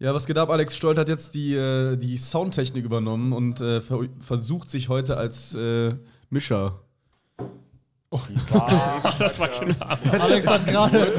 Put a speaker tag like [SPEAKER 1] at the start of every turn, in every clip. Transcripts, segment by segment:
[SPEAKER 1] Ja, was geht ab? Alex Stolt hat jetzt die, äh, die Soundtechnik übernommen und äh, ver versucht sich heute als äh, Mischer.
[SPEAKER 2] das war knapp.
[SPEAKER 3] Alex hat gerade,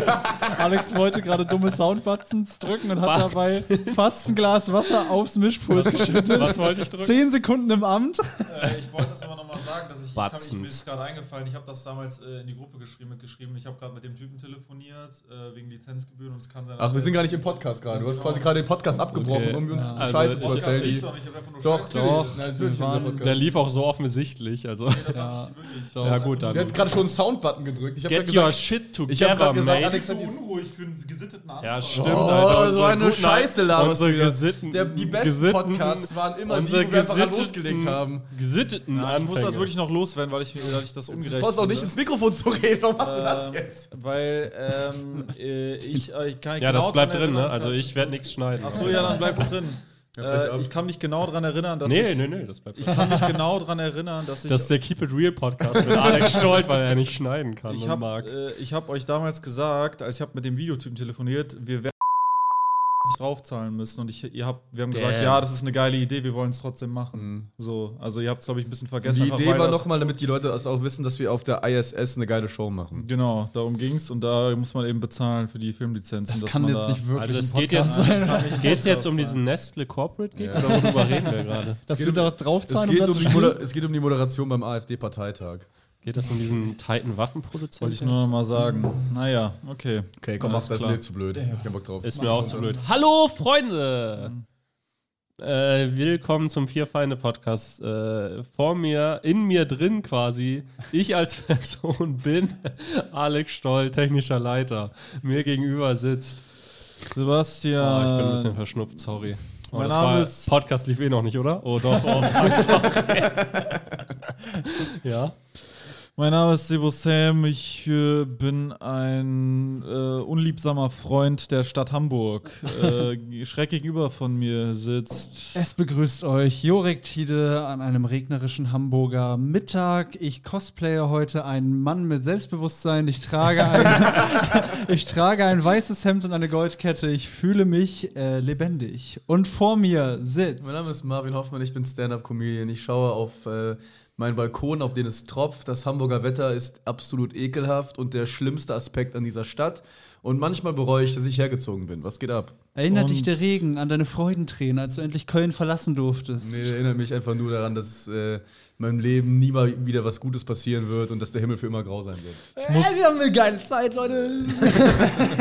[SPEAKER 3] Alex wollte gerade dumme Soundbuttons drücken und hat dabei fast ein Glas Wasser aufs Mischpult geschüttet.
[SPEAKER 2] Was wollte ich drücken?
[SPEAKER 3] Zehn Sekunden im Amt.
[SPEAKER 4] Äh, ich wollte das aber nochmal sagen, dass ich, ich kann mich, mir
[SPEAKER 2] Batzens.
[SPEAKER 4] ist gerade eingefallen, ich habe das damals äh, in die Gruppe geschrieben, geschrieben ich habe gerade mit dem Typen telefoniert, äh, wegen Lizenzgebühren und es kann sein,
[SPEAKER 1] Ach, wir sind gar nicht im Podcast gerade. Du hast quasi gerade den Podcast abgebrochen, um uns
[SPEAKER 2] Also,
[SPEAKER 1] Scheiße zu
[SPEAKER 2] ich-
[SPEAKER 4] Podcast
[SPEAKER 1] erzählen.
[SPEAKER 4] nicht,
[SPEAKER 1] die-
[SPEAKER 4] sondern ich habe einfach nur
[SPEAKER 1] Doch,
[SPEAKER 4] Scheiße
[SPEAKER 1] doch,
[SPEAKER 4] geredet.
[SPEAKER 1] natürlich.
[SPEAKER 3] Wir
[SPEAKER 1] haben wir
[SPEAKER 3] waren-
[SPEAKER 1] Podcast.
[SPEAKER 2] Der lief auch so offensichtlich. Also,
[SPEAKER 4] Das hab ich wirklich.
[SPEAKER 2] ja, gut,
[SPEAKER 1] Der hat
[SPEAKER 2] dann.
[SPEAKER 1] gerade schon einen Soundbutton gedrückt. Ich hab
[SPEAKER 2] Get
[SPEAKER 1] grad gesagt,
[SPEAKER 2] your shit together,
[SPEAKER 1] ich hab grad gesagt,
[SPEAKER 2] mate.
[SPEAKER 1] Alex
[SPEAKER 4] So
[SPEAKER 1] hat die
[SPEAKER 4] unruhig für einen gesitteten Anfang.
[SPEAKER 2] ja, stimmt,
[SPEAKER 1] Oh,
[SPEAKER 2] Alter.
[SPEAKER 1] so eine
[SPEAKER 2] guten Al-
[SPEAKER 1] Scheiße laberst
[SPEAKER 2] Unsere
[SPEAKER 1] du wieder.
[SPEAKER 2] gesitteten,
[SPEAKER 1] Der, die besten
[SPEAKER 2] gesitteten-
[SPEAKER 1] Podcasts waren immer die, wo
[SPEAKER 2] unsere
[SPEAKER 1] wir einfach gerade
[SPEAKER 2] gesitteten-
[SPEAKER 1] losgelegt haben.
[SPEAKER 2] Gesitteten
[SPEAKER 4] Ja, ich muss das
[SPEAKER 2] Anfänge.
[SPEAKER 4] wirklich noch loswerden, weil ich, weil ich das ungerecht
[SPEAKER 1] Du brauchst auch nicht
[SPEAKER 4] finde.
[SPEAKER 2] ne?
[SPEAKER 1] ins Mikrofon zu reden. Warum machst du das
[SPEAKER 2] Äh,
[SPEAKER 4] Ähm,
[SPEAKER 1] jetzt?
[SPEAKER 4] Weil ähm, äh, ich, äh, ich kann
[SPEAKER 2] Ja, das
[SPEAKER 4] genau
[SPEAKER 2] bleibt
[SPEAKER 4] dran
[SPEAKER 2] drin, ne?
[SPEAKER 4] erinnern,
[SPEAKER 2] Also,
[SPEAKER 4] dass-
[SPEAKER 2] ich werde nichts schneiden.
[SPEAKER 4] Ach so, ja, dann bleibt es dinn.
[SPEAKER 1] Pech
[SPEAKER 4] Äh,
[SPEAKER 1] ab.
[SPEAKER 4] ich kann mich genau daran erinnern, dass
[SPEAKER 2] Nee,
[SPEAKER 4] ich,
[SPEAKER 2] nee, nee, das bleibt
[SPEAKER 4] ich
[SPEAKER 2] drin.
[SPEAKER 4] kann mich genau daran erinnern, dass ich
[SPEAKER 2] Das ist der Keep It Real Podcast mit Alex Stolt, weil er nicht schneiden kann
[SPEAKER 4] Ich
[SPEAKER 2] und
[SPEAKER 4] habe
[SPEAKER 2] mag.
[SPEAKER 4] äh, ich hab euch damals gesagt, als ich habe mit dem Videotypen telefoniert, wir werden nicht draufzahlen müssen und ich, ihr habt, wir haben gesagt, ja, das ist eine geile Idee, wir wollen es trotzdem machen.
[SPEAKER 2] Mhm.
[SPEAKER 4] So, also ihr habt es glaube ich ein bisschen vergessen.
[SPEAKER 1] Die
[SPEAKER 4] einfach
[SPEAKER 1] Idee
[SPEAKER 4] weil
[SPEAKER 1] war
[SPEAKER 4] das-
[SPEAKER 1] nochmal, damit die Leute das auch wissen, dass wir auf der ISS eine geile Show machen.
[SPEAKER 4] Genau, darum ging's und da muss man eben bezahlen für die Filmlizenzen.
[SPEAKER 3] Das
[SPEAKER 4] dass
[SPEAKER 3] kann
[SPEAKER 4] man
[SPEAKER 3] jetzt
[SPEAKER 4] da-
[SPEAKER 3] nicht wirklich
[SPEAKER 2] Also,
[SPEAKER 3] ein
[SPEAKER 2] es geht
[SPEAKER 3] Podcast
[SPEAKER 2] jetzt,
[SPEAKER 3] sein.
[SPEAKER 2] geht's jetzt um diesen Nestle Corporate Gig oder worüber reden wir gerade?
[SPEAKER 3] Dass wir da drauf
[SPEAKER 1] Es
[SPEAKER 3] zahlen
[SPEAKER 1] geht,
[SPEAKER 3] das
[SPEAKER 1] um
[SPEAKER 3] zu
[SPEAKER 1] die
[SPEAKER 3] spielen?
[SPEAKER 1] Moder- es geht um die Moderation beim AfD-Parteitag.
[SPEAKER 2] Geht das um diesen Titan
[SPEAKER 4] Wollte
[SPEAKER 2] Waffenproduzenten?
[SPEAKER 4] ich nur noch mal sagen. Naja, okay.
[SPEAKER 1] Okay, komm,
[SPEAKER 4] Alles
[SPEAKER 1] mach's besser.
[SPEAKER 4] klar.
[SPEAKER 1] Nee, zu blöd. Ich hab keinen Bock drauf.
[SPEAKER 2] Ist mir auch zu blöd. Hallo, Freunde!
[SPEAKER 4] Mhm.
[SPEAKER 2] Äh, willkommen zum Vier Feinde Podcast. Äh, vor mir, in mir drin quasi, ich als Person bin Alex Stoll, technischer Leiter. Mir gegenüber sitzt. Oh,
[SPEAKER 4] Sebastian.
[SPEAKER 2] ich bin ein bisschen verschnupft, sorry. Oh,
[SPEAKER 4] Äh, mein
[SPEAKER 2] das
[SPEAKER 4] Name
[SPEAKER 2] war-
[SPEAKER 4] ist-
[SPEAKER 2] Podcast lief eh noch nicht, oder? Oh, doch. Oh, fuck, sorry. ja.
[SPEAKER 4] Mein Name ist Sebo Sam, ich äh, bin ein äh, unliebsamer Freund der Stadt Hamburg. Äh, schräg gegenüber von mir sitzt.
[SPEAKER 3] Es begrüßt euch Jorek Tide an einem regnerischen Hamburger Mittag. Ich cosplaye heute einen Mann mit Selbstbewusstsein. Ich trage ein, ich trage ein weißes Hemd und eine Goldkette. Ich fühle mich äh, lebendig. Und vor mir sitzt.
[SPEAKER 1] Mein Name ist Marvin Hoffmann, ich bin Stand-Up-Comedian. Ich schaue auf äh, meinen Balkon, auf den es tropft. Das Hamburger Wetter ist absolut ekelhaft und der schlimmste Aspekt an dieser Stadt. Und manchmal bereue ich, dass ich hergezogen bin. Was geht ab?
[SPEAKER 3] Erinnert
[SPEAKER 4] Und-
[SPEAKER 3] dich der Regen an deine Freudentränen, als du endlich Köln verlassen durftest?
[SPEAKER 1] Nee, erinnert mich einfach nur daran, dass äh, meinem Leben nie mal wieder was Gutes passieren wird und dass der Himmel für immer grau sein wird.
[SPEAKER 4] Ich muss,
[SPEAKER 3] Wir haben eine geile Zeit, Leute.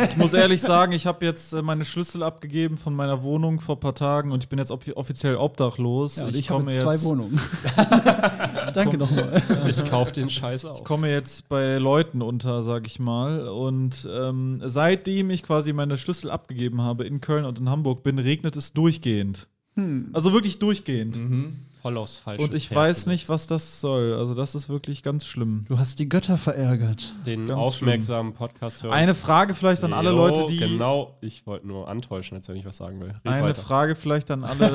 [SPEAKER 4] ich muss ehrlich sagen, ich habe jetzt äh, meine Schlüssel abgegeben von meiner Wohnung vor ein paar Tagen und ich bin jetzt ob offiziell obdachlos.
[SPEAKER 3] Ja, und ich habe jetzt zwei Wohnungen. Danke
[SPEAKER 4] Komm.
[SPEAKER 3] nochmal.
[SPEAKER 2] Ich kaufe den Scheiß auf.
[SPEAKER 4] Ich komme jetzt bei Leuten unter, sag ich mal. Und ähm, seitdem ich quasi meine Schlüssel abgegeben habe in Köln und in Hamburg bin, regnet es durchgehend.
[SPEAKER 3] Hm.
[SPEAKER 4] Also wirklich durchgehend.
[SPEAKER 2] Mhm. voll aufs falsche
[SPEAKER 4] Und ich
[SPEAKER 2] Pferd
[SPEAKER 4] weiß
[SPEAKER 2] gesetzt.
[SPEAKER 4] nicht, was das soll. Also das ist wirklich ganz schlimm.
[SPEAKER 3] Du hast die Götter verärgert.
[SPEAKER 2] Den
[SPEAKER 4] Ganz
[SPEAKER 2] aufmerksamen Podcast hören.
[SPEAKER 4] Eine Frage vielleicht an alle
[SPEAKER 2] Jo,
[SPEAKER 4] Leute, die
[SPEAKER 2] Genau, ich wollte nur antäuschen, als wenn ich was sagen will. Red
[SPEAKER 4] eine
[SPEAKER 2] weiter.
[SPEAKER 4] Frage vielleicht an alle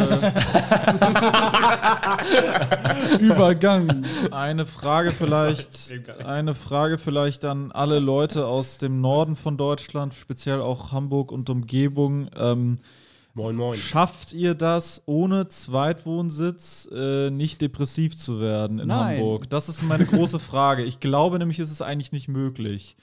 [SPEAKER 3] Übergang.
[SPEAKER 4] eine Frage vielleicht
[SPEAKER 2] extrem geil.
[SPEAKER 4] eine Frage vielleicht an alle Leute aus dem Norden von Deutschland, speziell auch Hamburg und Umgebung. Ähm,
[SPEAKER 2] Moin, moin.
[SPEAKER 4] Schafft ihr das, ohne Zweitwohnsitz äh, nicht depressiv zu werden in
[SPEAKER 3] Nein.
[SPEAKER 4] Hamburg? Das ist meine große Frage. Ich glaube nämlich, ist es ist eigentlich nicht möglich.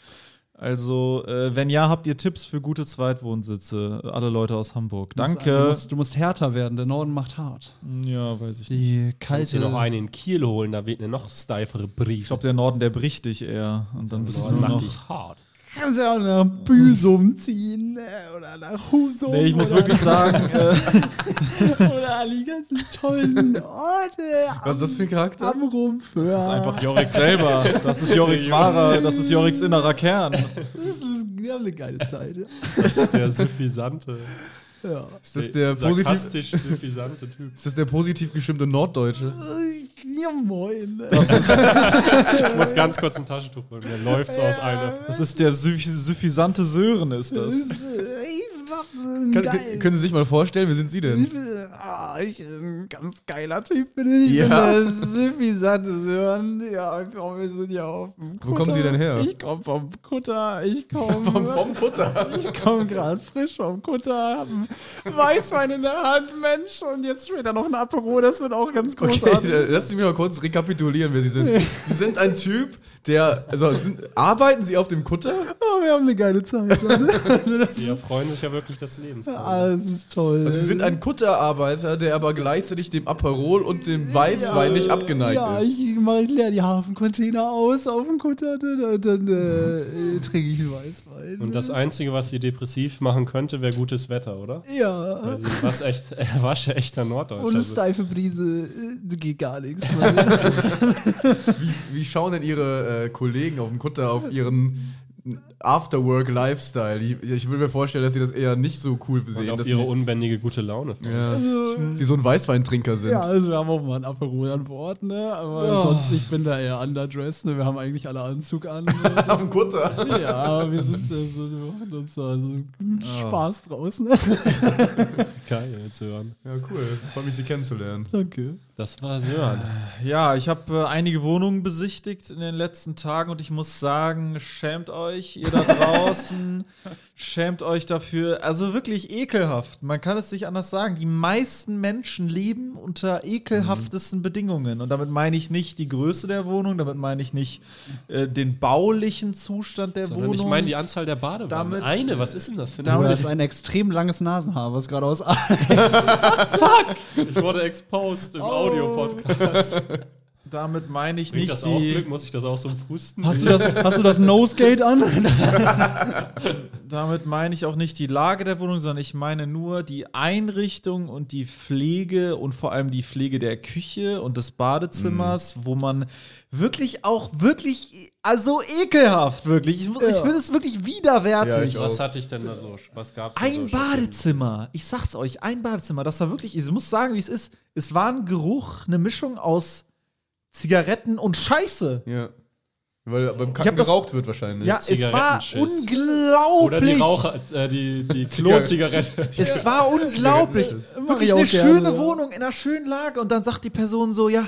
[SPEAKER 4] Also, äh, wenn ja, habt ihr Tipps für gute Zweitwohnsitze? Alle Leute aus Hamburg.
[SPEAKER 3] Du
[SPEAKER 4] Danke.
[SPEAKER 3] musst, du musst härter werden, der Norden macht hart.
[SPEAKER 4] Ja, weiß ich nicht.
[SPEAKER 3] Die
[SPEAKER 2] Kannst dir
[SPEAKER 3] kalte.
[SPEAKER 2] noch einen in Kiel holen, da weht eine noch steifere
[SPEAKER 4] Ich
[SPEAKER 2] Brise.
[SPEAKER 4] glaube, der Norden, der bricht dich eher. Und dann bist du
[SPEAKER 2] Norden
[SPEAKER 4] nur
[SPEAKER 2] macht
[SPEAKER 4] noch.
[SPEAKER 2] dich hart.
[SPEAKER 3] Kannst ja auch nach Büsum ziehen ne? oder nach Husum.
[SPEAKER 4] Nee, ich muss wirklich sagen, äh,
[SPEAKER 3] Oder die ganzen tollen Orte.
[SPEAKER 1] Was ist das für ein Charakter?
[SPEAKER 3] Am Rumpf.
[SPEAKER 4] das ist einfach Jorik selber. Das ist Joriks wahrer, das ist Joriks innerer Kern.
[SPEAKER 3] Wir haben eine geile Zeit.
[SPEAKER 2] Das ist der suffisante,
[SPEAKER 3] Ja.
[SPEAKER 1] Ist das der, positiv,
[SPEAKER 2] sarkastisch suffisante Typ.
[SPEAKER 1] ist das der positiv gestimmte Norddeutsche?
[SPEAKER 3] Ja, moin.
[SPEAKER 2] Ich muss ganz kurz ein Taschentuch holen, mir läuft's aus einer.
[SPEAKER 4] Das ist der suffi- suffisante Sören, ist das.
[SPEAKER 1] Kann, k- können Sie sich mal vorstellen, wer sind Sie denn?
[SPEAKER 3] Ah, ich bin ein ganz geiler Typ, bin ich. Ich
[SPEAKER 1] Ja.
[SPEAKER 3] bin der Süffisante Sören. Ja, ich komm, wir sind ja auf dem
[SPEAKER 1] Wo kommen Sie denn her?
[SPEAKER 3] Ich komm vom Kutter. Ich komm vom
[SPEAKER 1] Kutter.
[SPEAKER 3] Ich komme gerade frisch vom Kutter, hab einen Weißwein in der Hand, Mensch, und jetzt später noch ein Apero, das wird auch ganz
[SPEAKER 1] Okay,
[SPEAKER 3] großartig.
[SPEAKER 1] äh, lassen Sie mich mal kurz rekapitulieren, wer Sie sind. Sie sind ein Typ, der. Also, sind, arbeiten Sie auf dem Kutter?
[SPEAKER 3] Oh, wir haben eine geile Zeit. Leute. Also das,
[SPEAKER 2] Die erfreuen sich ja wirklich des Lebens.
[SPEAKER 3] ah, das ist toll.
[SPEAKER 1] Also, Sie sind ein Kutterarbeiter, der aber gleichzeitig dem Aperol und dem Weißwein nicht abgeneigt
[SPEAKER 3] ja,
[SPEAKER 1] ist.
[SPEAKER 3] ich mache ich leer die Hafencontainer aus auf dem Kutter, dann, dann
[SPEAKER 1] Mhm.
[SPEAKER 3] äh, äh, trinke ich Weißwein.
[SPEAKER 2] Und das Einzige, was sie depressiv machen könnte, wäre gutes Wetter, oder?
[SPEAKER 3] ja.
[SPEAKER 2] Weil sie was echt, äh, wasche echter Norddeutscher. Also,
[SPEAKER 3] Und eine
[SPEAKER 2] sind.
[SPEAKER 3] steife Brise, äh, das geht gar nichts.
[SPEAKER 1] Wie, wie schauen denn Ihre äh, Kollegen auf dem Kutter auf Ihren Afterwork-Lifestyle? Ich, ich würde mir vorstellen, dass Sie das eher nicht so cool sehen.
[SPEAKER 2] und auf
[SPEAKER 1] dass
[SPEAKER 2] ihre
[SPEAKER 1] sie,
[SPEAKER 2] unbändige gute Laune.
[SPEAKER 1] ja, dass sie so ein Weißweintrinker sind.
[SPEAKER 3] Ja, also wir haben auch mal ein Aperol an Bord, ne? Aber sonst, ich bin da eher underdressed, ne? Wir haben eigentlich alle Anzug an. Ne?
[SPEAKER 1] Am Kutter.
[SPEAKER 3] ja, aber wir sind da so, wir machen uns da so einen Spaß draus, ne?
[SPEAKER 2] Geil, Sören.
[SPEAKER 1] Ja, cool. Freue mich, Sie kennenzulernen.
[SPEAKER 3] Danke.
[SPEAKER 2] Das war Sören.
[SPEAKER 4] Ja, ich habe äh, einige Wohnungen besichtigt in den letzten Tagen und ich muss sagen, schämt euch, ihr da draußen, schämt euch dafür. Also wirklich ekelhaft. Man kann es nicht anders sagen. Die meisten Menschen leben unter
[SPEAKER 2] Mhm.
[SPEAKER 4] ekelhaftesten Bedingungen. Und damit meine ich nicht die Größe der Wohnung, damit meine ich nicht äh, den baulichen Zustand der
[SPEAKER 2] Sondern
[SPEAKER 4] Wohnung.
[SPEAKER 2] ich meine die Anzahl der Badewannen.
[SPEAKER 4] Damit-
[SPEAKER 2] Eine, was ist denn das für eine
[SPEAKER 3] Oder
[SPEAKER 4] Damit-
[SPEAKER 3] ist ein extrem langes Nasenhaar, was gerade aus.
[SPEAKER 2] Ich wurde exposed
[SPEAKER 4] Oh.
[SPEAKER 2] im Audio-Podcast.
[SPEAKER 4] damit meine ich
[SPEAKER 2] Bringt
[SPEAKER 4] nicht
[SPEAKER 2] das auch
[SPEAKER 4] die.
[SPEAKER 2] Glück? Muss ich das auch so pusten?
[SPEAKER 3] Hast du das, hast du das Nosegate an?
[SPEAKER 4] Damit meine ich auch nicht die Lage der Wohnung, sondern ich meine nur die Einrichtung und die Pflege und vor allem die Pflege der Küche und des Badezimmers,
[SPEAKER 2] Mhm.
[SPEAKER 4] wo man wirklich auch wirklich, also ekelhaft wirklich, ich, ich finde es wirklich
[SPEAKER 1] Ja,
[SPEAKER 4] widerwärtig.
[SPEAKER 1] ich auch.
[SPEAKER 2] was hatte ich denn da so? Was gab's denn
[SPEAKER 4] ein
[SPEAKER 2] so?
[SPEAKER 4] Badezimmer, ich sag's euch, ein Badezimmer, das war wirklich, ich muss sagen, wie es ist, es war ein Geruch, eine Mischung aus Zigaretten und Scheiße.
[SPEAKER 1] Ja. Weil beim Kacken
[SPEAKER 4] hab das-
[SPEAKER 1] geraucht wird wahrscheinlich.
[SPEAKER 4] Ja, es war
[SPEAKER 2] Zigarettenschiss.
[SPEAKER 4] unglaublich.
[SPEAKER 2] Oder die Raucher, äh, die, die Klo-Zigarette.
[SPEAKER 4] Es war unglaublich.
[SPEAKER 3] Mach
[SPEAKER 4] Wirklich
[SPEAKER 3] ich auch
[SPEAKER 4] eine
[SPEAKER 3] gerne,
[SPEAKER 4] schöne
[SPEAKER 3] ja.
[SPEAKER 4] Wohnung in einer schönen Lage. Und dann sagt die Person so, ja,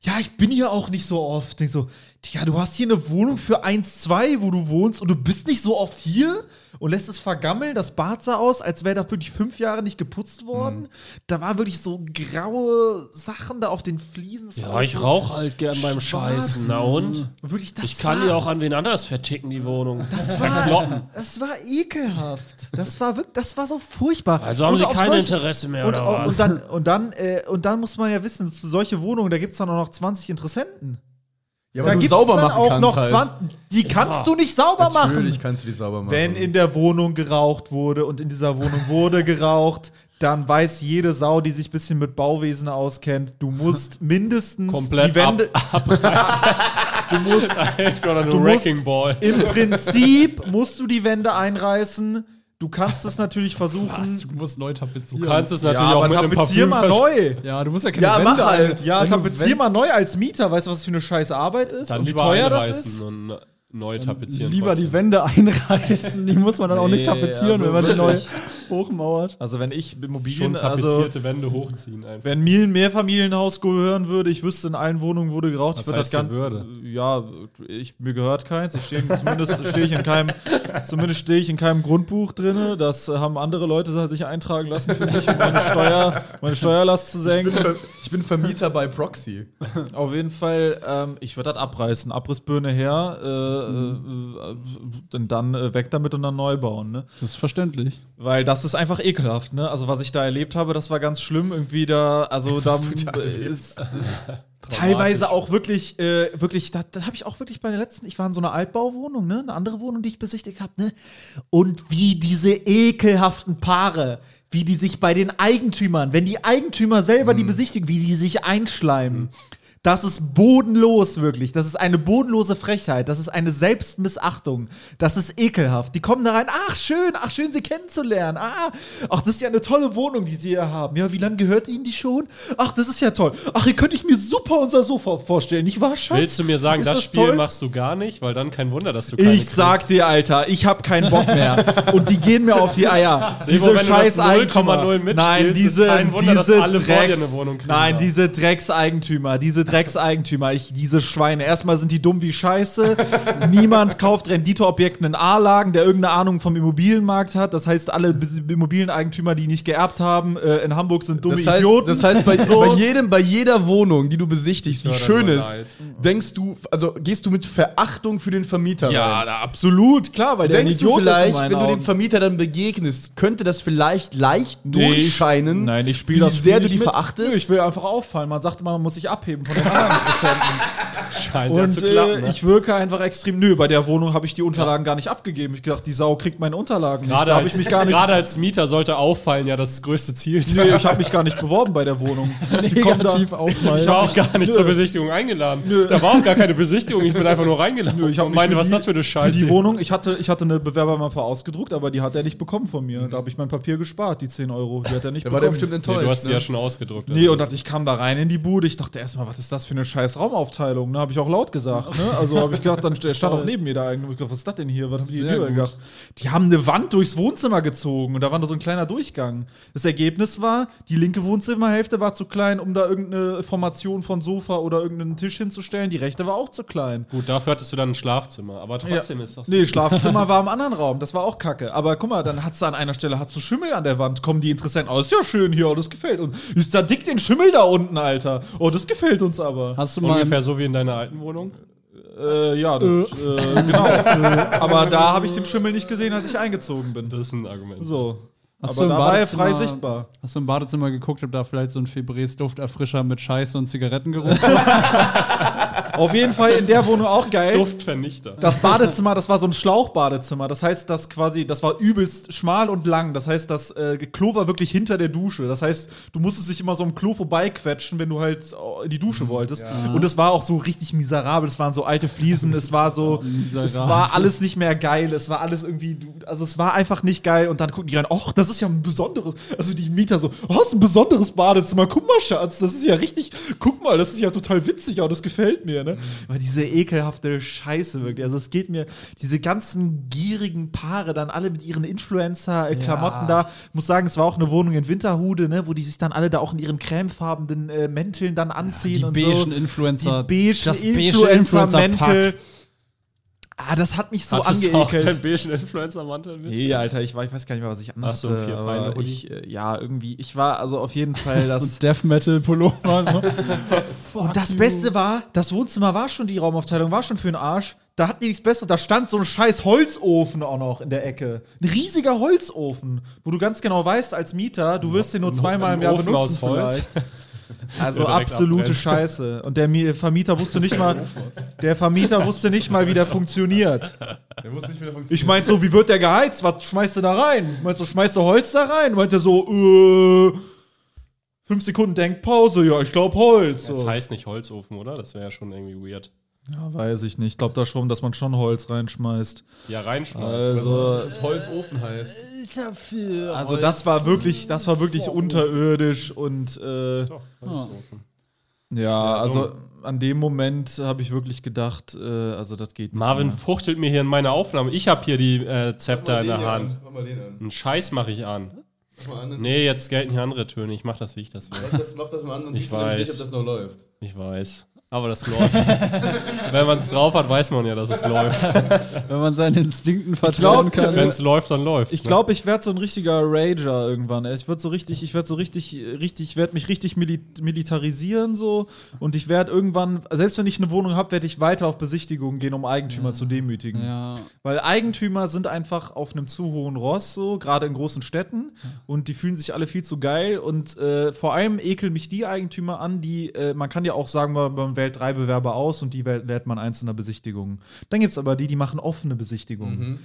[SPEAKER 4] ja, ich bin hier auch nicht so oft. Denk so, Digga, du hast hier eine Wohnung für 1,2, wo du wohnst und du bist nicht so oft hier und lässt es vergammeln. Das Bad sah aus, als wäre da für dich fünf Jahre nicht geputzt
[SPEAKER 3] Mhm.
[SPEAKER 4] worden. Da waren wirklich so graue Sachen da auf den Fliesen. Das war
[SPEAKER 5] Ja,
[SPEAKER 4] alles
[SPEAKER 5] ich
[SPEAKER 4] so
[SPEAKER 5] rauche halt gern beim
[SPEAKER 4] schwarz.
[SPEAKER 5] Scheißen. Na und?
[SPEAKER 4] Wirklich, das
[SPEAKER 5] Ich kann
[SPEAKER 4] war,
[SPEAKER 5] die auch an wen anders verticken, die Wohnung.
[SPEAKER 4] Das war, das war ekelhaft. Das war wirklich, das war so furchtbar.
[SPEAKER 5] Also haben
[SPEAKER 4] Und
[SPEAKER 5] sie
[SPEAKER 4] auf
[SPEAKER 5] kein
[SPEAKER 4] solche-
[SPEAKER 5] Interesse mehr,
[SPEAKER 4] und,
[SPEAKER 5] oder
[SPEAKER 4] au-
[SPEAKER 5] was?
[SPEAKER 4] und dann, und dann, äh, und dann muss man ja wissen, zu solche Wohnungen, da gibt es dann auch noch 20 Interessenten.
[SPEAKER 1] Ja,
[SPEAKER 4] da
[SPEAKER 1] du
[SPEAKER 4] gibt's
[SPEAKER 1] sauber
[SPEAKER 4] dann
[SPEAKER 1] machen
[SPEAKER 4] auch
[SPEAKER 1] kannst
[SPEAKER 4] noch
[SPEAKER 1] halt.
[SPEAKER 4] 20. Die kannst du nicht sauber
[SPEAKER 1] Natürlich
[SPEAKER 4] machen.
[SPEAKER 1] kannst du die sauber machen.
[SPEAKER 4] Wenn in der Wohnung geraucht wurde und in dieser Wohnung wurde geraucht, dann weiß jede Sau, die sich ein bisschen mit Bauwesen auskennt, du musst mindestens
[SPEAKER 2] Komplett
[SPEAKER 4] die Wände.
[SPEAKER 2] Du musst einfach nur
[SPEAKER 4] Du
[SPEAKER 2] eine
[SPEAKER 4] musst-
[SPEAKER 2] Wrecking Ball.
[SPEAKER 4] Im Prinzip musst du die Wände einreißen. Du kannst es natürlich versuchen.
[SPEAKER 3] Du musst neu tapezieren.
[SPEAKER 2] Du kannst es natürlich
[SPEAKER 4] ja,
[SPEAKER 2] auch
[SPEAKER 4] aber
[SPEAKER 2] mit einem
[SPEAKER 4] tapezier
[SPEAKER 2] Parfüm
[SPEAKER 4] mal
[SPEAKER 2] vers-
[SPEAKER 4] neu.
[SPEAKER 3] ja, du musst ja keine
[SPEAKER 1] ja,
[SPEAKER 3] Wände
[SPEAKER 1] mach halt.
[SPEAKER 4] Ja,
[SPEAKER 3] Wenn du-
[SPEAKER 4] tapezier mal neu als Mieter. Weißt du, was das für eine scheiß Arbeit ist?
[SPEAKER 2] Dann
[SPEAKER 4] und wie
[SPEAKER 2] lieber
[SPEAKER 4] teuer das
[SPEAKER 2] einreißen
[SPEAKER 4] ist?
[SPEAKER 2] und neu tapezieren.
[SPEAKER 3] Lieber die
[SPEAKER 2] trotzdem.
[SPEAKER 3] Wände einreißen, die muss man dann auch
[SPEAKER 5] Nee,
[SPEAKER 3] nicht tapezieren,
[SPEAKER 5] also
[SPEAKER 3] wenn man die neu. hochmauert.
[SPEAKER 4] Also wenn ich
[SPEAKER 2] Schon
[SPEAKER 4] Immobilien, also
[SPEAKER 2] tapezierte Wände hochziehen einfach.
[SPEAKER 4] wenn mir ein Mehrfamilienhaus gehören würde, ich wüsste, in allen Wohnungen wurde geraucht,
[SPEAKER 2] Was
[SPEAKER 4] ich würde das
[SPEAKER 2] heißt denn
[SPEAKER 4] Ganze. Ja, ich, mir gehört keins. Ich stehe zumindest stehe ich in keinem, zumindest stehe ich in keinem Grundbuch drin. Das haben andere Leute sich eintragen lassen für mich, um meine, Steuer, meine Steuerlast zu
[SPEAKER 1] Ich
[SPEAKER 4] senken.
[SPEAKER 1] bin, Ver- ich bin Vermieter bei Proxy.
[SPEAKER 4] Auf jeden Fall, ähm, ich würde das abreißen. Abrissbirne her, äh, äh, äh, dann, dann äh, weg damit und dann neu bauen. Ne?
[SPEAKER 3] Das ist verständlich.
[SPEAKER 4] Weil das ist einfach ekelhaft, ne? Also was ich da erlebt habe, das war ganz schlimm. Irgendwie da, also da, ist äh, teilweise auch wirklich, äh, wirklich, da, da habe ich auch wirklich bei der letzten, ich war in so einer Altbauwohnung, ne? Eine andere Wohnung, die ich besichtigt habe, ne? Und wie diese ekelhaften Paare, wie die sich bei den Eigentümern, wenn die Eigentümer selber die besichtigen, wie die sich einschleimen. Das ist bodenlos, wirklich. Das ist eine bodenlose Frechheit. Das ist eine Selbstmissachtung. Das ist ekelhaft. Die kommen da rein, ach schön, ach schön, sie kennenzulernen. Ah, ach, das ist ja eine tolle Wohnung, die sie hier haben. Ja, wie lange gehört Ihnen die schon? Ach, das ist ja toll. Ach, hier könnte ich mir super unser Sofa vorstellen, nicht wahr, Schatz?
[SPEAKER 2] Willst du mir sagen,
[SPEAKER 4] Ist
[SPEAKER 2] das,
[SPEAKER 4] das
[SPEAKER 2] Spiel
[SPEAKER 4] toll?
[SPEAKER 2] machst du gar nicht? Weil dann kein Wunder, dass du keine
[SPEAKER 4] ich sag's dir, Alter, ich hab keinen Bock mehr. Und die gehen mir auf die Eier.
[SPEAKER 2] Sebo,
[SPEAKER 4] diese
[SPEAKER 2] wenn du das
[SPEAKER 4] scheiß
[SPEAKER 2] 0,0
[SPEAKER 4] Eigentümer.
[SPEAKER 2] mitspielst,
[SPEAKER 4] Nein,
[SPEAKER 2] ist
[SPEAKER 4] diese,
[SPEAKER 2] kein Wunder, dass
[SPEAKER 4] diese
[SPEAKER 2] alle vor dir eine
[SPEAKER 4] Drecks.
[SPEAKER 2] Wohnung kriegen
[SPEAKER 4] Nein,
[SPEAKER 2] haben.
[SPEAKER 4] diese Dreckseigentümer, diese Dreckseigentümer, ich, diese Schweine. Erstmal sind die dumm wie Scheiße. Niemand kauft Renditeobjekten in A-Lagen, der irgendeine Ahnung vom Immobilienmarkt hat. Das heißt, alle Bes- Immobilieneigentümer, die nicht geerbt haben, äh, in Hamburg sind dumme
[SPEAKER 1] Das heißt,
[SPEAKER 4] Idioten.
[SPEAKER 1] das heißt bei, bei jedem, bei jeder Wohnung, die du besichtigst, die
[SPEAKER 2] höre
[SPEAKER 1] schön
[SPEAKER 2] darüber
[SPEAKER 1] ist,
[SPEAKER 2] leid.
[SPEAKER 1] denkst du, also gehst du mit Verachtung für den Vermieter
[SPEAKER 4] ja,
[SPEAKER 1] rein.
[SPEAKER 4] na, absolut, klar, weil der ein
[SPEAKER 1] Denkst du
[SPEAKER 4] Idiot ist in
[SPEAKER 1] vielleicht,
[SPEAKER 4] meinen
[SPEAKER 1] wenn du dem
[SPEAKER 4] Augen.
[SPEAKER 1] Vermieter dann begegnest, könnte das vielleicht leicht
[SPEAKER 4] Nee, ich-
[SPEAKER 1] durchscheinen,
[SPEAKER 4] Nein, ich
[SPEAKER 1] wie
[SPEAKER 4] spiele das Spiel
[SPEAKER 1] sehr du
[SPEAKER 4] nicht
[SPEAKER 1] die
[SPEAKER 4] mit. Nö,
[SPEAKER 1] verachtest?
[SPEAKER 4] Ich will einfach auffallen. Man sagt immer, man muss sich abheben von den anderen Interessenten.
[SPEAKER 2] Scheint ja
[SPEAKER 4] Und
[SPEAKER 2] zu klappen.
[SPEAKER 4] äh,
[SPEAKER 2] ne?
[SPEAKER 4] ich wirke einfach extrem. Nö, bei der Wohnung habe ich die Unterlagen gar nicht abgegeben. Ich dachte, die Sau kriegt meine Unterlagen nicht.
[SPEAKER 2] Gerade
[SPEAKER 4] Da habe ich
[SPEAKER 2] als,
[SPEAKER 4] mich gar nicht.
[SPEAKER 2] gerade als Mieter sollte auffallen, ja, das größte Ziel.
[SPEAKER 4] Nö, ich habe mich gar nicht beworben bei der Wohnung. Die kommen da,
[SPEAKER 3] Negativ
[SPEAKER 2] Ich
[SPEAKER 3] auffallen.
[SPEAKER 2] war auch gar nicht zur Besichtigung eingeladen. Da war auch gar keine Besichtigung, ich bin einfach nur reingelaufen.
[SPEAKER 4] nö, ich hab
[SPEAKER 2] und
[SPEAKER 4] mich
[SPEAKER 2] meinte, was ist
[SPEAKER 4] die-
[SPEAKER 2] das für eine
[SPEAKER 4] Für
[SPEAKER 2] Scheiße?
[SPEAKER 4] die Wohnung, ich hatte, ich hatte eine Bewerbermappe ausgedruckt, aber die hat er nicht bekommen von mir. Da habe ich mein Papier gespart, die 10 Euro. Die hat er nicht
[SPEAKER 1] Da war der
[SPEAKER 4] bekommen.
[SPEAKER 1] bestimmt enttäuscht.
[SPEAKER 2] nee, du hast sie
[SPEAKER 1] ne?
[SPEAKER 2] ja schon ausgedruckt.
[SPEAKER 4] Nee, und das, ich kam da rein in die Bude. Ich dachte erstmal, was ist das für eine scheiß Raumaufteilung? Ne, habe ich auch laut gesagt. Ne? Also habe ich gedacht, dann st- stand auch neben mir da eigentlich. Ich dachte, was ist das denn hier? Was haben die denn hier gedacht? Die haben eine Wand durchs Wohnzimmer gezogen und da war nur so ein kleiner Durchgang. Das Ergebnis war, die linke Wohnzimmerhälfte war zu klein, um da irgendeine Formation von Sofa oder irgendeinen Tisch hinzustellen. Die rechte war auch zu klein.
[SPEAKER 2] Also, Gut, dafür hattest du dann ein Schlafzimmer, aber trotzdem ist das.
[SPEAKER 4] Nee, Schlafzimmer war im anderen Raum. Das war auch kacke. Aber guck mal, dann hat's da an einer Stelle hat's so Schimmel an der Wand. Kommen die Interessenten. Oh, ist ja schön hier. Oh, das gefällt uns. Ist da dick den Schimmel da unten, Alter. Oh, das gefällt uns aber.
[SPEAKER 3] Hast du mal.
[SPEAKER 2] Ungefähr so wie in deiner alten Wohnung.
[SPEAKER 4] Äh, ja, das, äh, genau. aber da habe ich den Schimmel nicht gesehen, als ich eingezogen bin.
[SPEAKER 2] Das ist ein Argument.
[SPEAKER 4] So.
[SPEAKER 3] Hast du
[SPEAKER 4] aber da
[SPEAKER 3] im
[SPEAKER 4] war er
[SPEAKER 3] Badezimmer-
[SPEAKER 4] frei sichtbar.
[SPEAKER 3] Hast du im Badezimmer geguckt, ob da vielleicht so ein Febrés Dufterfrischer mit Scheiße und Zigarettengeruch
[SPEAKER 4] Auf jeden Fall in der Wohnung auch geil.
[SPEAKER 2] Duftvernichter.
[SPEAKER 4] Das Badezimmer, das war so ein Schlauchbadezimmer. Das heißt, das quasi, das war übelst schmal und lang. Das heißt, das äh, Klo war wirklich hinter der Dusche. Das heißt, du musstest dich immer so am Klo vorbeiquetschen, wenn du halt äh, in die Dusche wolltest. Und es war auch so richtig miserabel. Es waren so alte Fliesen. Es war so, es war alles nicht mehr geil. Es war alles irgendwie, du- also es war einfach nicht geil. Und dann gucken die rein, ach, das ist ja ein besonderes. Also die Mieter so, oh, das ist ein besonderes Badezimmer. Guck mal, Schatz, das ist ja richtig, guck mal, das ist ja total witzig. Oh, das gefällt mir,
[SPEAKER 3] Mhm.
[SPEAKER 4] ne? Aber diese ekelhafte Scheiße wirklich. Also es geht mir, diese ganzen gierigen Paare dann alle mit ihren Influencer-Klamotten da. Ich muss sagen, es war auch eine Wohnung in Winterhude, ne, wo die sich dann alle da auch in ihren cremefarbenen äh, Mänteln dann anziehen
[SPEAKER 3] Die
[SPEAKER 4] und so.
[SPEAKER 3] beigen Influencer.
[SPEAKER 4] Die beigen
[SPEAKER 3] das beige
[SPEAKER 4] Influencer-Mäntel.
[SPEAKER 3] Influencer-Pack.
[SPEAKER 4] Ah, das hat mich so
[SPEAKER 2] Hattest du auch deinen
[SPEAKER 4] angeekelt.
[SPEAKER 2] beigen Influencer-Mantel mit?
[SPEAKER 4] Nee, Alter, ich, war, ich weiß gar nicht mehr, was ich anhatte.
[SPEAKER 2] Hast du vier
[SPEAKER 4] aber
[SPEAKER 2] Feinde, Uli?
[SPEAKER 4] ich, äh, ja, irgendwie, ich war also auf jeden Fall das.
[SPEAKER 3] Death Metal Pullover. So.
[SPEAKER 4] Und das Beste war, das Wohnzimmer war schon, die Raumaufteilung war schon für den Arsch. Da hatten die nichts Besseres. Da stand so ein scheiß Holzofen auch noch in der Ecke. Ein riesiger Holzofen, wo du ganz genau weißt, als Mieter, du wirst den nur zweimal im
[SPEAKER 2] ein
[SPEAKER 4] Jahr
[SPEAKER 2] Ofen
[SPEAKER 4] benutzen
[SPEAKER 2] aus Holz.
[SPEAKER 4] vielleicht. Also
[SPEAKER 2] Ja, direkt
[SPEAKER 4] absolute
[SPEAKER 2] abbrennen.
[SPEAKER 4] Scheiße. Und der Mi- Vermieter wusste nicht mal, der Vermieter wusste nicht mal, wie der funktioniert.
[SPEAKER 1] Der wusste nicht, wie der funktioniert.
[SPEAKER 4] Ich meinte so, wie wird der geheizt? Was schmeißt du da rein? Meinst du, schmeißt du Holz da rein? Meint er so, äh, fünf Sekunden Denkpause. Ja, ich glaube Holz.
[SPEAKER 2] Das
[SPEAKER 4] So.
[SPEAKER 2] heißt nicht Holzofen, oder? Das wäre ja schon irgendwie weird.
[SPEAKER 4] Ja, weiß ich nicht. Ich glaube da schon, dass man schon Holz reinschmeißt.
[SPEAKER 2] Ja, reinschmeißen.
[SPEAKER 4] Also,
[SPEAKER 1] dass es Holzofen heißt.
[SPEAKER 4] also das war wirklich, das war wirklich unterirdisch und äh,
[SPEAKER 2] Doch, Holzofen.
[SPEAKER 4] ja, also an dem Moment habe ich wirklich gedacht, äh, also das geht nicht.
[SPEAKER 2] Marvin
[SPEAKER 4] mehr.
[SPEAKER 2] fuchtelt mir hier in meiner Aufnahme. Ich habe hier die äh, Zepter in der Hand.
[SPEAKER 1] Mach mal den an.
[SPEAKER 2] Einen Scheiß mache ich an.
[SPEAKER 1] mal an.
[SPEAKER 2] Nee, jetzt gelten hier andere Töne. Ich mach das, wie ich das will.
[SPEAKER 1] Mach das, mach das mal an, sonst
[SPEAKER 2] Ich
[SPEAKER 1] siehst du nämlich
[SPEAKER 2] weiß.
[SPEAKER 1] nicht, ob das noch läuft.
[SPEAKER 2] Ich weiß. Aber das läuft. Wenn man es drauf hat, weiß man ja, dass es läuft.
[SPEAKER 3] Wenn man seinen Instinkten vertrauen kann.
[SPEAKER 2] Wenn es läuft, dann ne? läuft.
[SPEAKER 4] Ich glaube, ich werde so ein richtiger Rager irgendwann. ey. Ich werde so richtig, ich werde so richtig, äh, richtig, ich werde mich richtig mili militarisieren so und ich werde irgendwann, selbst wenn ich eine Wohnung habe, werde ich weiter auf Besichtigungen gehen, um Eigentümer zu demütigen.
[SPEAKER 3] Ja.
[SPEAKER 4] Weil Eigentümer sind einfach auf einem zu hohen Ross so, gerade in großen Städten und die fühlen sich alle viel zu geil und äh, vor allem ekeln mich die Eigentümer an, die äh, man kann ja auch sagen, man, man wählt drei Bewerber aus und die wählt lädt man einzelner Besichtigungen. Dann gibt es aber die, die machen offene Besichtigungen.
[SPEAKER 3] Mhm.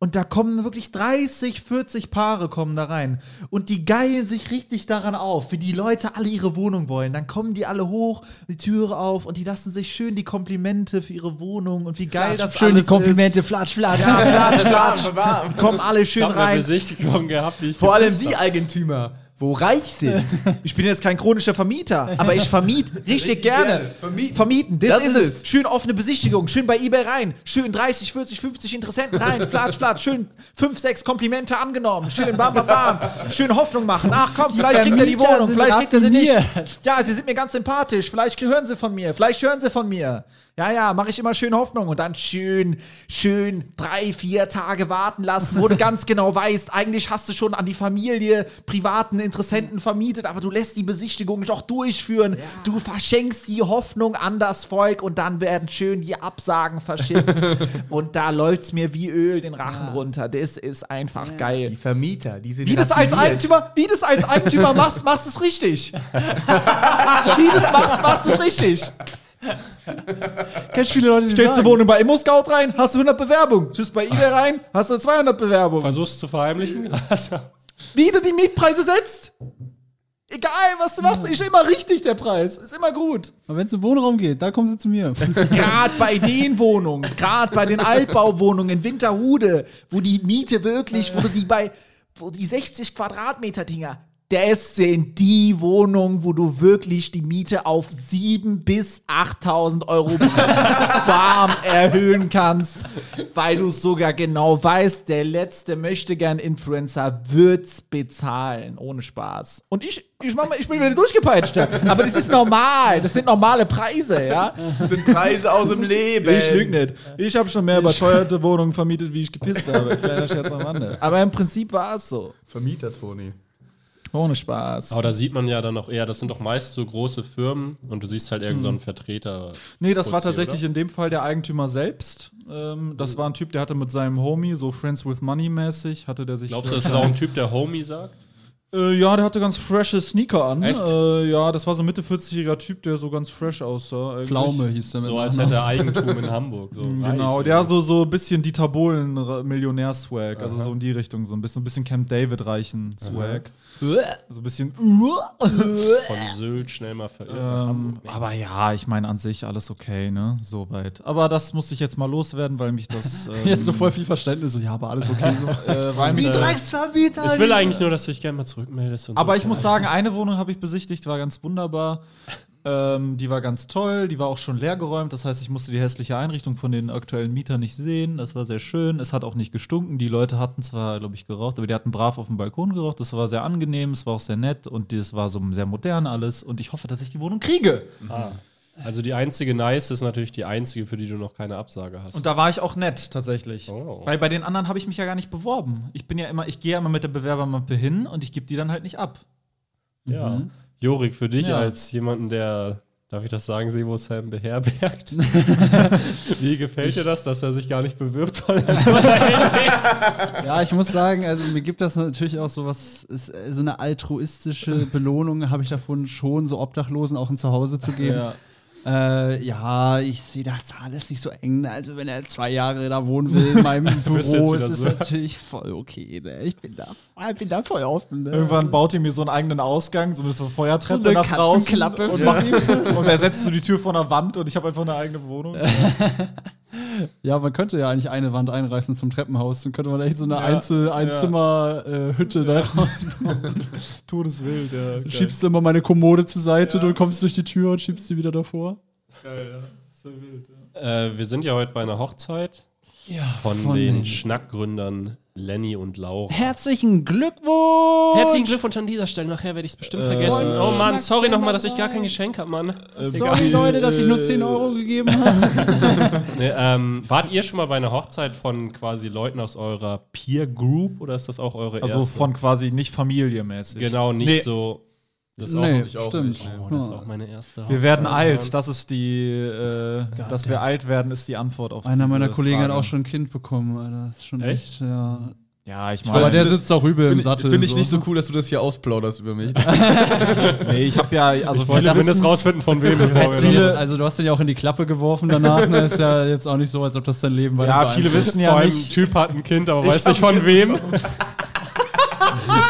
[SPEAKER 4] Und da kommen wirklich 30, 40 Paare kommen da rein. Und die geilen sich richtig daran auf, wie die Leute alle ihre Wohnung wollen. Dann kommen die alle hoch, die Türe auf und die lassen sich schön die Komplimente für ihre Wohnung und wie geil das
[SPEAKER 3] Schön die
[SPEAKER 4] alles
[SPEAKER 3] Komplimente, flatsch, flatsch.
[SPEAKER 4] ist. Ja, flatsch, flatsch. Kommen alle schön
[SPEAKER 2] ich habe
[SPEAKER 4] rein.
[SPEAKER 2] Besichtigung gehabt, die ich
[SPEAKER 1] Vor allem die Eigentümer, wo reich sind.
[SPEAKER 4] Ich bin jetzt kein chronischer Vermieter, aber ich vermiete richtig, gerne.
[SPEAKER 1] gerne. Vermieten.
[SPEAKER 4] Vermieten, das,
[SPEAKER 1] Das
[SPEAKER 4] ist
[SPEAKER 1] ist
[SPEAKER 4] es. Schön offene Besichtigung, schön bei eBay rein, schön 30, 40, 50 Interessenten rein, flatsch, flatsch, schön 5, 6 Komplimente angenommen, schön bam, bam, bam, schön Hoffnung machen. Ach komm, vielleicht kriegt er die
[SPEAKER 3] Vermieter
[SPEAKER 4] Wohnung,
[SPEAKER 3] sind
[SPEAKER 4] vielleicht kriegt er sie nicht.
[SPEAKER 3] raffiniert.
[SPEAKER 4] Ja, sie sind mir ganz sympathisch, vielleicht hören sie von mir, vielleicht hören sie von mir. Ja, ja, mache ich immer schön Hoffnung und dann schön, schön drei, vier Tage warten lassen, wo du ganz genau weißt, eigentlich hast du schon an die Familie privaten Interessenten vermietet, aber du lässt die Besichtigung doch durchführen. Du verschenkst die Hoffnung an das Volk und dann werden schön die Absagen verschickt. und da läuft's mir wie Öl den Rachen runter. Das ist einfach geil.
[SPEAKER 1] Vermieter, die sind
[SPEAKER 4] Wie das als Eigentümer, wie das als Eigentümer machst, machst es richtig. wie das machst, machst es richtig.
[SPEAKER 3] Kennst viele Leute, die
[SPEAKER 4] Stellst du
[SPEAKER 3] sagen,
[SPEAKER 4] Wohnung bei ImmoScout rein, hast du 100 Bewerbungen. Tschüss bei eBay rein, hast du 200 Bewerbungen.
[SPEAKER 2] versuchst zu verheimlichen. Also-
[SPEAKER 4] Wie du die Mietpreise setzt. Egal, was du machst, ist immer richtig der Preis. Ist immer gut.
[SPEAKER 3] Wenn es im Wohnraum geht, da kommen sie zu mir.
[SPEAKER 4] Gerade bei den Wohnungen, gerade bei den Altbauwohnungen in Winterhude, wo die Miete wirklich, wo du die bei, wo die 60 Quadratmeter Dinger, das sind die Wohnungen, wo du wirklich die Miete auf 7.000 bis 8.000 Euro warm erhöhen kannst, weil du sogar genau weißt, der letzte möchte gern Influencer wird's bezahlen, ohne Spaß. Und ich, ich, mach mal, ich bin wieder durchgepeitscht, aber das ist normal, das sind normale Preise, ja.
[SPEAKER 1] Das sind Preise aus dem Leben.
[SPEAKER 4] Ich lüge nicht. Ich habe schon mehr überteuerte Wohnungen vermietet, wie ich gepisst habe. Kleiner Scherz am Rande. Aber im Prinzip war es so.
[SPEAKER 1] Vermieter, Toni.
[SPEAKER 4] Ohne Spaß.
[SPEAKER 2] Aber da sieht man ja dann auch eher, das sind doch meist so große Firmen und du siehst halt irgendeinen so
[SPEAKER 4] Hm.
[SPEAKER 2] einen Vertreter.
[SPEAKER 4] Nee, das war
[SPEAKER 2] Fuzzi,
[SPEAKER 4] tatsächlich in dem Fall der Eigentümer selbst. Ähm, das war ein Typ, der hatte mit seinem Homie, so Friends with Money mäßig, hatte der sich.
[SPEAKER 2] Glaubst du, das ist auch ein Typ, der Homie sagt?
[SPEAKER 4] Äh, ja, der hatte ganz frische Sneaker an.
[SPEAKER 2] Echt?
[SPEAKER 4] Äh, ja, das war so ein Mitte 40-jähriger Typ, der so ganz fresh aussah. eigentlich.
[SPEAKER 3] Pflaume hieß der mit
[SPEAKER 2] So als hätte er Eigentum in Hamburg. So
[SPEAKER 4] Genau,
[SPEAKER 2] reich.
[SPEAKER 4] der so, so ein bisschen Dieter Bohlen-Millionär-Swag, also so in die Richtung, so ein bisschen, ein bisschen Camp David-Reichen-Swag. So ein bisschen.
[SPEAKER 2] von Sylt schnell mal verirrt nach
[SPEAKER 4] Ähm,
[SPEAKER 2] Hamburg.
[SPEAKER 4] aber ja, ich meine an sich alles okay, ne? Soweit. Aber das musste ich jetzt mal loswerden, weil mich das. Ähm,
[SPEAKER 3] Jetzt so voll viel Verständnis, so ja, aber alles okay. So.
[SPEAKER 4] äh, weil mich das-
[SPEAKER 1] Drecksvermieter.
[SPEAKER 2] Ich will eigentlich nur, dass du dich gerne mal zurückmeldest. Und
[SPEAKER 4] aber
[SPEAKER 2] so.
[SPEAKER 4] ich muss sagen, eine Wohnung habe ich besichtigt, war ganz wunderbar. Ähm, die war ganz toll, die war auch schon leergeräumt. Das heißt, ich musste die hässliche Einrichtung von den aktuellen Mietern nicht sehen. Das war sehr schön. Es hat auch nicht gestunken. Die Leute hatten zwar, glaube ich, geraucht, aber die hatten brav auf dem Balkon geraucht. Das war sehr angenehm, es war auch sehr nett und das war so sehr modern alles. Und ich hoffe, dass ich die Wohnung kriege.
[SPEAKER 2] Also die einzige Nice ist natürlich die einzige, für die du noch keine Absage hast.
[SPEAKER 4] Und da war ich auch nett tatsächlich.
[SPEAKER 2] Oh.
[SPEAKER 4] Weil bei den anderen habe ich mich ja gar nicht beworben. Ich bin ja immer, ich gehe ja immer mit der Bewerbermappe hin und ich gebe die dann halt nicht ab.
[SPEAKER 2] ja. Jorik, für dich
[SPEAKER 4] Mhm. Ja.
[SPEAKER 2] als jemanden, der, darf ich das sagen, Sebo Sam beherbergt. Wie gefällt dir das, dass er sich gar nicht bewirbt? sondern-
[SPEAKER 3] Ja, ich muss sagen, also mir gibt das natürlich auch so was, ist, äh, so eine altruistische Belohnung habe ich davon schon, so Obdachlosen auch ein Zuhause zu geben. Ja. Äh, ja, ich sehe das alles nicht so eng. Also wenn er zwei Jahre da wohnen will in meinem
[SPEAKER 2] bist jetzt
[SPEAKER 3] Büro, ist
[SPEAKER 2] wieder
[SPEAKER 3] es
[SPEAKER 2] so.
[SPEAKER 3] natürlich voll okay. Ne? Ich bin da, ich bin da voll offen. Ne?
[SPEAKER 4] Irgendwann baut ihr mir so einen eigenen Ausgang, so eine Feuertreppe
[SPEAKER 3] So eine
[SPEAKER 4] nach draußen
[SPEAKER 3] Katzenklappe.
[SPEAKER 4] und,
[SPEAKER 3] Ja.
[SPEAKER 4] macht ihn, und ersetzt so die Tür von der Wand und ich habe einfach eine eigene Wohnung.
[SPEAKER 3] Ja, man könnte ja eigentlich eine Wand einreißen zum Treppenhaus. Dann könnte man echt so eine Einzel Einzimmer-Hütte da raus bauen.
[SPEAKER 4] Todeswild, ja. Geil.
[SPEAKER 3] Schiebst du immer meine Kommode zur Seite, du kommst durch die Tür und schiebst sie wieder davor.
[SPEAKER 2] äh, wir sind ja heute bei einer Hochzeit
[SPEAKER 3] Ja,
[SPEAKER 2] von, den Schnackgründern Lenny und Laura.
[SPEAKER 3] Herzlichen Glückwunsch!
[SPEAKER 5] Herzlichen Glückwunsch an dieser Stelle. Nachher werde ich es bestimmt vergessen. Äh,
[SPEAKER 2] Äh,
[SPEAKER 5] Oh Mann,
[SPEAKER 3] Schnack's
[SPEAKER 5] sorry nochmal,
[SPEAKER 3] Männer
[SPEAKER 5] dass ich gar
[SPEAKER 3] rein.
[SPEAKER 5] kein Geschenk habe, Mann.
[SPEAKER 3] Sorry, Leute, dass ich nur 10 Euro gegeben habe.
[SPEAKER 2] Nee, ähm, wart ihr schon mal bei einer Hochzeit von quasi Leuten aus eurer Peer Group oder ist das auch eure
[SPEAKER 4] Also
[SPEAKER 2] erste?
[SPEAKER 4] von quasi nicht familienmäßig.
[SPEAKER 2] genau nicht
[SPEAKER 4] Nee.
[SPEAKER 2] so.
[SPEAKER 1] Das
[SPEAKER 3] Nee,
[SPEAKER 1] auch ich auch
[SPEAKER 3] stimmt.
[SPEAKER 1] nicht.
[SPEAKER 2] Oh, das ist auch meine erste.
[SPEAKER 4] Wir werden
[SPEAKER 2] Hochzeit.
[SPEAKER 4] alt, das ist die, äh, dass wir alt werden, ist die Antwort auf
[SPEAKER 3] Einer
[SPEAKER 4] diese
[SPEAKER 3] meiner Kollegen
[SPEAKER 4] Frage.
[SPEAKER 3] hat auch schon ein Kind bekommen, Alter. Das ist schon
[SPEAKER 2] Echt?
[SPEAKER 3] echt, ja.
[SPEAKER 4] Ja, ich
[SPEAKER 1] weiß
[SPEAKER 3] Aber
[SPEAKER 4] meine,
[SPEAKER 3] der
[SPEAKER 1] find das-
[SPEAKER 3] sitzt auch übel im
[SPEAKER 1] Finde ich,
[SPEAKER 3] Sattel.
[SPEAKER 1] find ich nicht so cool, dass du das hier ausplauderst über mich.
[SPEAKER 4] nee, ich habe ja, also viele
[SPEAKER 2] Ich wollte zumindest
[SPEAKER 4] wissen's-
[SPEAKER 2] rausfinden, von wem. bevor wir-
[SPEAKER 6] genau.
[SPEAKER 3] Viele, also du hast den ja auch in die Klappe geworfen danach. Ne? Ist ja jetzt auch nicht so, als ob das dein Leben weiter
[SPEAKER 4] Ja, viele
[SPEAKER 3] beeinflusst.
[SPEAKER 4] wissen
[SPEAKER 2] Also Vor
[SPEAKER 4] ja
[SPEAKER 2] allem,
[SPEAKER 4] nicht.
[SPEAKER 2] ein Typ hat ein Kind, aber weiß nicht von wem.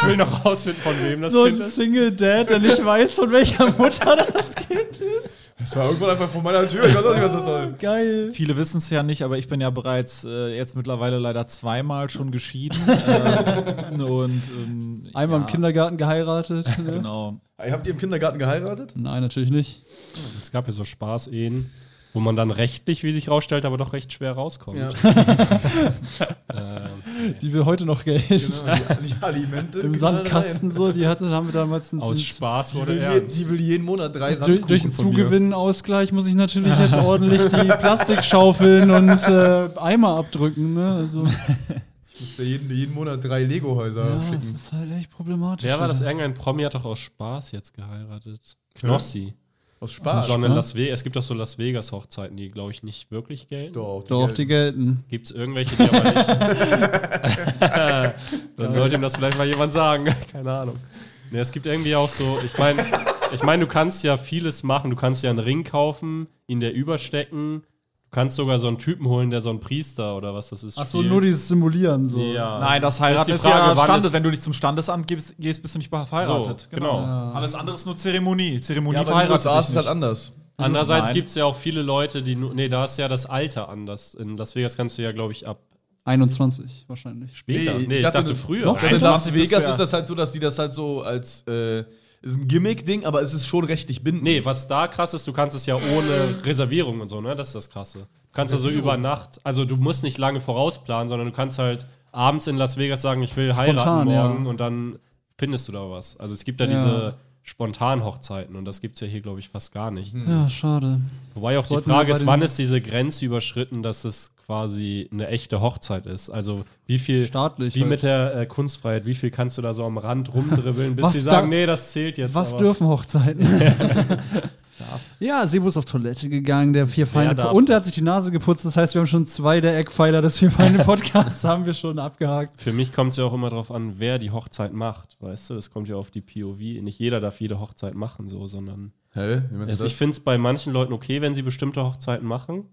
[SPEAKER 2] ich will noch rausfinden, von wem das
[SPEAKER 3] So
[SPEAKER 2] Kind
[SPEAKER 3] ein
[SPEAKER 2] ist.
[SPEAKER 3] Single Dad, der nicht weiß, von welcher Mutter das Kind ist.
[SPEAKER 1] Das war irgendwann einfach vor meiner Tür. Ich weiß auch nicht, was das soll.
[SPEAKER 3] Geil.
[SPEAKER 4] Viele wissen es ja nicht, aber ich bin ja bereits äh, jetzt mittlerweile leider zweimal schon geschieden. ähm, und ähm,
[SPEAKER 3] Einmal
[SPEAKER 4] ja,
[SPEAKER 3] im Kindergarten geheiratet. ne?
[SPEAKER 4] Genau.
[SPEAKER 1] Ey, Habt ihr im Kindergarten geheiratet?
[SPEAKER 3] Nein, natürlich nicht.
[SPEAKER 2] Es gab ja so Spaß-Ehen, wo man dann rechtlich, wie sich rausstellt, aber doch recht schwer rauskommt.
[SPEAKER 3] Die will heute noch Geld.
[SPEAKER 1] Genau. Die, die Alimente.
[SPEAKER 3] Im Sandkasten so, die hatte, haben wir damals einen
[SPEAKER 2] Aus
[SPEAKER 3] einen-
[SPEAKER 2] Spaß
[SPEAKER 1] Die
[SPEAKER 2] wurde
[SPEAKER 1] will,
[SPEAKER 2] er.
[SPEAKER 1] je, die will jeden Monat drei
[SPEAKER 3] durch,
[SPEAKER 1] Sandkuchen
[SPEAKER 3] durch den
[SPEAKER 1] von mir.
[SPEAKER 3] Zugewinnausgleich muss ich natürlich jetzt ordentlich die Plastikschaufeln und äh, Eimer abdrücken. Ne? Also,
[SPEAKER 1] Muss der jeden, jeden Monat drei Lego-Häuser
[SPEAKER 3] ja, das
[SPEAKER 1] schicken.
[SPEAKER 3] ist halt echt problematisch.
[SPEAKER 2] Wer war das?
[SPEAKER 3] Alter.
[SPEAKER 2] Irgendein Promi hat doch aus Spaß jetzt geheiratet. Knossi.
[SPEAKER 1] Aus Spaß.
[SPEAKER 2] Schon in
[SPEAKER 3] ne?
[SPEAKER 2] Las Vegas. Es gibt doch so Las Vegas-Hochzeiten, die, glaube ich, nicht wirklich gelten.
[SPEAKER 1] Doch, die
[SPEAKER 3] Doch,
[SPEAKER 1] gelten.
[SPEAKER 3] die gelten.
[SPEAKER 2] Gibt es irgendwelche, die aber nicht? Dann sollte ihm das vielleicht mal jemand sagen. Keine Ahnung. Nee, es gibt irgendwie auch so, ich meine, ich mein, du kannst ja vieles machen. Du kannst ja einen Ring kaufen, ihn der überstecken. Du kannst sogar so einen Typen holen, der so ein Priester oder was das ist.
[SPEAKER 3] Achso,
[SPEAKER 2] spielt.
[SPEAKER 3] nur dieses Simulieren so.
[SPEAKER 2] Ja.
[SPEAKER 4] Nein, das heiraten
[SPEAKER 2] Ah, die
[SPEAKER 4] ist,
[SPEAKER 2] Frage,
[SPEAKER 4] ja
[SPEAKER 2] wann
[SPEAKER 4] Standes.
[SPEAKER 2] ist-
[SPEAKER 4] Wenn du dich zum Standesamt gehst, gehst bist du nicht verheiratet.
[SPEAKER 2] So, genau.
[SPEAKER 4] Alles andere ist nur Zeremonie. Zeremonie
[SPEAKER 1] Ja, aber in den
[SPEAKER 4] verheiratet.
[SPEAKER 1] USA
[SPEAKER 4] dich
[SPEAKER 1] ist es halt
[SPEAKER 4] nicht.
[SPEAKER 1] anders.
[SPEAKER 2] Andererseits
[SPEAKER 4] Nein.
[SPEAKER 2] gibt es ja auch viele Leute, die nur. Nee, da ist ja das Alter anders. In Las Vegas kannst du ja, glaube ich, ab
[SPEAKER 3] 21 wahrscheinlich.
[SPEAKER 2] später. Nee, ich dachte, früher.
[SPEAKER 3] Doch,
[SPEAKER 1] In
[SPEAKER 4] Alter, das
[SPEAKER 1] Las
[SPEAKER 4] bist
[SPEAKER 1] Vegas
[SPEAKER 4] du ja.
[SPEAKER 1] ist das halt so, dass die das halt so als äh, ist ein Gimmick-Ding, aber es ist schon rechtlich bindend.
[SPEAKER 2] Nee, was da krass ist, du kannst es ja ohne Reservierung und so, ne? Das ist das Krasse. Du kannst ja so über Nacht, also du musst nicht lange vorausplanen, sondern du kannst halt abends in Las Vegas sagen, ich will heiraten
[SPEAKER 3] Spontan,
[SPEAKER 2] morgen
[SPEAKER 3] ja.
[SPEAKER 2] und dann findest du da was. Also es gibt ja,
[SPEAKER 3] Ja.
[SPEAKER 2] diese Spontanhochzeiten und das gibt es ja hier, glaube ich, fast gar nicht.
[SPEAKER 3] Ja, schade.
[SPEAKER 2] Wobei auch die
[SPEAKER 3] Hm. Sollten wir
[SPEAKER 2] Frage
[SPEAKER 3] bei
[SPEAKER 2] ist,
[SPEAKER 3] den-
[SPEAKER 2] wann ist diese Grenze überschritten, dass es quasi eine echte Hochzeit ist? Also wie viel,
[SPEAKER 3] Staatlich
[SPEAKER 2] wie
[SPEAKER 3] halt.
[SPEAKER 2] mit der äh, Kunstfreiheit, wie viel kannst du da so am Rand rumdribbeln, bis
[SPEAKER 3] Was
[SPEAKER 2] die
[SPEAKER 3] da-
[SPEAKER 2] sagen, nee, das zählt jetzt.
[SPEAKER 3] Was
[SPEAKER 2] aber-
[SPEAKER 3] dürfen Hochzeiten? ja, Sebo ist auf Toilette gegangen, der vier Feinde.
[SPEAKER 2] darf
[SPEAKER 3] Und er hat sich die Nase geputzt. Das heißt, wir haben schon zwei der Eckpfeiler des vier Feinde Podcasts haben wir schon abgehakt.
[SPEAKER 2] Für mich kommt es ja auch immer darauf an, wer die Hochzeit macht, weißt du? Es kommt ja auf die POV. Nicht jeder darf jede Hochzeit machen, so, sondern.
[SPEAKER 1] Hä? Wie meinst
[SPEAKER 2] Also
[SPEAKER 1] du
[SPEAKER 2] ich
[SPEAKER 1] das?
[SPEAKER 2] finde es bei manchen Leuten okay, wenn sie bestimmte Hochzeiten machen.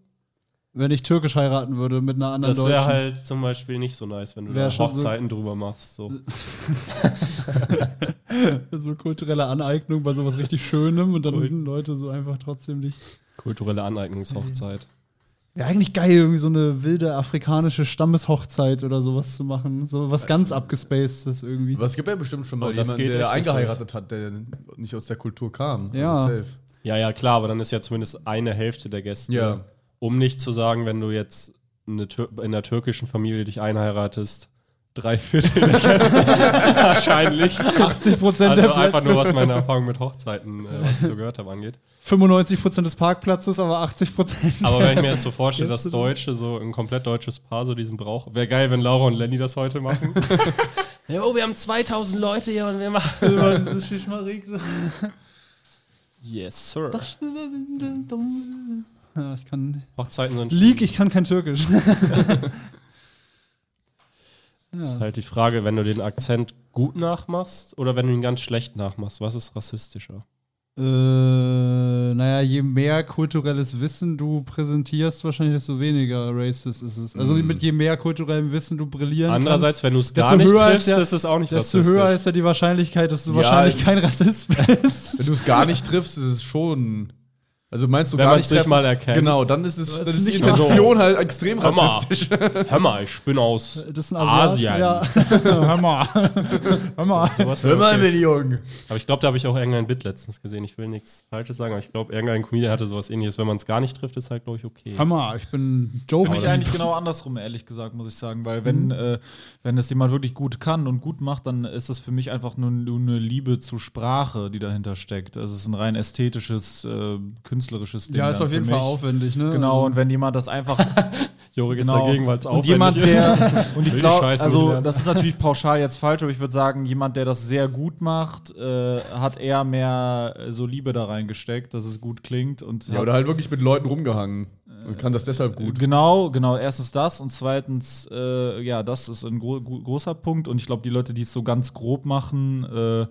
[SPEAKER 3] Wenn ich türkisch heiraten würde mit einer anderen
[SPEAKER 2] Das wäre
[SPEAKER 3] Deutschen.
[SPEAKER 2] halt zum Beispiel nicht so nice, wenn du
[SPEAKER 3] Wär
[SPEAKER 2] da
[SPEAKER 3] schon so-
[SPEAKER 2] Hochzeiten drüber machst. So.
[SPEAKER 3] so kulturelle Aneignung bei sowas richtig Schönem und dann Leute so einfach trotzdem nicht.
[SPEAKER 2] Kulturelle Aneignungshochzeit.
[SPEAKER 3] Wäre eigentlich geil, irgendwie so eine wilde afrikanische Stammeshochzeit oder sowas zu machen. So was ganz abgespacedes irgendwie.
[SPEAKER 1] Aber es gibt ja bestimmt schon mal
[SPEAKER 2] Oh, das
[SPEAKER 1] jemanden,
[SPEAKER 2] geht
[SPEAKER 1] der
[SPEAKER 2] echt
[SPEAKER 1] eingeheiratet hat, der nicht aus der Kultur kam.
[SPEAKER 3] Ja.
[SPEAKER 1] Also safe.
[SPEAKER 2] Ja, ja, klar, aber dann ist ja zumindest eine Hälfte der Gäste.
[SPEAKER 1] Ja.
[SPEAKER 2] Um nicht zu sagen, wenn du jetzt eine Tür in einer türkischen Familie dich einheiratest, drei Viertel der Gäste wahrscheinlich.
[SPEAKER 3] 80 Prozent
[SPEAKER 2] Also
[SPEAKER 3] der
[SPEAKER 2] einfach
[SPEAKER 3] Plätze.
[SPEAKER 2] nur, was meine Erfahrung mit Hochzeiten, äh, was ich so gehört habe, angeht.
[SPEAKER 3] 95 Prozent des Parkplatzes, aber 80 Prozent.
[SPEAKER 2] Aber wenn ich mir jetzt so vorstelle, dass
[SPEAKER 3] Kennst du
[SPEAKER 2] Deutsche, so ein komplett deutsches Paar, so diesen Brauch, wäre geil, wenn Laura und Lenny das heute machen.
[SPEAKER 5] Ja, oh, wir haben 2000 Leute hier und wir machen.
[SPEAKER 2] yes, sir.
[SPEAKER 3] ja, ich kann.
[SPEAKER 2] Hochzeiten sind
[SPEAKER 3] Leak, ich kann kein Türkisch.
[SPEAKER 2] Das ist halt die Frage, wenn du den Akzent gut nachmachst oder wenn du ihn ganz schlecht nachmachst, was ist rassistischer?
[SPEAKER 3] äh, naja, Äh, je mehr kulturelles Wissen du präsentierst, wahrscheinlich desto weniger racist ist es. Also mit je mehr kulturellem Wissen du brillieren
[SPEAKER 2] Andererseits, wenn du es gar
[SPEAKER 3] desto
[SPEAKER 2] nicht
[SPEAKER 3] höher
[SPEAKER 2] triffst,
[SPEAKER 3] ist ja-
[SPEAKER 2] ist es auch nicht
[SPEAKER 3] kannst, desto
[SPEAKER 2] rassistisch.
[SPEAKER 3] höher ist ja die Wahrscheinlichkeit, dass du
[SPEAKER 1] Ja,
[SPEAKER 3] wahrscheinlich
[SPEAKER 1] es
[SPEAKER 3] kein
[SPEAKER 1] ist-
[SPEAKER 3] Rassist
[SPEAKER 1] Wenn
[SPEAKER 3] bist.
[SPEAKER 1] du es gar nicht triffst, ist es schon Also meinst du
[SPEAKER 2] Wenn
[SPEAKER 1] gar
[SPEAKER 2] man's
[SPEAKER 1] nicht
[SPEAKER 2] nicht
[SPEAKER 1] treffen?
[SPEAKER 2] mal erkennt.
[SPEAKER 1] Genau, dann ist, es,
[SPEAKER 6] Das
[SPEAKER 1] dann
[SPEAKER 6] ist
[SPEAKER 1] ist die
[SPEAKER 6] nicht mal
[SPEAKER 1] Intention halt extrem
[SPEAKER 2] Hör mal.
[SPEAKER 1] rassistisch.
[SPEAKER 2] Hör mal, ich bin aus
[SPEAKER 3] Das ist ein
[SPEAKER 2] Asien.
[SPEAKER 3] Asiat. Ja. Hör mal. Hör mal.
[SPEAKER 2] Sowas hör mal
[SPEAKER 1] den Jungen.
[SPEAKER 2] Aber ich glaube, da habe ich auch irgendein Bit letztens gesehen. Ich will nichts Falsches sagen, aber ich glaube, irgendein Comedian hatte sowas ähnliches. Wenn man es gar nicht trifft, ist halt, glaube ich, okay.
[SPEAKER 3] Hör mal, ich bin Joe.
[SPEAKER 6] Für mich eigentlich genau andersrum, ehrlich gesagt, muss ich sagen, weil wenn, äh, wenn es jemand wirklich gut kann und gut macht, dann ist es für mich einfach nur, nur eine Liebe zur Sprache, die dahinter steckt. Also es ist ein rein ästhetisches, äh, künstlerisches Ding.
[SPEAKER 3] Ja, ist
[SPEAKER 6] dann
[SPEAKER 3] auf
[SPEAKER 6] für
[SPEAKER 3] jeden Fall
[SPEAKER 6] mich.
[SPEAKER 3] aufwendig, ne?
[SPEAKER 6] Genau,
[SPEAKER 3] Also-
[SPEAKER 6] und wenn jemand das einfach
[SPEAKER 2] Jorik ist
[SPEAKER 6] Genau.
[SPEAKER 2] dagegen, weil es
[SPEAKER 6] und
[SPEAKER 2] aufwendig
[SPEAKER 6] jemand,
[SPEAKER 2] ist.
[SPEAKER 6] der und ich
[SPEAKER 2] die
[SPEAKER 6] glaube,
[SPEAKER 2] Scheiße
[SPEAKER 6] also
[SPEAKER 2] wieder.
[SPEAKER 6] das ist natürlich pauschal jetzt falsch, aber ich würde sagen, jemand, der das sehr gut macht, äh, hat eher mehr äh, so Liebe da reingesteckt, dass es gut klingt und
[SPEAKER 1] Ja,
[SPEAKER 6] hat-
[SPEAKER 1] oder halt wirklich mit Leuten rumgehangen. Und kann das deshalb gut.
[SPEAKER 6] Genau, genau. Erstens das und zweitens, äh, ja, das ist ein gro gro- großer Punkt und ich glaube, die Leute, die es so ganz grob machen, äh,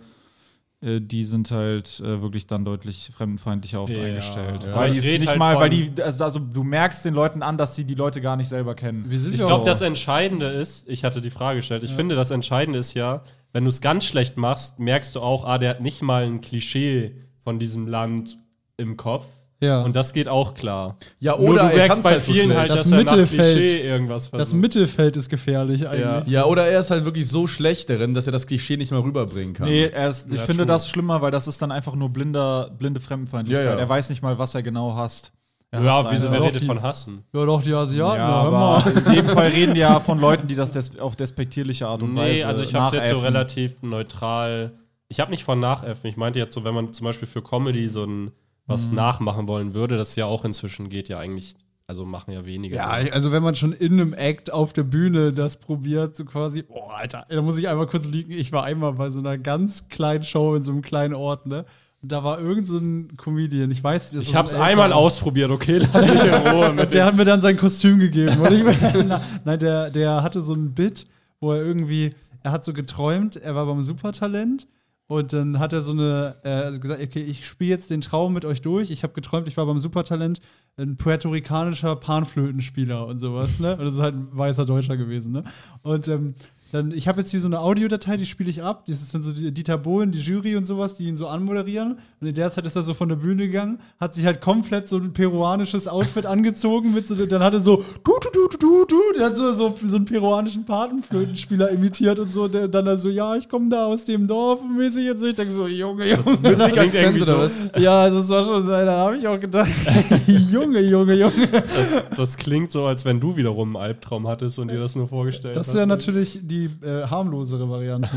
[SPEAKER 6] äh, die sind halt äh, wirklich dann deutlich fremdenfeindlicher oft eingestellt.
[SPEAKER 2] Ja,
[SPEAKER 6] Weil,
[SPEAKER 2] ich
[SPEAKER 6] die es
[SPEAKER 2] red
[SPEAKER 6] nicht
[SPEAKER 2] halt
[SPEAKER 6] mal,
[SPEAKER 2] von-
[SPEAKER 6] weil die, also, also du merkst den Leuten an, dass sie die Leute gar nicht selber kennen.
[SPEAKER 3] Wie sind
[SPEAKER 2] Ich
[SPEAKER 3] wir
[SPEAKER 2] glaube,
[SPEAKER 3] auch?
[SPEAKER 2] das Entscheidende ist, ich hatte die Frage gestellt, ich finde, das Entscheidende ist ja, wenn du es ganz schlecht machst, merkst du auch, ah, der hat nicht mal ein Klischee von diesem Land im Kopf.
[SPEAKER 3] Ja.
[SPEAKER 2] Und das geht auch klar.
[SPEAKER 1] Ja,
[SPEAKER 2] Nur
[SPEAKER 1] oder
[SPEAKER 2] du
[SPEAKER 1] er
[SPEAKER 2] merkst
[SPEAKER 1] kann's
[SPEAKER 2] bei
[SPEAKER 1] halt so
[SPEAKER 2] vielen
[SPEAKER 1] schlecht.
[SPEAKER 2] halt,
[SPEAKER 3] Das
[SPEAKER 2] dass er nach
[SPEAKER 3] Mittelfeld.
[SPEAKER 2] Klischee irgendwas
[SPEAKER 3] Das
[SPEAKER 2] versucht.
[SPEAKER 3] Mittelfeld ist gefährlich eigentlich.
[SPEAKER 1] Ja, oder er ist halt wirklich so schlecht darin, dass er das Klischee nicht mal rüberbringen kann.
[SPEAKER 2] Also,
[SPEAKER 6] Nee, er ist, ich
[SPEAKER 2] Ja,
[SPEAKER 6] finde
[SPEAKER 2] true.
[SPEAKER 6] das schlimmer, weil das ist dann einfach nur blinder, blinde Fremdenfeindlichkeit.
[SPEAKER 1] Ja, ja.
[SPEAKER 6] Er weiß nicht mal, was er genau hasst. Er hasst
[SPEAKER 2] ja, wieso,
[SPEAKER 6] einen.
[SPEAKER 2] wer
[SPEAKER 3] doch,
[SPEAKER 2] redet
[SPEAKER 3] die-
[SPEAKER 2] von Hassen?
[SPEAKER 3] Ja, doch, die Asiaten.
[SPEAKER 6] Ja,
[SPEAKER 3] hör mal.
[SPEAKER 6] aber in dem Fall reden die ja von Leuten, die das des auf despektierliche Art und Weise
[SPEAKER 2] Nee, also ich habe jetzt so
[SPEAKER 6] äh, nachäffen.
[SPEAKER 2] relativ neutral. Ich habe nicht von Nachäffen. Ich meinte jetzt so, wenn man zum Beispiel für Comedy so ein was nachmachen wollen würde, das ja auch inzwischen geht ja eigentlich, also machen ja weniger.
[SPEAKER 3] Ja, also wenn man schon in einem Act auf der Bühne das probiert, so quasi, oh Alter, da muss ich einmal kurz liegen. Ich war einmal bei so einer ganz kleinen Show in so einem kleinen Ort, ne? Und da war irgend so ein Comedian, ich weiß, das
[SPEAKER 2] Ich
[SPEAKER 3] ist
[SPEAKER 2] habe es
[SPEAKER 3] ein älterer
[SPEAKER 2] einmal
[SPEAKER 3] Mann.
[SPEAKER 2] ausprobiert, okay, lass mich in Ruhe mit
[SPEAKER 3] Der
[SPEAKER 2] dem.
[SPEAKER 3] hat mir dann sein Kostüm gegeben. Und ich, Na, nein, der, der hatte so ein Bit, wo er irgendwie, er hat so geträumt, er war beim Supertalent und dann hat er so eine, äh, also gesagt, okay, ich spiele jetzt den Traum mit euch durch. Ich habe geträumt, ich war beim Supertalent ein puerto-ricanischer Panflötenspieler und sowas, ne? Und das ist halt ein weißer Deutscher gewesen, ne? Und ähm, dann, ich habe jetzt hier so eine Audiodatei, die spiele ich ab. Das ist dann so die- Dieter Bohlen, die Jury und sowas, die ihn so anmoderieren. Und in der Zeit ist er so von der Bühne gegangen, hat sich halt komplett so ein peruanisches Outfit angezogen. Mit so, dann hat er so du, du, du, du, du, du, der hat so, so, so einen peruanischen Patenflötenspieler imitiert und so. Der, dann er so, ja, ich komme da aus dem Dorf mäßig jetzt. so. Ich denke so, Junge, Junge.
[SPEAKER 1] Mit sich Akzent oder was?
[SPEAKER 3] Ja, das war schon, da habe ich auch gedacht, Junge, Junge, Junge.
[SPEAKER 2] Das, das klingt so, als wenn du wiederum einen Albtraum hattest und dir das nur vorgestellt
[SPEAKER 3] Das
[SPEAKER 2] hast.
[SPEAKER 3] wäre natürlich die äh, harmlosere Variante.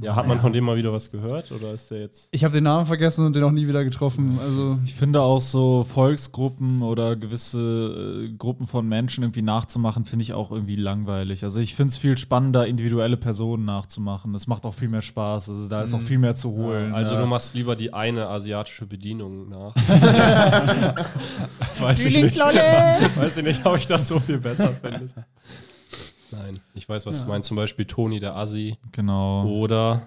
[SPEAKER 2] ja, hat man von dem mal wieder was gehört oder ist der jetzt?
[SPEAKER 3] Ich habe den Namen vergessen und den auch nie wieder getroffen. Also
[SPEAKER 6] Ich finde auch so Volksgruppen oder gewisse äh, Gruppen von Menschen irgendwie nachzumachen, finde ich auch irgendwie langweilig. Also ich finde es viel spannender, individuelle Personen nachzumachen. Das macht auch viel mehr Spaß. Also da ist auch viel mehr zu holen.
[SPEAKER 2] Mhm. Also
[SPEAKER 6] ja.
[SPEAKER 2] du machst lieber die eine asiatische Bedienung nach. weiß, ich nicht. weiß ich nicht, ob ich das so viel besser finde. Nein, ich weiß, was du meinst. Zum Beispiel Toni der Assi Oh.
[SPEAKER 6] genau.
[SPEAKER 2] oder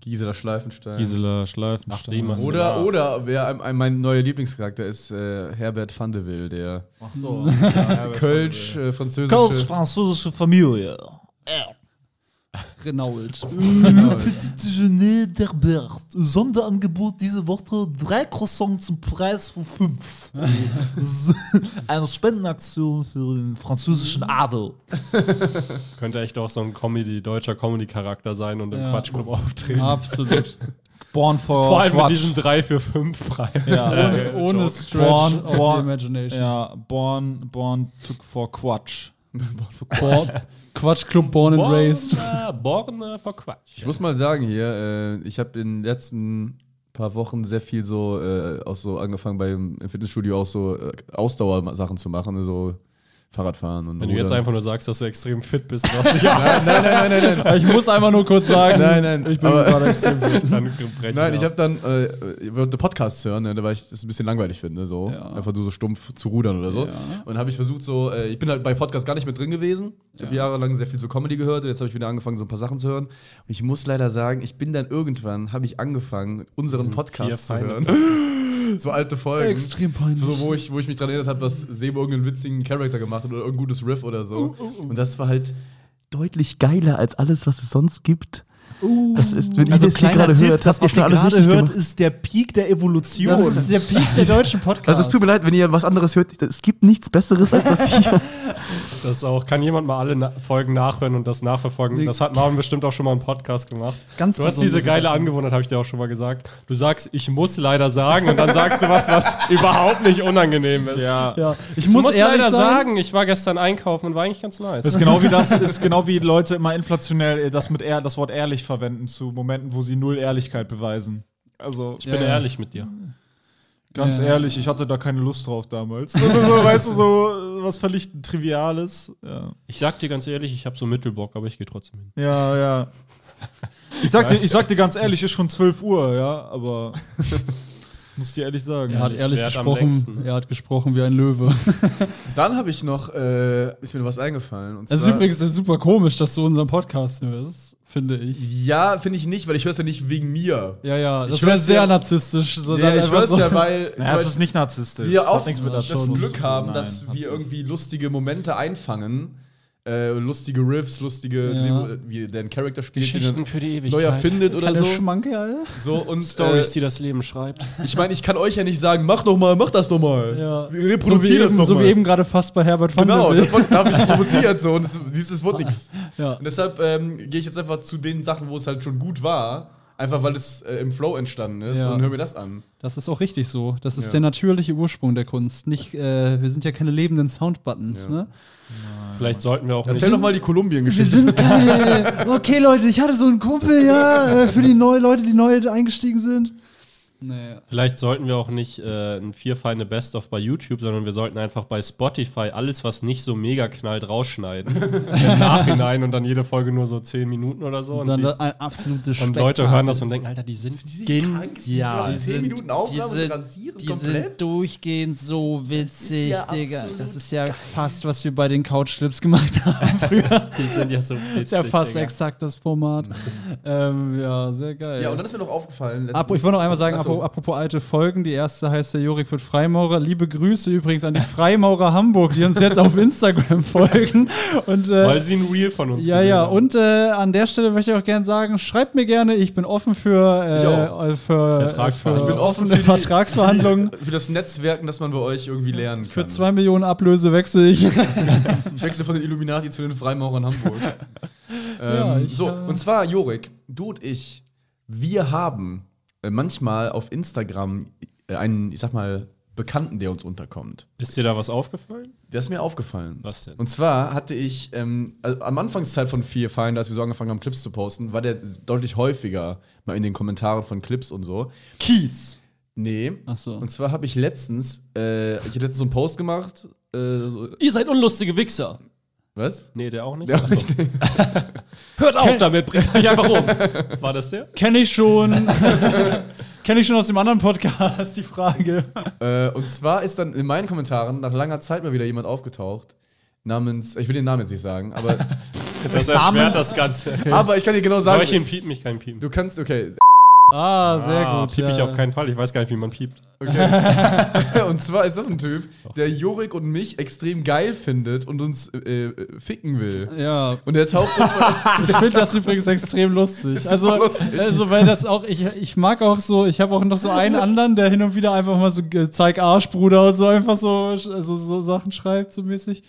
[SPEAKER 1] Gisela Schleifenstein.
[SPEAKER 6] Gisela
[SPEAKER 2] Ach, die
[SPEAKER 6] Schleifenstein.
[SPEAKER 2] machst du
[SPEAKER 1] Oder,
[SPEAKER 2] Ja.
[SPEAKER 1] oder wer ein, ein, mein neuer Lieblingscharakter ist, äh, Herbert van de Will, der Kölsch, äh, französische.
[SPEAKER 6] Kölsch, französische Familie.
[SPEAKER 3] Renault.
[SPEAKER 4] Le petit déjeuner d'Herbert. Sonderangebot diese Woche: drei Croissants zum Preis von fünf. Eine Spendenaktion für den französischen Adel.
[SPEAKER 2] könnte echt auch so ein Comedy, deutscher Comedy-Charakter sein und im Quatschclub auftreten.
[SPEAKER 3] Absolut.
[SPEAKER 6] Born for
[SPEAKER 2] Vor allem
[SPEAKER 6] Oh, Quatsch.
[SPEAKER 2] mit diesem 3 für 5 Preis.
[SPEAKER 6] Ja.
[SPEAKER 2] Äh,
[SPEAKER 3] Ohne
[SPEAKER 2] Joke.
[SPEAKER 3] Stretch
[SPEAKER 6] Born-
[SPEAKER 3] of
[SPEAKER 6] born-
[SPEAKER 3] the Imagination.
[SPEAKER 6] Ja, born, born took for Quatsch.
[SPEAKER 3] Born- Quatschclub Born and Raised.
[SPEAKER 2] Born, äh, born äh, for Quatsch.
[SPEAKER 1] Ich muss mal sagen hier, äh, ich habe in den letzten paar Wochen sehr viel so, äh, auch so angefangen beim im Fitnessstudio auch so äh, Ausdauersachen zu machen, also Fahrradfahren und
[SPEAKER 2] Wenn du jetzt
[SPEAKER 1] Rudern.
[SPEAKER 2] einfach nur sagst, dass du extrem fit bist, was ich ja,
[SPEAKER 1] Nein, nein, nein, nein, nein.
[SPEAKER 3] Ich muss einfach nur kurz sagen,
[SPEAKER 1] Nein, nein,
[SPEAKER 3] ich bin
[SPEAKER 1] aber-
[SPEAKER 3] gerade extrem fit.
[SPEAKER 2] dann brechen
[SPEAKER 1] Nein,
[SPEAKER 2] wir
[SPEAKER 1] ich
[SPEAKER 2] ab.
[SPEAKER 1] habe dann, äh, ich wollte Podcasts hören, ne, weil ich das ein bisschen langweilig finde, so. Einfach nur so stumpf zu rudern oder so. Und habe ich versucht, so, äh, ich bin halt bei Podcasts gar nicht mit drin gewesen. Ich habe jahrelang sehr viel so Comedy gehört und jetzt habe ich wieder angefangen, so ein paar Sachen zu hören. Und ich muss leider sagen, ich bin dann irgendwann, habe ich angefangen, unseren Podcast zu
[SPEAKER 2] vier Feinde.
[SPEAKER 1] hören. so alte Folgen.
[SPEAKER 3] Extrem peinlich.
[SPEAKER 1] So, wo ich, wo ich mich dran erinnert habe, dass Sebo irgendeinen witzigen Charakter gemacht hat oder
[SPEAKER 6] Uh,
[SPEAKER 1] irgendein gutes Riff oder so. Und das war halt
[SPEAKER 4] Deutlich geiler als alles, was es sonst gibt.
[SPEAKER 7] Das ist, wenn
[SPEAKER 6] Also
[SPEAKER 7] ihr das hier
[SPEAKER 6] kleiner
[SPEAKER 7] gerade
[SPEAKER 6] Tipp,
[SPEAKER 7] hört,
[SPEAKER 6] das, was ihr
[SPEAKER 7] alles
[SPEAKER 6] gerade
[SPEAKER 7] richtig
[SPEAKER 6] hört,
[SPEAKER 7] gemacht.
[SPEAKER 6] ist der Peak der Evolution.
[SPEAKER 3] Das ist der Peak der deutschen Podcasts.
[SPEAKER 7] Also es tut mir leid, wenn ihr was anderes hört. Es gibt nichts Besseres als das hier.
[SPEAKER 2] Das auch. Kann jemand mal alle na Folgen nachhören und das nachverfolgen? Das hat Marvin bestimmt auch schon mal im Podcast gemacht.
[SPEAKER 3] Ganz
[SPEAKER 2] du hast diese
[SPEAKER 3] besondere
[SPEAKER 2] geile Angewohnheit, habe ich dir auch schon mal gesagt. Du sagst, ich muss leider sagen und dann sagst du was, was überhaupt nicht unangenehm ist. Ja.
[SPEAKER 3] ja. ich,
[SPEAKER 2] Ich
[SPEAKER 3] muss,
[SPEAKER 2] muss,
[SPEAKER 3] ehrlich
[SPEAKER 2] leider
[SPEAKER 3] sagen,
[SPEAKER 2] sagen, ich war gestern einkaufen und war eigentlich ganz nice.
[SPEAKER 4] Das ist genau wie das, ist genau wie Leute immer inflationell äh, das mit ehr- das Wort ehrlich verwenden zu Momenten, wo sie null Ehrlichkeit beweisen. Also
[SPEAKER 2] ich bin
[SPEAKER 3] Ja.
[SPEAKER 2] ehrlich mit dir.
[SPEAKER 4] ganz
[SPEAKER 3] Ja.
[SPEAKER 4] ehrlich, ich hatte da keine Lust drauf damals. Das ist so, weißt du, so äh, was verlichtend Triviales. Ja,
[SPEAKER 2] Ich sag dir ganz ehrlich, ich habe so Mittelbock, aber ich gehe trotzdem hin.
[SPEAKER 4] ja. ja. Ich sag, dir, ich sag dir ganz ehrlich, ist schon 12 Uhr, ja, aber muss dir ehrlich sagen.
[SPEAKER 3] er hat ehrlich
[SPEAKER 2] Wer hat am
[SPEAKER 3] gesprochen,
[SPEAKER 2] längsten?
[SPEAKER 3] er hat gesprochen wie ein Löwe.
[SPEAKER 1] Dann habe ich noch, äh, ist mir was eingefallen. Und
[SPEAKER 3] Das ist
[SPEAKER 1] zwar-
[SPEAKER 3] übrigens super komisch, dass du unseren Podcast hörst, finde ich.
[SPEAKER 1] Ja, finde ich nicht, weil ich höre es ja nicht wegen mir.
[SPEAKER 3] Ja, ja, das
[SPEAKER 1] Ich
[SPEAKER 3] wäre
[SPEAKER 1] hör's
[SPEAKER 3] sehr
[SPEAKER 1] ja-
[SPEAKER 3] narzisstisch. sondern
[SPEAKER 1] nee, ich
[SPEAKER 3] einfach
[SPEAKER 1] höre es
[SPEAKER 3] so-
[SPEAKER 1] ja, weil
[SPEAKER 4] Ja, es ist nicht narzisstisch.
[SPEAKER 1] wir
[SPEAKER 4] Hat
[SPEAKER 1] auch
[SPEAKER 4] nichts mit
[SPEAKER 1] das
[SPEAKER 4] Narzissmus zu
[SPEAKER 1] Glück
[SPEAKER 4] tun.
[SPEAKER 1] haben,
[SPEAKER 4] Nein,
[SPEAKER 1] dass
[SPEAKER 4] hat's
[SPEAKER 1] wir
[SPEAKER 4] nicht.
[SPEAKER 1] irgendwie lustige Momente einfangen. Äh, lustige Riffs, lustige, äh,
[SPEAKER 3] Ja.
[SPEAKER 1] wie der einen Charakter spielt, den
[SPEAKER 5] Geschichten
[SPEAKER 1] er
[SPEAKER 5] für die
[SPEAKER 1] neu
[SPEAKER 5] Ewigkeit.
[SPEAKER 1] erfindet oder
[SPEAKER 3] Keine
[SPEAKER 1] so.
[SPEAKER 3] Schmanke, Alter.
[SPEAKER 1] so und,
[SPEAKER 5] Stories, die das Leben schreibt.
[SPEAKER 1] Äh, ich meine, ich kann euch ja nicht sagen, mach doch mal, mach das doch mal.
[SPEAKER 3] Ja.
[SPEAKER 1] Wir reproduzieren
[SPEAKER 3] so wie eben,
[SPEAKER 1] das doch
[SPEAKER 3] So wie
[SPEAKER 1] mal.
[SPEAKER 3] eben gerade fast bei Herbert van
[SPEAKER 1] genau,
[SPEAKER 3] der
[SPEAKER 1] das
[SPEAKER 3] Welt.
[SPEAKER 1] wollte- da habe ich provoziert so und es, dieses wird nichts.
[SPEAKER 3] Ja.
[SPEAKER 1] Und deshalb ähm, gehe ich jetzt einfach zu den Sachen, wo es halt schon gut war, einfach weil es äh, im Flow entstanden ist
[SPEAKER 3] Ja.
[SPEAKER 1] und höre mir das an.
[SPEAKER 3] Das ist auch richtig so. Das ist
[SPEAKER 1] Ja.
[SPEAKER 3] der natürliche Ursprung der Kunst. Nicht, äh, wir sind ja keine lebenden Soundbuttons,
[SPEAKER 1] Ja.
[SPEAKER 3] ne?
[SPEAKER 2] Vielleicht sollten wir auch nicht.
[SPEAKER 1] Erzähl doch mal die Kolumbien-Geschichte.
[SPEAKER 3] sind keine. Okay, Leute, ich hatte so einen Kumpel, ja, äh, für die neuen Leute, die neu eingestiegen sind. Nee.
[SPEAKER 2] Vielleicht sollten wir auch nicht äh, ein vier feine Best of bei YouTube, sondern wir sollten einfach bei Spotify alles, was nicht so mega knallt, rausschneiden. Im Nachhinein und dann jede Folge nur so zehn Minuten oder so. Und,
[SPEAKER 3] Und dann
[SPEAKER 2] die,
[SPEAKER 3] da- ein absolutes
[SPEAKER 2] und
[SPEAKER 3] Spektakel.
[SPEAKER 2] Leute hören das und denken, Alter, die sind
[SPEAKER 1] Ja,
[SPEAKER 2] genial.
[SPEAKER 1] 10 Minuten Aufnahme
[SPEAKER 3] die
[SPEAKER 1] und
[SPEAKER 3] sind-
[SPEAKER 1] rasieren
[SPEAKER 3] Die
[SPEAKER 1] komplett.
[SPEAKER 3] sind durchgehend so witzig,
[SPEAKER 1] ja
[SPEAKER 3] Digga.
[SPEAKER 1] absolut
[SPEAKER 3] Das ist ja fast, was wir bei den Couchclips gemacht haben früher.
[SPEAKER 2] Die sind ja so
[SPEAKER 3] ist ja fast
[SPEAKER 2] Digga.
[SPEAKER 3] exakt das Format. ähm, ja, sehr geil.
[SPEAKER 1] Ja, und dann ist mir noch aufgefallen. letztens-
[SPEAKER 3] Apo, ich wollte noch einmal sagen,
[SPEAKER 1] Achso.
[SPEAKER 3] apro- apropos alte Folgen, die erste heißt der Jorik wird Freimaurer. Liebe Grüße übrigens an die Freimaurer Hamburg, die uns jetzt auf Instagram folgen. Und, äh,
[SPEAKER 2] Weil sie ein Reel von uns
[SPEAKER 3] ja,
[SPEAKER 2] gesehen
[SPEAKER 3] ja,
[SPEAKER 2] haben.
[SPEAKER 3] und äh, an der Stelle möchte ich auch gerne sagen, schreibt mir gerne, ich bin offen für,
[SPEAKER 1] Ich
[SPEAKER 3] äh,
[SPEAKER 1] auch.
[SPEAKER 3] äh, für,
[SPEAKER 2] Vertragsverhandlungen.
[SPEAKER 3] für
[SPEAKER 1] Ich bin offen
[SPEAKER 3] offene
[SPEAKER 1] für die-
[SPEAKER 3] Vertragsverhandlungen.
[SPEAKER 1] Für, die, für das Netzwerken, das man bei euch irgendwie lernen
[SPEAKER 3] Für
[SPEAKER 1] kann.
[SPEAKER 3] zwei Millionen Ablöse wechsle ich.
[SPEAKER 1] ich wechsle von den Illuminati zu den Freimaurern Hamburg. ähm,
[SPEAKER 3] Ja, ich,
[SPEAKER 1] so,
[SPEAKER 3] äh,
[SPEAKER 1] und zwar, Jorik, du und ich, wir haben äh, manchmal auf Instagram äh, einen, ich sag mal, Bekannten, der uns unterkommt.
[SPEAKER 2] Ist dir da was aufgefallen?
[SPEAKER 1] Der ist mir aufgefallen.
[SPEAKER 2] Was denn?
[SPEAKER 1] Und zwar hatte ich ähm, also am Anfangszeit von Fear Finder, als wir so angefangen haben, Clips zu posten, war der deutlich häufiger mal in den Kommentaren von Clips und so. Kies! Nee.
[SPEAKER 3] Ach so.
[SPEAKER 1] Und zwar habe ich letztens, äh, ich habe letztens so einen Post gemacht. Äh, so,
[SPEAKER 5] Ihr seid unlustige Wichser.
[SPEAKER 1] was?
[SPEAKER 2] Nee, der auch nicht.
[SPEAKER 1] Der
[SPEAKER 2] Achso.
[SPEAKER 5] Hört auf damit, bringt euch einfach um.
[SPEAKER 2] War das der?
[SPEAKER 3] Kenne ich schon. Kenne ich schon aus dem anderen Podcast, die Frage.
[SPEAKER 1] Äh, und zwar ist dann in meinen Kommentaren nach langer Zeit mal wieder jemand aufgetaucht, namens, ich will den Namen jetzt nicht sagen, aber,
[SPEAKER 2] Das erschwert das Ganze.
[SPEAKER 1] aber ich kann dir genau
[SPEAKER 2] Soll
[SPEAKER 1] sagen,
[SPEAKER 2] ich ihn piepen? Ich kann ihn piepen.
[SPEAKER 1] du kannst, okay,
[SPEAKER 3] Ah, sehr
[SPEAKER 2] Ah,
[SPEAKER 3] gut.
[SPEAKER 2] Piep ich
[SPEAKER 3] ja.
[SPEAKER 2] auf keinen Fall. Ich weiß gar nicht, wie man piept.
[SPEAKER 1] Und zwar ist das ein Typ, der Jorik und mich extrem geil findet und uns äh, äh, ficken will.
[SPEAKER 3] Ja,
[SPEAKER 1] Und der taucht
[SPEAKER 3] ich finde das übrigens extrem lustig. Also, also, weil das auch, ich, ich mag auch so, ich habe auch noch so einen anderen, der hin und wieder einfach mal so äh, zeig Arsch, Bruder und so einfach so, also so Sachen schreibt, so mäßig.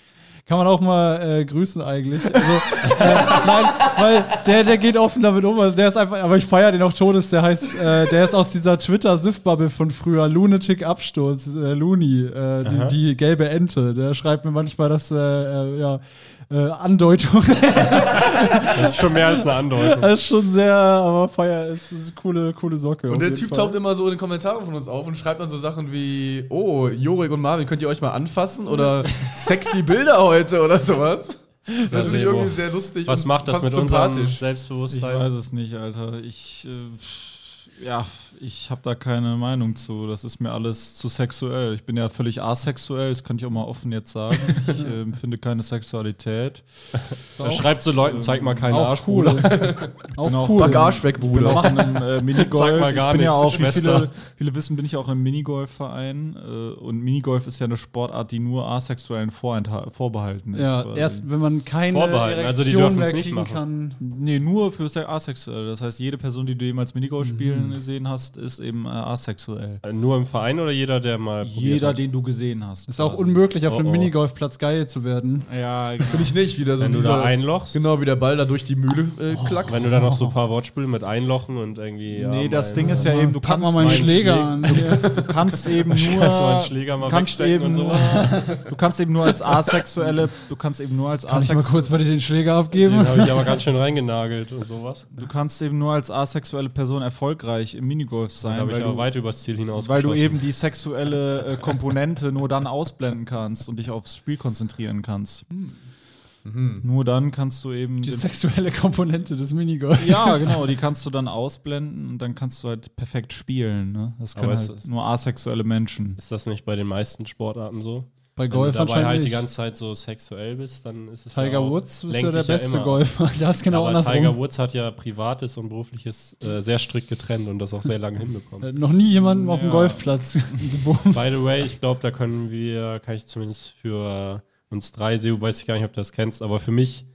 [SPEAKER 3] Kann man auch mal äh, grüßen eigentlich. Also, äh, nein, weil der, der geht offen damit um. Also der ist einfach, aber ich feiere den auch Todes, der heißt, äh, der ist aus dieser Twitter-Siff-Bubble von früher, Lunatic Absturz, äh, Looney, äh, die, die gelbe Ente. Der schreibt mir manchmal das, äh, äh, ja, äh, Andeutung.
[SPEAKER 2] Das ist schon mehr als eine Andeutung.
[SPEAKER 3] Das ist schon sehr, aber Feier ist, ist eine coole, coole Socke. auf
[SPEAKER 1] und der
[SPEAKER 3] jeden
[SPEAKER 1] Typ
[SPEAKER 3] Fall.
[SPEAKER 1] taucht immer so in den Kommentaren von uns auf und schreibt dann so Sachen wie, oh, Jorik und Marvin, könnt ihr euch mal anfassen? Oder sexy Bilder heute oder sowas. Das finde ich irgendwie sehr lustig.
[SPEAKER 2] Was
[SPEAKER 1] und
[SPEAKER 2] macht das
[SPEAKER 1] fast
[SPEAKER 2] mit unserem
[SPEAKER 1] sympathisch.
[SPEAKER 2] Selbstbewusstsein?
[SPEAKER 4] Ich weiß es nicht, Alter. Ich, äh,
[SPEAKER 6] ja, ich habe da keine Meinung zu. Das ist mir alles zu sexuell. Ich bin ja völlig asexuell, das kann ich auch mal offen jetzt sagen. Ich äh, empfinde keine Sexualität.
[SPEAKER 2] Da schreibt so Leuten, zeig mal keine Arschpulle.
[SPEAKER 6] auch
[SPEAKER 3] Auch cool.
[SPEAKER 1] Bagage weg,
[SPEAKER 6] Ich bin
[SPEAKER 1] Bruder.
[SPEAKER 6] auch in einem äh, Minigolf.
[SPEAKER 2] Sag mal gar
[SPEAKER 6] ich bin ja
[SPEAKER 2] nichts,
[SPEAKER 6] auch, wie
[SPEAKER 2] Schwester.
[SPEAKER 6] viele, viele wissen, bin ich auch im Minigolfverein. Äh, und Minigolf ist ja eine Sportart, die nur asexuellen vorentha- vorbehalten ist.
[SPEAKER 3] Ja,
[SPEAKER 6] quasi.
[SPEAKER 3] erst wenn man keine
[SPEAKER 2] Vorbehalten,
[SPEAKER 3] Erektion
[SPEAKER 2] also die dürfen
[SPEAKER 3] mehr
[SPEAKER 2] es nicht
[SPEAKER 3] kriegen
[SPEAKER 2] machen.
[SPEAKER 3] kann.
[SPEAKER 6] Nee, nur für se- asexuell. Das heißt, jede Person, die du jemals Minigolf spielen gesehen hast, ist eben äh, asexuell.
[SPEAKER 2] Äh, Nur im Verein oder jeder, der mal. probiert
[SPEAKER 6] Jeder,
[SPEAKER 2] hat?
[SPEAKER 6] den du gesehen hast.
[SPEAKER 3] Ist auch
[SPEAKER 6] quasi.
[SPEAKER 3] unmöglich, auf
[SPEAKER 2] Oh,
[SPEAKER 3] einem
[SPEAKER 2] oh.
[SPEAKER 3] Minigolfplatz geil zu werden.
[SPEAKER 6] Ja, genau.
[SPEAKER 1] Finde ich nicht, wieder so
[SPEAKER 2] Wenn du da
[SPEAKER 1] dieser,
[SPEAKER 2] einlochst.
[SPEAKER 1] Genau, wie der Ball da durch die Mühle äh, klackt.
[SPEAKER 2] Wenn du da noch so ein paar Wortspiele mit einlochen und irgendwie. ja,
[SPEAKER 6] Nee, das
[SPEAKER 2] mein-
[SPEAKER 6] Ding ist ja eben, du
[SPEAKER 3] Pack mal
[SPEAKER 6] kannst,
[SPEAKER 3] meinen
[SPEAKER 2] meinen
[SPEAKER 3] Schläger
[SPEAKER 2] Schläger.
[SPEAKER 3] an. hier.
[SPEAKER 6] du kannst eben nur,
[SPEAKER 2] Kannst du meinen Schläger mal
[SPEAKER 6] kannst
[SPEAKER 2] wegstecken
[SPEAKER 6] eben,
[SPEAKER 2] und sowas?
[SPEAKER 6] du kannst eben nur als asexuelle, du kannst eben nur als
[SPEAKER 3] Kann ich mal
[SPEAKER 6] asexuelle
[SPEAKER 3] kurz bei dir den Schläger
[SPEAKER 2] Den
[SPEAKER 3] abgeben?
[SPEAKER 2] habe ich aber ganz schön reingenagelt und sowas.
[SPEAKER 6] Du kannst eben nur als asexuelle Person erfolgreich im Minigolf
[SPEAKER 2] Da
[SPEAKER 6] sein,
[SPEAKER 2] habe ich
[SPEAKER 6] weil
[SPEAKER 2] aber
[SPEAKER 6] du,
[SPEAKER 2] weit übers Ziel hinaus
[SPEAKER 6] weil du eben die sexuelle äh, Komponente nur dann ausblenden kannst und dich aufs Spiel konzentrieren kannst.
[SPEAKER 2] Hm.
[SPEAKER 6] Nur dann kannst du eben.
[SPEAKER 3] Die
[SPEAKER 6] den-
[SPEAKER 3] sexuelle Komponente des Minigolf.
[SPEAKER 6] ja, genau, die kannst du dann ausblenden und dann kannst du halt perfekt spielen. Ne? Das können
[SPEAKER 2] Aber es
[SPEAKER 6] halt
[SPEAKER 2] ist-
[SPEAKER 6] nur asexuelle Menschen.
[SPEAKER 2] Ist das nicht bei den meisten Sportarten so?
[SPEAKER 3] Bei
[SPEAKER 2] Wenn du
[SPEAKER 3] Golf
[SPEAKER 2] dabei
[SPEAKER 3] anscheinend
[SPEAKER 2] halt die
[SPEAKER 3] nicht.
[SPEAKER 2] ganze Zeit so sexuell bist, dann ist es ja
[SPEAKER 3] Tiger
[SPEAKER 2] auch,
[SPEAKER 3] Woods ist
[SPEAKER 2] lenkt
[SPEAKER 3] ja der
[SPEAKER 2] dich
[SPEAKER 3] beste
[SPEAKER 2] immer ab.
[SPEAKER 3] Golfer. Da ist genau
[SPEAKER 2] Aber
[SPEAKER 3] andersrum.
[SPEAKER 2] Tiger Woods hat ja Privates und Berufliches äh, sehr strikt getrennt und das auch sehr lange hinbekommen.
[SPEAKER 3] Äh, Noch nie jemanden auf dem Golfplatz gebumst.
[SPEAKER 2] By the way, ich glaube, da können wir, kann ich zumindest für uns drei, Seo, weiß ich gar nicht, ob du das kennst, aber für mich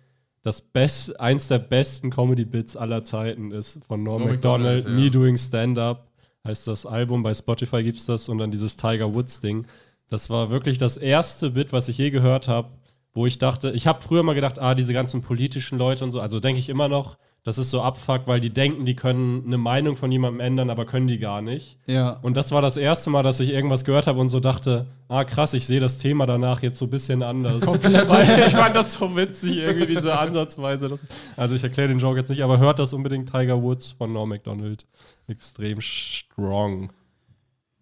[SPEAKER 2] das Best, eins der besten Comedy-Bits aller Zeiten ist von Norm
[SPEAKER 1] Norm
[SPEAKER 2] Macdonald,
[SPEAKER 1] Macdonald, ja.
[SPEAKER 2] Me Doing Stand-Up, heißt das Album, bei Spotify gibt's das und dann dieses Tiger Woods-Ding. Das war wirklich das erste Bit, was ich je gehört habe, wo ich dachte, ich habe früher mal gedacht, ah, diese ganzen politischen Leute und so, also denke ich immer noch, das ist so Abfuck, weil die denken, die können eine Meinung von jemandem ändern, aber können die gar nicht.
[SPEAKER 3] Ja.
[SPEAKER 2] Und das war das erste Mal, dass ich irgendwas gehört habe und so dachte, ah krass, ich sehe das Thema danach jetzt so ein bisschen anders. Weil ich fand das so witzig, irgendwie diese Ansatzweise. Das, also ich erkläre den Joke jetzt nicht, aber hört das unbedingt Tiger Woods von Norm MacDonald. Extrem strong.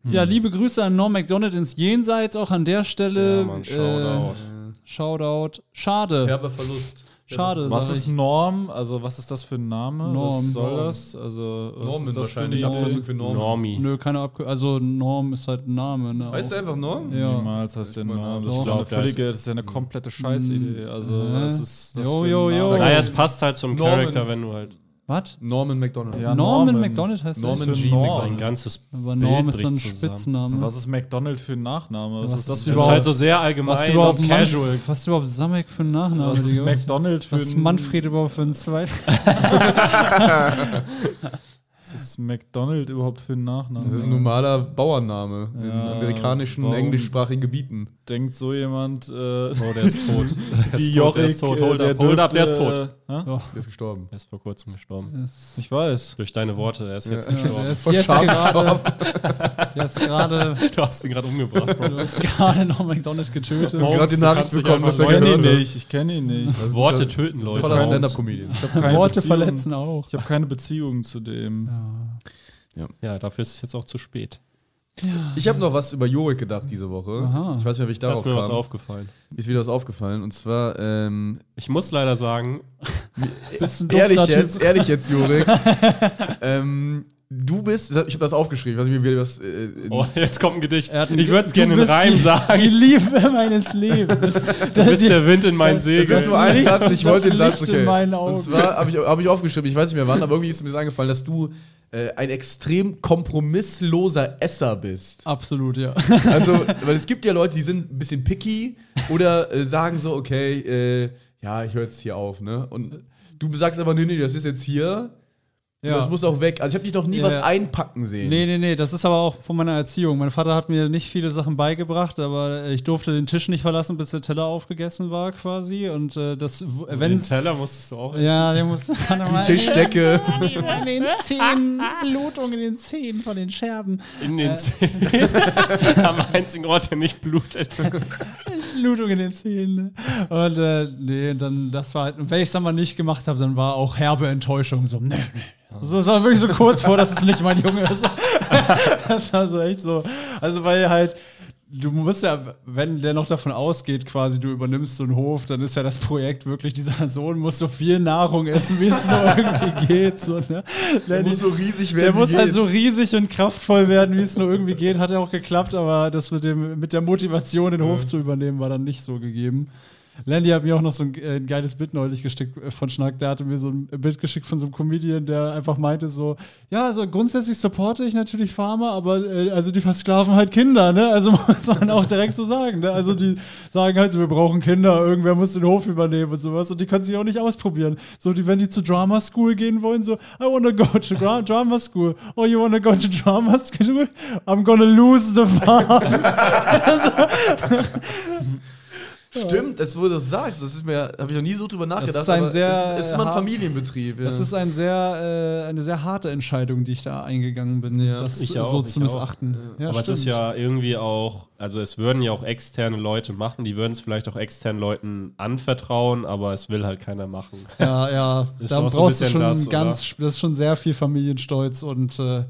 [SPEAKER 3] Ja,
[SPEAKER 2] Hm.
[SPEAKER 3] liebe Grüße an Norm MacDonald ins Jenseits, auch an der Stelle. äh,
[SPEAKER 2] Ja, Mann, Shoutout.
[SPEAKER 3] Shoutout. Schade.
[SPEAKER 1] Herber Verlust.
[SPEAKER 3] Schade.
[SPEAKER 6] Was
[SPEAKER 3] sag
[SPEAKER 6] ist
[SPEAKER 3] ich.
[SPEAKER 6] Norm? Also, was ist das für ein Name?
[SPEAKER 3] Norm.
[SPEAKER 6] was soll
[SPEAKER 3] Norm.
[SPEAKER 6] das? Also, was
[SPEAKER 1] Norm
[SPEAKER 6] ist
[SPEAKER 1] ist
[SPEAKER 6] das für
[SPEAKER 1] wahrscheinlich
[SPEAKER 6] eine Idee?
[SPEAKER 1] Abkürzung für Norm.
[SPEAKER 2] Normie.
[SPEAKER 3] Nö, keine Abkürzung. Also Norm ist halt ein Name. Ne?
[SPEAKER 1] Weißt du
[SPEAKER 3] Auch-
[SPEAKER 1] einfach Norm?
[SPEAKER 3] Ja.
[SPEAKER 6] Niemals heißt der
[SPEAKER 1] Ich
[SPEAKER 6] Name.
[SPEAKER 1] glaub,
[SPEAKER 6] Das ist ja
[SPEAKER 2] Norm.
[SPEAKER 6] eine völlige, das ist ja eine komplette Scheißidee. Also,
[SPEAKER 3] Mhm.
[SPEAKER 6] das ist. Das
[SPEAKER 3] Jo,
[SPEAKER 6] für ein
[SPEAKER 3] jo, jo.
[SPEAKER 6] Name.
[SPEAKER 2] Naja, es passt halt zum
[SPEAKER 1] Norman
[SPEAKER 2] Charakter,
[SPEAKER 1] ist-
[SPEAKER 2] wenn du halt
[SPEAKER 3] Was?
[SPEAKER 1] Norman McDonald.
[SPEAKER 6] Ja,
[SPEAKER 3] Norman
[SPEAKER 6] Norman.
[SPEAKER 3] McDonald heißt das?
[SPEAKER 1] Norman
[SPEAKER 6] für
[SPEAKER 1] G.
[SPEAKER 6] Norm?
[SPEAKER 1] McDonald.
[SPEAKER 2] dein ganzes
[SPEAKER 3] Aber
[SPEAKER 2] Bild
[SPEAKER 3] Norm ist
[SPEAKER 2] bricht
[SPEAKER 3] so ein
[SPEAKER 2] zusammen.
[SPEAKER 3] Spitzname.
[SPEAKER 6] Was ist McDonald für ein Nachname? Was,
[SPEAKER 3] Was
[SPEAKER 6] ist das
[SPEAKER 3] ist
[SPEAKER 2] Das
[SPEAKER 6] für
[SPEAKER 2] ist
[SPEAKER 6] überhaupt?
[SPEAKER 2] halt so sehr
[SPEAKER 3] was
[SPEAKER 2] allgemein,
[SPEAKER 3] ist
[SPEAKER 2] so
[SPEAKER 3] überhaupt Manf-
[SPEAKER 2] casual.
[SPEAKER 3] Was ist überhaupt Samek für ein Nachname?
[SPEAKER 6] was ist
[SPEAKER 3] Digga?
[SPEAKER 6] McDonald für
[SPEAKER 3] was ist
[SPEAKER 6] ein
[SPEAKER 3] Manfred überhaupt für ein Zweit?
[SPEAKER 6] Was ist McDonald überhaupt für ein Nachname?
[SPEAKER 1] Das ist ein normaler Bauernname in
[SPEAKER 6] Ja,
[SPEAKER 1] amerikanischen,
[SPEAKER 6] warum?
[SPEAKER 1] englischsprachigen Gebieten.
[SPEAKER 6] Denkt so jemand, äh,
[SPEAKER 2] Oh, der ist tot. Der
[SPEAKER 6] wie
[SPEAKER 2] ist tot, der
[SPEAKER 6] Jorik,
[SPEAKER 2] ist tot.
[SPEAKER 6] äh,
[SPEAKER 2] Hold up, hold up, der ist tot.
[SPEAKER 6] dürfte, äh, hä?
[SPEAKER 1] Der ist gestorben.
[SPEAKER 2] Er ist vor kurzem gestorben.
[SPEAKER 3] Das-
[SPEAKER 6] Ich weiß.
[SPEAKER 2] Durch deine Worte, er ist jetzt
[SPEAKER 3] Ja, der
[SPEAKER 2] gestorben.
[SPEAKER 3] ist jetzt gerade, der ist gerade,
[SPEAKER 2] Du hast ihn gerade umgebracht, Bro.
[SPEAKER 3] der ist gerade noch McDonald getötet.
[SPEAKER 1] Ich habe
[SPEAKER 2] Holmes,
[SPEAKER 1] die
[SPEAKER 2] du
[SPEAKER 1] Nachricht
[SPEAKER 2] kannst dich
[SPEAKER 1] bekommen,
[SPEAKER 2] einfach
[SPEAKER 1] dass er
[SPEAKER 6] Ich kenne
[SPEAKER 1] gehört
[SPEAKER 6] ihn
[SPEAKER 1] wird.
[SPEAKER 6] nicht, ich kenne ihn nicht.
[SPEAKER 1] Also
[SPEAKER 2] Worte
[SPEAKER 1] guter-
[SPEAKER 2] töten Leute.
[SPEAKER 1] Voller
[SPEAKER 2] Holmes.
[SPEAKER 1] Stand-Up-Comedian.
[SPEAKER 6] Ich habe keine,
[SPEAKER 3] Worte
[SPEAKER 6] Beziehung-
[SPEAKER 3] verletzen auch.
[SPEAKER 6] ich hab keine Beziehung zu dem.
[SPEAKER 2] Ja, dafür ist es jetzt auch zu spät.
[SPEAKER 1] Ich habe noch was über Jorik gedacht diese Woche.
[SPEAKER 3] Aha.
[SPEAKER 1] Ich weiß nicht, mehr, wie ich
[SPEAKER 2] Da
[SPEAKER 1] darauf
[SPEAKER 2] ist mir
[SPEAKER 1] kam.
[SPEAKER 2] was aufgefallen.
[SPEAKER 1] Mir ist wieder was aufgefallen. Und zwar, ähm,
[SPEAKER 2] Ich muss leider sagen,
[SPEAKER 3] Bist ein
[SPEAKER 1] ehrlich
[SPEAKER 3] dufter Typ.
[SPEAKER 1] jetzt, ehrlich jetzt, Jorik. ähm, du bist, ich habe das aufgeschrieben, ich weiß nicht, wie wir das. Äh, in-
[SPEAKER 2] oh, jetzt kommt ein Gedicht.
[SPEAKER 3] Er hat ein
[SPEAKER 2] Ich würde es
[SPEAKER 3] Du
[SPEAKER 2] gerne in
[SPEAKER 3] bist
[SPEAKER 2] Reim
[SPEAKER 3] die,
[SPEAKER 2] sagen.
[SPEAKER 3] Die Liebe meines Lebens.
[SPEAKER 2] Du bist der Wind in meinen
[SPEAKER 1] Es ist
[SPEAKER 2] Segeln.
[SPEAKER 1] nur ein
[SPEAKER 3] Licht-
[SPEAKER 1] Satz, ich
[SPEAKER 3] das
[SPEAKER 1] wollte den Satz,
[SPEAKER 3] Licht
[SPEAKER 1] okay.
[SPEAKER 3] in meinen Augen.
[SPEAKER 1] Und zwar habe ich, hab ich aufgeschrieben, ich weiß nicht mehr wann, aber irgendwie ist mir das angefallen, dass du äh, ein extrem kompromissloser Esser bist.
[SPEAKER 3] Absolut, ja.
[SPEAKER 1] Also, weil es gibt ja Leute, die sind ein bisschen picky oder äh, sagen so, okay, äh, ja, ich höre jetzt hier auf, ne? Und du sagst aber, nee, nee, das ist jetzt hier,
[SPEAKER 3] ja.
[SPEAKER 1] das muss auch weg. Also ich habe dich noch nie
[SPEAKER 3] Ja,
[SPEAKER 1] was
[SPEAKER 3] ja.
[SPEAKER 1] einpacken sehen.
[SPEAKER 3] Nee, nee, nee, das ist aber auch von meiner Erziehung. Mein Vater hat mir nicht viele Sachen beigebracht, aber äh, ich durfte den Tisch nicht verlassen, bis der Teller aufgegessen war, quasi. Und äh, das, w- wenn
[SPEAKER 2] Den Teller musstest du auch.
[SPEAKER 3] Ja, der muss.
[SPEAKER 1] Die Tischdecke.
[SPEAKER 3] In den Zähnen, Blutung in den Zähnen von den Scherben.
[SPEAKER 2] In den Zehen. Am einzigen Ort, der nicht blutet.
[SPEAKER 3] Blutung in den Zähnen. ne? Und äh, nee, dann, das war halt, und wenn ich es dann mal nicht gemacht habe, dann war auch herbe Enttäuschung. So, nee, nee. So, es war wirklich so kurz vor, dass es nicht mein Junge ist. das war so echt so. Also, weil halt. du musst ja, wenn der noch davon ausgeht, quasi du übernimmst so einen Hof, dann ist ja das Projekt wirklich, dieser Sohn muss so viel Nahrung essen, wie es nur irgendwie geht. So, ne? Der,
[SPEAKER 1] muss so riesig
[SPEAKER 3] der
[SPEAKER 1] werden. wie
[SPEAKER 3] muss halt
[SPEAKER 1] geht.
[SPEAKER 3] so riesig und kraftvoll werden, wie es nur irgendwie geht. Hat ja auch geklappt, aber das mit, dem, mit der Motivation, den Hof zu übernehmen, war dann nicht so gegeben. Landy hat mir auch noch so ein, äh, ein geiles Bit neulich geschickt äh, von Schnack. Der hatte mir so ein Bild geschickt von so einem Comedian, der einfach meinte so, ja, also grundsätzlich supporte ich natürlich Farmer, aber äh, also die versklaven halt Kinder, ne? Also muss man auch direkt so sagen, ne? Also die sagen halt so, wir brauchen Kinder, irgendwer muss den Hof übernehmen und sowas und die können sich auch nicht ausprobieren. So, die, wenn die zu Drama School gehen wollen, so, I wanna go to dra Drama School. Oh, you wanna go to Drama School? I'm gonna lose the farm.
[SPEAKER 1] Stimmt, das, wo du das sagst, das ist mir, habe ich noch nie so drüber nachgedacht.
[SPEAKER 3] ist ein
[SPEAKER 1] aber
[SPEAKER 3] sehr,
[SPEAKER 1] es, es ist
[SPEAKER 3] äh,
[SPEAKER 1] immer ein
[SPEAKER 3] hart-
[SPEAKER 1] Familienbetrieb. Ja.
[SPEAKER 3] Das ist ein sehr, äh, eine sehr harte Entscheidung, die ich da eingegangen bin, das
[SPEAKER 2] Ich auch,
[SPEAKER 3] so
[SPEAKER 2] ich
[SPEAKER 3] zu
[SPEAKER 2] auch.
[SPEAKER 3] missachten. Ja,
[SPEAKER 2] Aber es ist
[SPEAKER 3] stimmt.
[SPEAKER 2] ja irgendwie auch, also es würden ja auch externe Leute machen, die würden es vielleicht auch externen Leuten anvertrauen, aber es will halt keiner machen.
[SPEAKER 3] Ja, ja,
[SPEAKER 2] Ist
[SPEAKER 3] da
[SPEAKER 2] auch so ein
[SPEAKER 3] brauchst du
[SPEAKER 2] bisschen
[SPEAKER 3] schon
[SPEAKER 2] das,
[SPEAKER 3] ganz, das ist schon sehr viel Familienstolz und äh,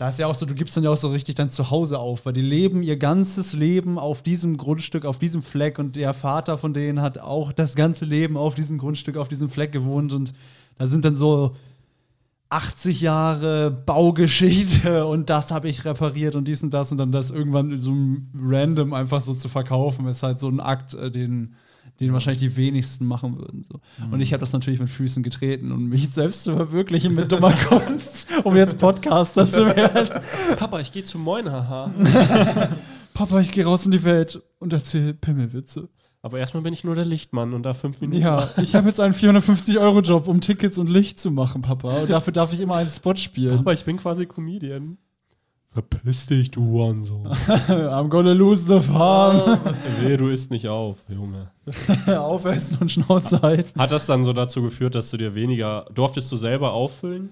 [SPEAKER 3] da ist ja auch so, du gibst dann ja auch so richtig dein Zuhause auf, weil die leben ihr ganzes Leben auf diesem Grundstück, auf diesem Fleck und der Vater von denen hat auch das ganze Leben auf diesem Grundstück, auf diesem Fleck gewohnt und da sind dann so 80 Jahre Baugeschichte und das habe ich repariert und dies und das und dann das irgendwann in so einem random einfach so zu verkaufen, ist halt so ein Akt, äh, den, den wahrscheinlich die wenigsten machen würden. So. Und ich habe das natürlich mit Füßen getreten und mich selbst zu verwirklichen mit dummer Kunst, um jetzt Podcaster zu werden.
[SPEAKER 5] Papa, ich gehe zu Moin, haha.
[SPEAKER 3] Papa, ich gehe raus in die Welt und erzähle Pimmelwitze.
[SPEAKER 5] Aber erstmal bin ich nur der Lichtmann und da fünf Minuten.
[SPEAKER 3] Ja, ich habe jetzt einen 450-Euro-Job, um Tickets und Licht zu machen, Papa. Und dafür darf ich immer einen Spot spielen.
[SPEAKER 5] Aber ich bin quasi Comedian.
[SPEAKER 2] Verpiss dich, du Hurensohn.
[SPEAKER 3] I'm gonna lose the farm.
[SPEAKER 2] Wehe, du isst nicht auf, Junge.
[SPEAKER 3] Aufessen und Schnauze halten.
[SPEAKER 2] Hat das dann so dazu geführt, dass du dir weniger, durftest du selber auffüllen?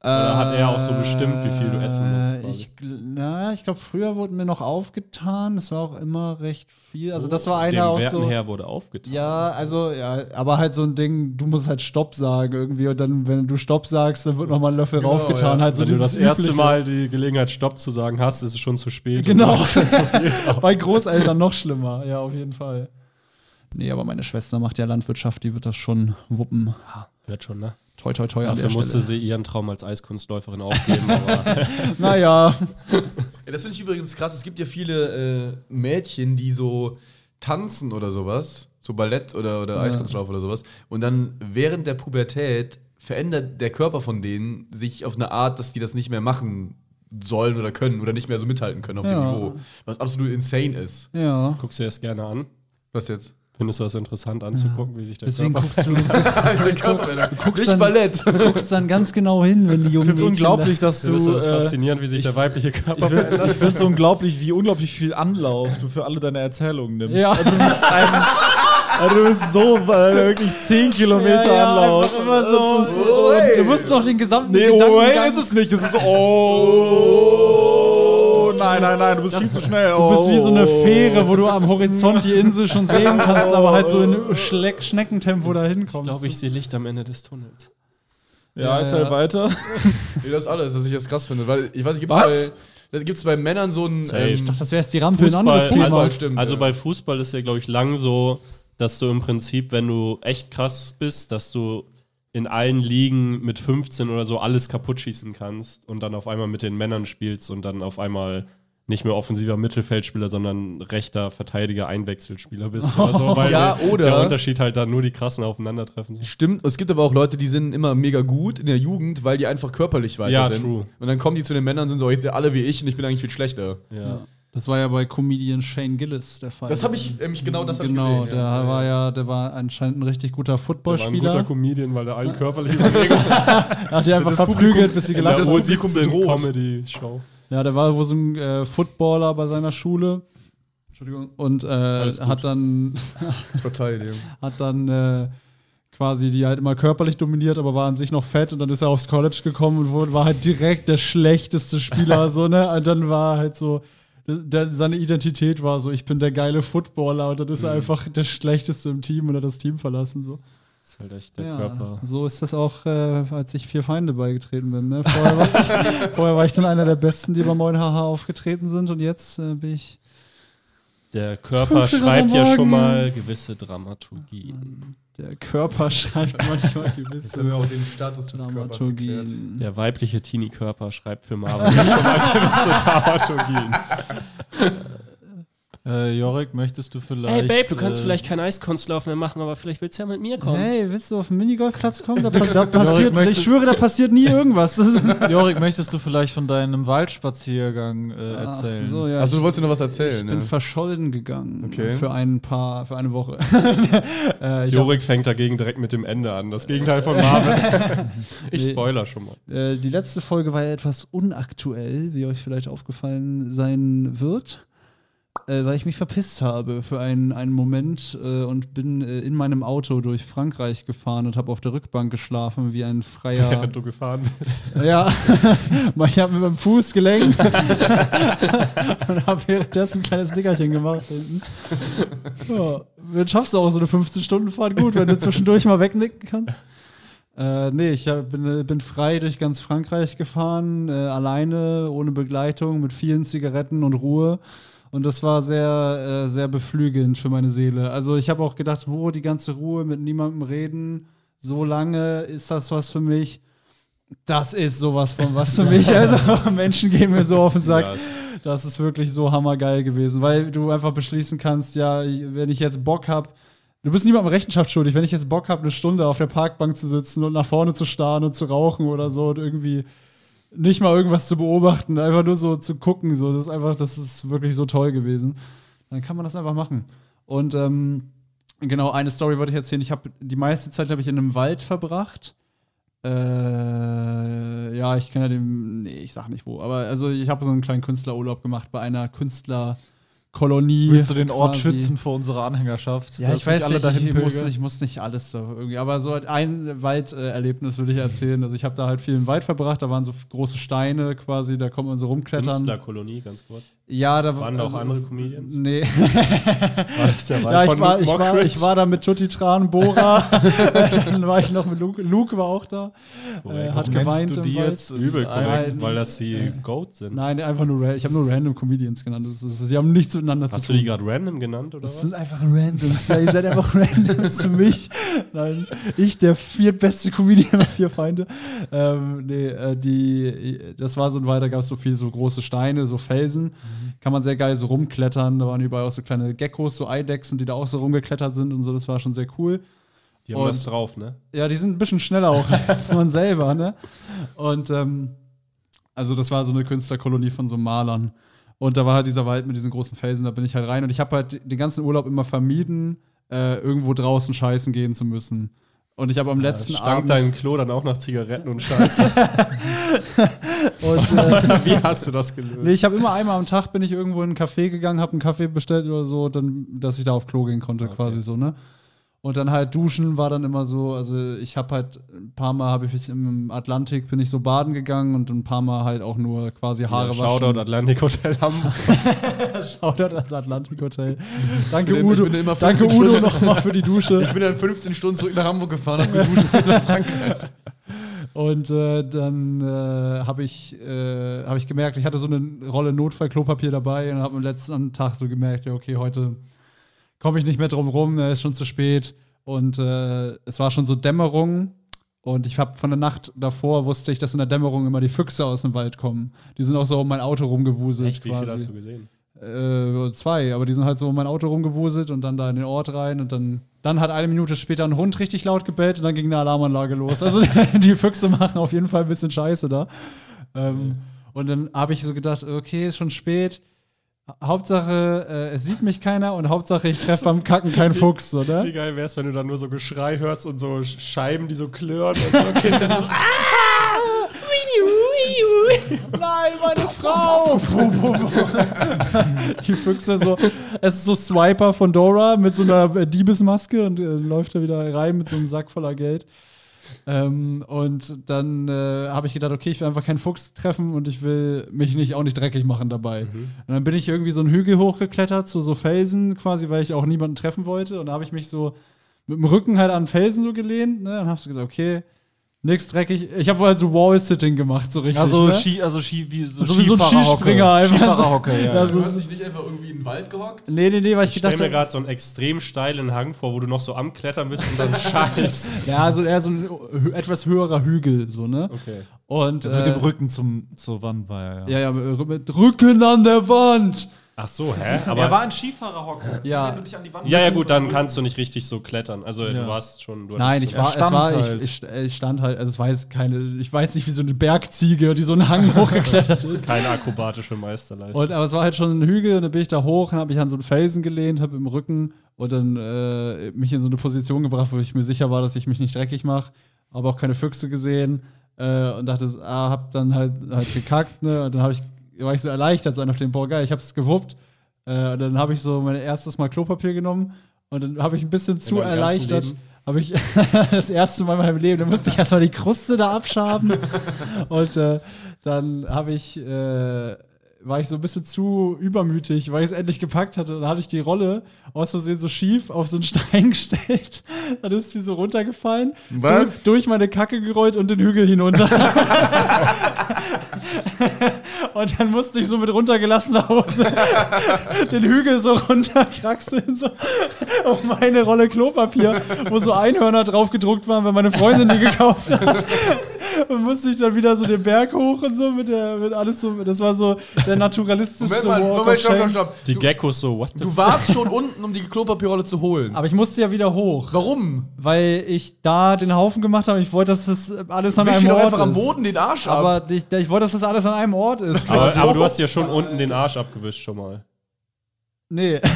[SPEAKER 2] Oder hat er auch so bestimmt, wie viel du essen musst,
[SPEAKER 3] Äh,
[SPEAKER 2] quasi?
[SPEAKER 3] Ich, gl- na, ich glaube, früher wurden mir noch aufgetan. Das war auch immer recht viel. Also, das war einer
[SPEAKER 2] Dem
[SPEAKER 3] auch
[SPEAKER 2] Werten
[SPEAKER 3] so.
[SPEAKER 2] her wurde aufgetan.
[SPEAKER 3] Ja, also, ja, aber halt so ein Ding, du musst halt Stopp sagen irgendwie. Und dann, wenn du Stopp sagst, dann wird nochmal ein Löffel raufgetan.
[SPEAKER 1] ja.
[SPEAKER 3] Halt so
[SPEAKER 2] Genau, Wenn du
[SPEAKER 3] dieses
[SPEAKER 2] das erste
[SPEAKER 3] Übliche.
[SPEAKER 2] Mal die Gelegenheit, Stopp zu sagen hast, ist es schon zu spät.
[SPEAKER 3] Genau. Bei Großeltern noch schlimmer. Ja, auf jeden Fall. Nee, aber meine Schwester macht ja Landwirtschaft, die wird das schon wuppen.
[SPEAKER 5] Wird schon, ne?
[SPEAKER 3] Toi, toi, toi.
[SPEAKER 2] Dafür musste sie ihren Traum als Eiskunstläuferin aufgeben. Aber
[SPEAKER 3] Naja,
[SPEAKER 1] Ja, das finde ich übrigens krass. Es gibt ja viele äh, Mädchen, die so tanzen oder sowas, so Ballett oder, oder Eiskunstlauf oder sowas. Und dann während der Pubertät verändert der Körper von denen sich auf eine Art, dass die das nicht mehr machen sollen oder können oder nicht mehr so mithalten können auf
[SPEAKER 3] Ja.
[SPEAKER 1] dem Niveau. Was absolut insane ist.
[SPEAKER 3] ja.
[SPEAKER 2] guckst du dir das gerne an?
[SPEAKER 1] Was jetzt?
[SPEAKER 2] Findest du das interessant anzugucken, wie sich der
[SPEAKER 3] Deswegen
[SPEAKER 2] Körper
[SPEAKER 3] guckst du,
[SPEAKER 1] Also, Körper,
[SPEAKER 3] guckst
[SPEAKER 1] nicht
[SPEAKER 3] dann-
[SPEAKER 1] Ballett.
[SPEAKER 3] guckst dann ganz genau hin, wenn die jungen
[SPEAKER 4] Ich finde es unglaublich, dass
[SPEAKER 2] Du,
[SPEAKER 4] du.
[SPEAKER 2] das
[SPEAKER 4] Äh,
[SPEAKER 2] faszinierend, wie sich der weibliche Körper
[SPEAKER 4] ich finde es unglaublich, wie unglaublich viel Anlauf du für alle deine Erzählungen nimmst.
[SPEAKER 3] Ja.
[SPEAKER 4] Also, du, bist ein, also, du bist so äh, wirklich 10 Kilometer Anlauf.
[SPEAKER 3] Immer so.
[SPEAKER 4] Das ist-
[SPEAKER 3] so. Du musst noch den gesamten
[SPEAKER 4] Nee,
[SPEAKER 3] Gedanken.
[SPEAKER 4] oh, ey, ist es nicht. Es ist oh. Nein, nein, nein, du bist viel zu schnell.
[SPEAKER 3] Du bist wie so eine Fähre, wo du am Horizont die Insel schon sehen kannst, aber halt so in Schleck Schneckentempo dahin kommst.
[SPEAKER 5] Glaube ich, sehe Licht am Ende des Tunnels.
[SPEAKER 4] Ja, erzähl
[SPEAKER 3] ja.
[SPEAKER 4] weiter.
[SPEAKER 1] Nee, das ist alles, was ich jetzt krass finde. Weil ich weiß nicht, gibt
[SPEAKER 4] Was?
[SPEAKER 1] es bei, gibt's bei Männern so ein.
[SPEAKER 2] Safe.
[SPEAKER 1] Ähm,
[SPEAKER 3] das wäre jetzt die Rampe, ein anderes
[SPEAKER 2] Fußball,
[SPEAKER 3] Thema.
[SPEAKER 1] stimmt.
[SPEAKER 2] Also
[SPEAKER 1] ja.
[SPEAKER 2] bei Fußball ist ja, glaube ich, lang so, dass du im Prinzip, wenn du echt krass bist, dass du in allen Ligen mit 15 oder so alles kaputt schießen kannst und dann auf einmal mit den Männern spielst und dann auf einmal nicht mehr offensiver Mittelfeldspieler, sondern rechter Verteidiger, Einwechselspieler bist. Oder so, weil
[SPEAKER 1] Ja,
[SPEAKER 2] der-
[SPEAKER 1] oder-
[SPEAKER 2] der Unterschied halt dann nur die krassen aufeinandertreffen.
[SPEAKER 1] Stimmt, es gibt aber auch Leute, die sind immer mega gut in der Jugend, weil die einfach körperlich weiter
[SPEAKER 2] Ja,
[SPEAKER 1] sind.
[SPEAKER 2] true.
[SPEAKER 1] Und dann kommen die zu den Männern und sind so, jetzt sind alle wie ich und ich bin eigentlich viel schlechter.
[SPEAKER 2] Ja.
[SPEAKER 3] Das war ja bei Comedian Shane Gillis der Fall.
[SPEAKER 1] Das habe ich nämlich genau das habe
[SPEAKER 3] Genau,
[SPEAKER 1] ich
[SPEAKER 3] der
[SPEAKER 1] gesehen. ja.
[SPEAKER 3] war ja, der war anscheinend ein richtig guter
[SPEAKER 2] Der war ein guter
[SPEAKER 3] Footballspieler.
[SPEAKER 2] Comedian, weil er allen körperlich überlegen
[SPEAKER 3] Hat der einfach
[SPEAKER 1] Das Publikum-
[SPEAKER 3] verprügelt, bis sie
[SPEAKER 2] hat.
[SPEAKER 3] gelacht
[SPEAKER 1] das
[SPEAKER 3] haben.
[SPEAKER 1] Publikum bedroht.
[SPEAKER 2] Comedy-Show.
[SPEAKER 3] Ja, der war wohl so ein äh, Footballer bei seiner Schule. Entschuldigung. Und äh, hat dann
[SPEAKER 1] Ich verzeihe dem.
[SPEAKER 3] hat dann äh, quasi die halt immer körperlich dominiert, aber war an sich noch fett und dann ist er aufs College gekommen und wurde, war halt direkt der schlechteste Spieler, so, ne? Und dann war halt so, der, seine Identität war so, ich bin der geile Footballer und dann
[SPEAKER 1] Mhm.
[SPEAKER 3] ist er einfach der schlechteste im Team und hat das Team verlassen, so.
[SPEAKER 2] Ist halt echt der
[SPEAKER 3] Ja,
[SPEAKER 2] Körper.
[SPEAKER 3] so ist das auch, äh, als ich vier Feinde beigetreten bin, ne? Vorher war, ich, vorher war ich dann einer der Besten, die bei Moin Haha aufgetreten sind und jetzt äh, bin ich
[SPEAKER 2] Der Körper
[SPEAKER 3] fünfte
[SPEAKER 2] schreibt ja
[SPEAKER 3] Ramagen.
[SPEAKER 2] schon mal gewisse
[SPEAKER 3] Ähm,
[SPEAKER 2] Dramaturgien.
[SPEAKER 3] Der Körper schreibt manchmal
[SPEAKER 1] Jetzt haben
[SPEAKER 3] gewisse
[SPEAKER 1] wir auch Genau den Status des Körpers geklärt.
[SPEAKER 3] Dramaturgien.
[SPEAKER 2] Der weibliche Teenie-Körper schreibt für Marvin ja schon mal gewisse Dramaturgien.
[SPEAKER 4] Äh, Jorik, möchtest du vielleicht.
[SPEAKER 5] Hey Babe, du kannst
[SPEAKER 4] äh,
[SPEAKER 5] vielleicht keinen Eiskunstlauf mehr machen, aber vielleicht willst du ja mit mir kommen.
[SPEAKER 3] Hey, willst du auf den Minigolfplatz kommen? Da, pa- da passiert,
[SPEAKER 4] möchte-
[SPEAKER 3] ich schwöre, da passiert nie irgendwas. Das ist
[SPEAKER 4] Jorik, möchtest du vielleicht von deinem Waldspaziergang äh, erzählen?
[SPEAKER 3] Ach so, ja.
[SPEAKER 1] Achso, Also du wolltest dir noch was
[SPEAKER 3] ich
[SPEAKER 1] erzählen,
[SPEAKER 3] bin
[SPEAKER 1] ne?
[SPEAKER 3] verschollen gegangen
[SPEAKER 1] Okay.
[SPEAKER 3] für ein paar, für eine Woche. äh, ich
[SPEAKER 2] Jorik fängt dagegen direkt mit dem Ende an. Das Gegenteil von Marvin. ich spoiler schon mal.
[SPEAKER 3] Äh, die letzte Folge war ja etwas unaktuell, wie euch vielleicht aufgefallen sein wird, äh, weil ich mich verpisst habe für einen, einen Moment äh, und bin äh, in meinem Auto durch Frankreich gefahren und habe auf der Rückbank geschlafen wie ein freier.
[SPEAKER 2] Während du gefahren bist.
[SPEAKER 3] ja, ich habe mit meinem Fuß gelenkt und habe währenddessen ein kleines Dickerchen gemacht. Hinten. Ja, dann schaffst du auch so eine 15-Stunden-Fahrt gut, wenn du zwischendurch mal wegnicken kannst. Äh, nee, ich hab, bin, äh, bin frei durch ganz Frankreich gefahren, äh, alleine, ohne Begleitung, mit vielen Zigaretten und Ruhe. Und das war sehr, äh, sehr beflügelnd für meine Seele. Also ich habe auch gedacht, oh, die ganze Ruhe, mit niemandem reden, so lange ist das was für mich. Das ist sowas von was für mich. Also Menschen gehen mir so auf den Sack.
[SPEAKER 2] Ja, es-
[SPEAKER 3] Das ist wirklich so hammergeil gewesen, weil du einfach beschließen kannst, ja, wenn ich jetzt Bock habe, du bist niemandem Rechenschaft schuldig, wenn ich jetzt Bock habe, eine Stunde auf der Parkbank zu sitzen und nach vorne zu starren und zu rauchen oder so und irgendwie nicht mal irgendwas zu beobachten, einfach nur so zu gucken, so das ist einfach, das ist wirklich so toll gewesen. Dann kann man das einfach machen. Und ähm, genau eine Story wollte ich erzählen. Ich habe die meiste Zeit habe ich in einem Wald verbracht. Äh, ja, ich kann ja den, nee, ich sag nicht wo, aber also ich habe so einen kleinen Künstlerurlaub gemacht bei einer Künstlerkolonie.
[SPEAKER 4] Willst du den Ort
[SPEAKER 3] quasi.
[SPEAKER 4] schützen vor unserer Anhängerschaft?
[SPEAKER 3] Ja,
[SPEAKER 4] dass
[SPEAKER 3] ich weiß
[SPEAKER 4] sich alle
[SPEAKER 3] nicht,
[SPEAKER 4] dahin
[SPEAKER 3] ich, muss,
[SPEAKER 4] pilgern?
[SPEAKER 3] ich muss nicht alles so irgendwie, aber so halt ein Walderlebnis würde ich erzählen. Also ich habe da halt viel im Wald verbracht, da waren so große Steine quasi, da kommt man so rumklettern.
[SPEAKER 2] Künstlerkolonie, ganz kurz.
[SPEAKER 3] Ja, da also,
[SPEAKER 2] Waren da auch andere Comedians?
[SPEAKER 3] Nee.
[SPEAKER 2] War das der Wald
[SPEAKER 3] Ja,
[SPEAKER 2] von
[SPEAKER 3] ich war,
[SPEAKER 2] Luke
[SPEAKER 3] ich, war,
[SPEAKER 2] Mockridge?
[SPEAKER 3] ich war da mit Tutti Tran, Bora, dann war ich noch mit Luke, Luke war auch da, äh,
[SPEAKER 2] Korrekt.
[SPEAKER 3] hat
[SPEAKER 4] Nennst
[SPEAKER 3] geweint
[SPEAKER 4] du
[SPEAKER 3] im
[SPEAKER 4] die
[SPEAKER 3] Wald.
[SPEAKER 4] jetzt?
[SPEAKER 2] Übel korrekt,
[SPEAKER 3] Nein. äh,
[SPEAKER 2] weil das die Goat sind.
[SPEAKER 3] Nein, einfach nur, ra- ich habe nur Random Comedians genannt, das ist, sie haben nichts miteinander
[SPEAKER 2] Hast
[SPEAKER 3] zu
[SPEAKER 2] du die
[SPEAKER 3] tun.
[SPEAKER 2] gerade random genannt oder
[SPEAKER 3] das
[SPEAKER 2] was?
[SPEAKER 3] sind einfach Randoms, ja, ihr seid einfach Randoms für mich. Nein, ich, der viertbeste Comedian bei Vier Feinde. Ähm, nee, äh, die, das war so ein Wald, da gab es so viele so große Steine, so Felsen.
[SPEAKER 2] Mhm.
[SPEAKER 3] Kann man sehr geil so rumklettern. Da waren überall auch so kleine Geckos, so Eidechsen, die da auch so rumgeklettert sind und so. Das war schon sehr cool.
[SPEAKER 2] Die haben
[SPEAKER 3] Und-
[SPEAKER 2] das drauf, ne?
[SPEAKER 3] Ja, die sind ein bisschen schneller auch als man selber, ne? Und ähm, also das war so eine Künstlerkolonie von so Malern. Und da war halt dieser Wald mit diesen großen Felsen, da bin ich halt rein. Und ich habe halt den ganzen Urlaub immer vermieden, äh, irgendwo draußen scheißen gehen zu müssen. Und ich habe am letzten
[SPEAKER 2] Stank
[SPEAKER 3] Abend.
[SPEAKER 2] dein Klo dann auch nach Zigaretten und Scheiße.
[SPEAKER 3] Und, äh,
[SPEAKER 2] Wie hast du das gelöst?
[SPEAKER 3] Nee, ich habe immer einmal am Tag bin ich irgendwo in einen Café gegangen, habe einen Kaffee bestellt oder so, dann, dass ich da auf Klo gehen konnte, quasi so, ne? Und dann halt duschen war dann immer so, also ich habe halt ein paar Mal habe ich mich im Atlantik bin ich so baden gegangen und ein paar Mal halt auch nur quasi Haare
[SPEAKER 2] Shoutout
[SPEAKER 3] waschen.
[SPEAKER 2] Atlantic Hotel Hamburg.
[SPEAKER 3] Shoutout ans Atlantik Hotel. Danke
[SPEAKER 1] bin- ich
[SPEAKER 3] Udo,
[SPEAKER 1] bin immer
[SPEAKER 3] danke
[SPEAKER 1] 15
[SPEAKER 3] Udo
[SPEAKER 1] Stunden-
[SPEAKER 3] nochmal für die Dusche.
[SPEAKER 1] Ich bin dann 15 Stunden zurück nach Hamburg gefahren, hab geduscht und nach Frankreich.
[SPEAKER 3] Und äh, dann äh, habe ich, äh, hab ich gemerkt, ich hatte so eine Rolle Notfallklopapier dabei und habe am letzten Tag so gemerkt, ja, okay, heute komme ich nicht mehr drum rum, es ist schon zu spät. Und äh, es war schon so Dämmerung. Und ich habe von der Nacht davor wusste ich, dass in der Dämmerung immer die Füchse aus dem Wald kommen. Die sind auch so um mein Auto rumgewuselt
[SPEAKER 2] Echt, wie viel hast
[SPEAKER 3] quasi.
[SPEAKER 2] du gesehen?
[SPEAKER 3] Äh, zwei, aber die sind halt so um mein Auto rumgewuselt und dann da in den Ort rein und dann, dann hat eine Minute später ein Hund richtig laut gebellt und dann ging eine Alarmanlage los. Also die Füchse machen auf jeden Fall ein bisschen Scheiße da. Ähm, Und dann habe ich so gedacht, okay, ist schon spät. Hauptsache, äh, es sieht mich keiner und Hauptsache, ich treffe beim Kacken keinen Fuchs, ne? oder?
[SPEAKER 2] Wie geil wär's, wenn du dann nur so Geschrei hörst und so Scheiben, die so klirren und so Kinder die so. Ah!
[SPEAKER 3] Nein, meine Frau! die Füchse so. Es ist so Swiper von Dora mit so einer äh, Diebesmaske und äh, läuft da wieder rein mit so einem Sack voller Geld. Ähm, und dann äh, habe ich gedacht, okay, ich will einfach keinen Fuchs treffen und ich will mich nicht auch nicht dreckig machen dabei. Und dann bin ich irgendwie so einen Hügel hochgeklettert, zu so Felsen quasi, weil ich auch niemanden treffen wollte. Und da habe ich mich so mit dem Rücken halt an Felsen so gelehnt. Ne? Und habe so gedacht, okay, Nix dreckig. Ich habe halt so Wall-Sitting gemacht, so richtig.
[SPEAKER 4] Also,
[SPEAKER 3] ne?
[SPEAKER 4] Ski, also Ski, wie so,
[SPEAKER 3] So wie so ein
[SPEAKER 4] Skifahrerhocke.
[SPEAKER 3] Skispringer einfach.
[SPEAKER 4] Skifahrerhocke, ja.
[SPEAKER 3] Ja,
[SPEAKER 4] ja.
[SPEAKER 3] so-
[SPEAKER 1] Du hast dich nicht einfach irgendwie in den Wald gehockt?
[SPEAKER 3] nee, nee, nee, weil ich,
[SPEAKER 2] Ich stell
[SPEAKER 3] gedacht
[SPEAKER 2] mir
[SPEAKER 3] habe.
[SPEAKER 2] gerade so einen extrem steilen Hang vor, wo du noch so am Klettern bist und dann schallst.
[SPEAKER 3] Ja, so eher so ein hö- etwas höherer Hügel, so, ne?
[SPEAKER 2] Okay.
[SPEAKER 3] Und.
[SPEAKER 4] Das Also mit
[SPEAKER 3] äh,
[SPEAKER 4] dem Rücken zum, zur Wand war er, ja.
[SPEAKER 3] ja, ja, mit Rücken an der Wand!
[SPEAKER 2] Ach so, hä? Aber
[SPEAKER 4] ein Skifahrerhocke.
[SPEAKER 3] Ja.
[SPEAKER 4] dich an die Wand
[SPEAKER 2] ja, ja, gut, dann kannst du nicht richtig so klettern. Also du warst schon. Du
[SPEAKER 3] Nein,
[SPEAKER 2] hattest-
[SPEAKER 3] ich war, es
[SPEAKER 4] stand
[SPEAKER 3] war
[SPEAKER 4] halt.
[SPEAKER 3] ich, ich, ich stand halt, also es war jetzt keine, ich war jetzt nicht wie so eine Bergziege, die so einen Hang hochgeklettert ist.
[SPEAKER 2] keine akrobatische Meisterleistung.
[SPEAKER 3] Und, aber es war halt schon ein Hügel und dann bin ich da hoch und habe mich an so einen Felsen gelehnt, habe im Rücken und dann äh, mich in so eine Position gebracht, wo ich mir sicher war, dass ich mich nicht dreckig mache, aber auch keine Füchse gesehen äh, und dachte, ah, hab dann halt, halt gekackt, ne? Und dann hab ich, war ich so erleichtert, so einer auf dem Boah, geil, ich hab's gewuppt. Äh, und dann habe ich so mein erstes Mal Klopapier genommen und dann habe ich ein bisschen zu
[SPEAKER 2] deinem ganzen
[SPEAKER 3] erleichtert.
[SPEAKER 2] Leben?
[SPEAKER 3] Habe ich das erste Mal in meinem Leben, dann musste ich erstmal die Kruste da abschaben. Und äh, dann habe ich, äh, war ich so ein bisschen zu übermütig, weil ich es endlich gepackt hatte. Und dann hatte ich die Rolle aus Versehen so schief auf so einen Stein gestellt. Dann ist sie so runtergefallen,
[SPEAKER 1] Was?
[SPEAKER 3] Durch, durch meine Kacke gerollt und den Hügel hinunter. und dann musste ich so mit runtergelassener Hose den Hügel so runterkraxeln, so auf meine Rolle Klopapier, wo so Einhörner drauf gedruckt waren, weil meine Freundin die gekauft hat. Und musste ich dann wieder so den Berg hoch und so mit der, mit alles so, das war so der naturalistische
[SPEAKER 1] Moment, mal,
[SPEAKER 3] Walk of
[SPEAKER 1] Moment, stopp,
[SPEAKER 3] Shame.
[SPEAKER 1] stopp, stopp.
[SPEAKER 2] die Geckos so, what the
[SPEAKER 1] Du warst schon unten, um die Klopapierrolle zu holen.
[SPEAKER 3] Aber ich musste ja wieder hoch,
[SPEAKER 1] Warum?
[SPEAKER 3] weil ich da den Haufen gemacht habe. Ich wollte, dass das alles an
[SPEAKER 1] Wisch
[SPEAKER 3] einem
[SPEAKER 1] dir doch
[SPEAKER 3] Ort
[SPEAKER 1] einfach am
[SPEAKER 3] ist.
[SPEAKER 1] Boden den Arsch ab.
[SPEAKER 3] Aber ich, ich wollte, dass das alles an einem Ort ist.
[SPEAKER 2] aber, aber du hast ja schon unten den Arsch abgewischt schon mal.
[SPEAKER 3] Nee.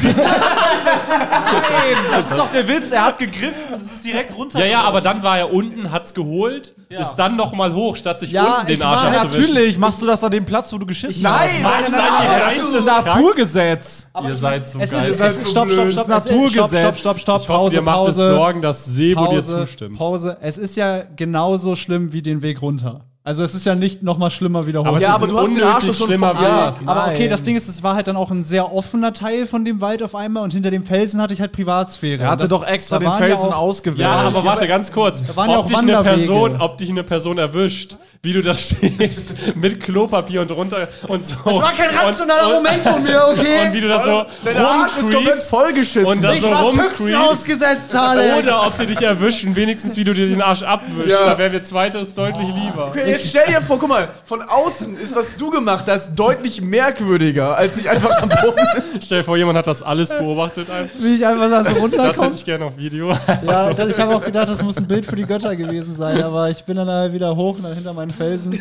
[SPEAKER 4] Das ist doch der Witz, er hat gegriffen, das ist direkt runter.
[SPEAKER 2] Ja, ja, aber dann war er unten, hat's geholt, ist dann nochmal hoch, statt sich
[SPEAKER 3] Ja,
[SPEAKER 2] unten den
[SPEAKER 3] ich
[SPEAKER 2] Arsch
[SPEAKER 3] war-
[SPEAKER 2] abzuwischen.
[SPEAKER 4] Natürlich machst du das an dem Platz, wo du geschissen hast.
[SPEAKER 1] nein, nein, nein, nein,
[SPEAKER 4] Das ist ein Naturgesetz.
[SPEAKER 2] Ihr seid so
[SPEAKER 3] Es
[SPEAKER 2] geil.
[SPEAKER 3] ist, es ist stopp, stopp, stopp,
[SPEAKER 4] Das
[SPEAKER 3] es ist-
[SPEAKER 4] Naturgesetz.
[SPEAKER 3] Stopp, stopp, stopp, stopp.
[SPEAKER 2] ich hoffe,
[SPEAKER 3] Pause,
[SPEAKER 2] dir macht
[SPEAKER 3] Pause,
[SPEAKER 2] es Sorgen, dass Sebo dir
[SPEAKER 3] Pause,
[SPEAKER 2] zustimmt.
[SPEAKER 3] Pause. Es ist ja genauso schlimm wie den Weg runter. Also es ist ja nicht nochmal schlimmer wieder hoch.
[SPEAKER 2] es
[SPEAKER 1] Ja,
[SPEAKER 2] ist
[SPEAKER 1] aber
[SPEAKER 2] ein
[SPEAKER 1] du hast den
[SPEAKER 2] unnötig
[SPEAKER 1] Arsch doch schon
[SPEAKER 2] schlimmer
[SPEAKER 1] vom- ja.
[SPEAKER 2] Weg.
[SPEAKER 3] Aber okay, das Ding ist, es war halt dann auch ein sehr offener Teil von dem Wald auf einmal und hinter dem Felsen hatte ich halt Privatsphäre.
[SPEAKER 4] Er hatte
[SPEAKER 3] Das-
[SPEAKER 4] doch extra
[SPEAKER 3] da
[SPEAKER 4] den
[SPEAKER 3] waren
[SPEAKER 4] Felsen
[SPEAKER 3] ja auch-
[SPEAKER 4] ausgewählt.
[SPEAKER 2] Ja, aber warte ganz kurz.
[SPEAKER 3] waren ja
[SPEAKER 2] ob,
[SPEAKER 3] auch
[SPEAKER 2] dich eine
[SPEAKER 3] Wanderwege.
[SPEAKER 2] Person, ob dich eine Person erwischt, wie du da stehst, mit Klopapier und runter und so. Das war kein rationaler Moment von mir, okay? Und wie du da so
[SPEAKER 1] Dein Arsch ist komplett
[SPEAKER 2] rumcreepst
[SPEAKER 1] vollgeschissen.
[SPEAKER 2] und da so rumcreepst.
[SPEAKER 3] ausgesetzt, Alex.
[SPEAKER 2] Oder ob die dich erwischen, wenigstens wie du dir den Arsch abwischst.
[SPEAKER 1] Ja.
[SPEAKER 2] Da wäre mir zweites deutlich lieber.
[SPEAKER 1] Okay, jetzt stell dir vor, guck mal, von außen ist, was du gemacht hast, deutlich merkwürdiger, als ich einfach am Boden.
[SPEAKER 2] Stell dir vor, jemand hat das alles beobachtet.
[SPEAKER 3] Wie ich einfach da so
[SPEAKER 2] Das hätte
[SPEAKER 3] runterkomme.
[SPEAKER 2] ich gerne auf Video.
[SPEAKER 3] Ja, das, ich habe auch gedacht, das muss ein Bild für die Götter gewesen sein, aber ich bin dann halt wieder hoch und dann hinter meinen Felsen.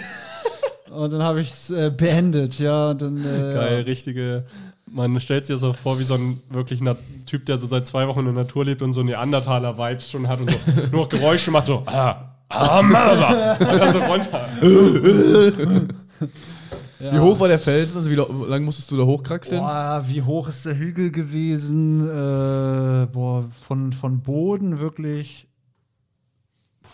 [SPEAKER 3] Und dann habe ich es äh, beendet, ja. und Dann, äh,
[SPEAKER 2] Geil, richtige. Man stellt sich das so vor, wie so ein wirklich Na Typ, der so seit zwei Wochen in der Natur lebt und so Neandertaler-Vibes schon hat und so nur noch Geräusche macht, so. Ah, ah, Mörder. und dann so runter.
[SPEAKER 1] Wie hoch war der Felsen? Also wie lo- lang musstest du da hochkraxeln?
[SPEAKER 3] Boah, wie hoch ist der Hügel gewesen? Äh, boah, von, von Boden wirklich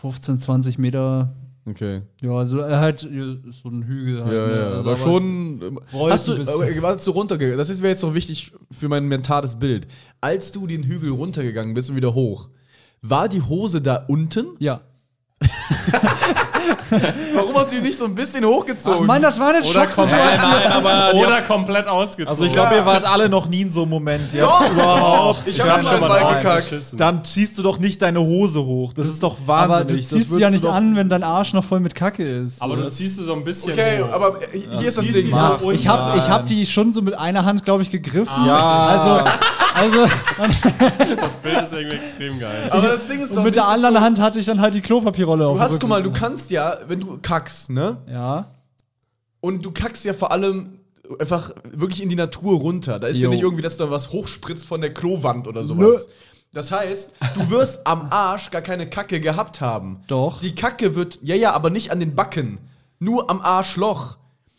[SPEAKER 3] 15, 20 Meter.
[SPEAKER 1] Okay.
[SPEAKER 3] Ja, also er hat äh, ist so ein Hügel.
[SPEAKER 1] Ja,
[SPEAKER 3] Halt,
[SPEAKER 1] ja,
[SPEAKER 3] ne?
[SPEAKER 1] aber,
[SPEAKER 3] also,
[SPEAKER 1] schon.
[SPEAKER 3] Rollt
[SPEAKER 1] Hast du,
[SPEAKER 3] ein bisschen.
[SPEAKER 1] äh, warst du runtergegangen? Das ist mir jetzt noch wichtig für mein mentales Bild. Als du den Hügel runtergegangen bist und wieder hoch, war die Hose da unten?
[SPEAKER 3] Ja.
[SPEAKER 1] Warum hast du die nicht so ein bisschen hochgezogen?
[SPEAKER 3] Mann, das war eine Schocksituation.
[SPEAKER 4] Nein, aber
[SPEAKER 2] Oder komplett ausgezogen.
[SPEAKER 4] also ich glaube, ihr wart alle noch nie in so einem Moment. Ja.
[SPEAKER 1] Doch!
[SPEAKER 4] Überhaupt.
[SPEAKER 1] ich hab
[SPEAKER 4] Dann-
[SPEAKER 1] schon mal in den
[SPEAKER 4] Nein.
[SPEAKER 1] Wald gekackt.
[SPEAKER 2] Geschissen.
[SPEAKER 4] Dann schießt du doch nicht deine Hose hoch. Das ist doch
[SPEAKER 3] Aber du
[SPEAKER 4] wahnsinnig. Das
[SPEAKER 3] ziehst sie
[SPEAKER 4] würdest
[SPEAKER 3] ja
[SPEAKER 4] du
[SPEAKER 3] nicht
[SPEAKER 4] doch-
[SPEAKER 3] an, wenn dein Arsch noch voll mit Kacke ist.
[SPEAKER 2] aber du ziehst es so ein bisschen.
[SPEAKER 1] Okay,
[SPEAKER 2] hoch.
[SPEAKER 1] aber äh, hier ist das
[SPEAKER 2] siehst
[SPEAKER 1] Ding.
[SPEAKER 2] du so
[SPEAKER 1] Ja.
[SPEAKER 2] unten.
[SPEAKER 3] Ich habe ich hab die schon so mit einer Hand, glaube ich, gegriffen. Also, also
[SPEAKER 2] Das Bild ist irgendwie extrem geil.
[SPEAKER 1] Aber das Ding ist doch
[SPEAKER 3] und mit der
[SPEAKER 1] nicht, dass
[SPEAKER 3] anderen Hand hatte ich dann halt die Klopapierrolle auf.
[SPEAKER 1] Du
[SPEAKER 3] dem
[SPEAKER 1] hast,
[SPEAKER 3] Rücken.
[SPEAKER 1] guck mal, du kannst ja, wenn du kackst, ne?
[SPEAKER 3] Ja.
[SPEAKER 1] Und du kackst ja vor allem einfach wirklich in die Natur runter. Da ist ja nicht irgendwie, dass da was hochspritzt von der Klowand oder sowas. Das heißt, du wirst am Arsch gar keine Kacke gehabt haben.
[SPEAKER 3] Doch.
[SPEAKER 1] Die Kacke wird, ja, ja, aber nicht an den Backen. Nur am Arschloch.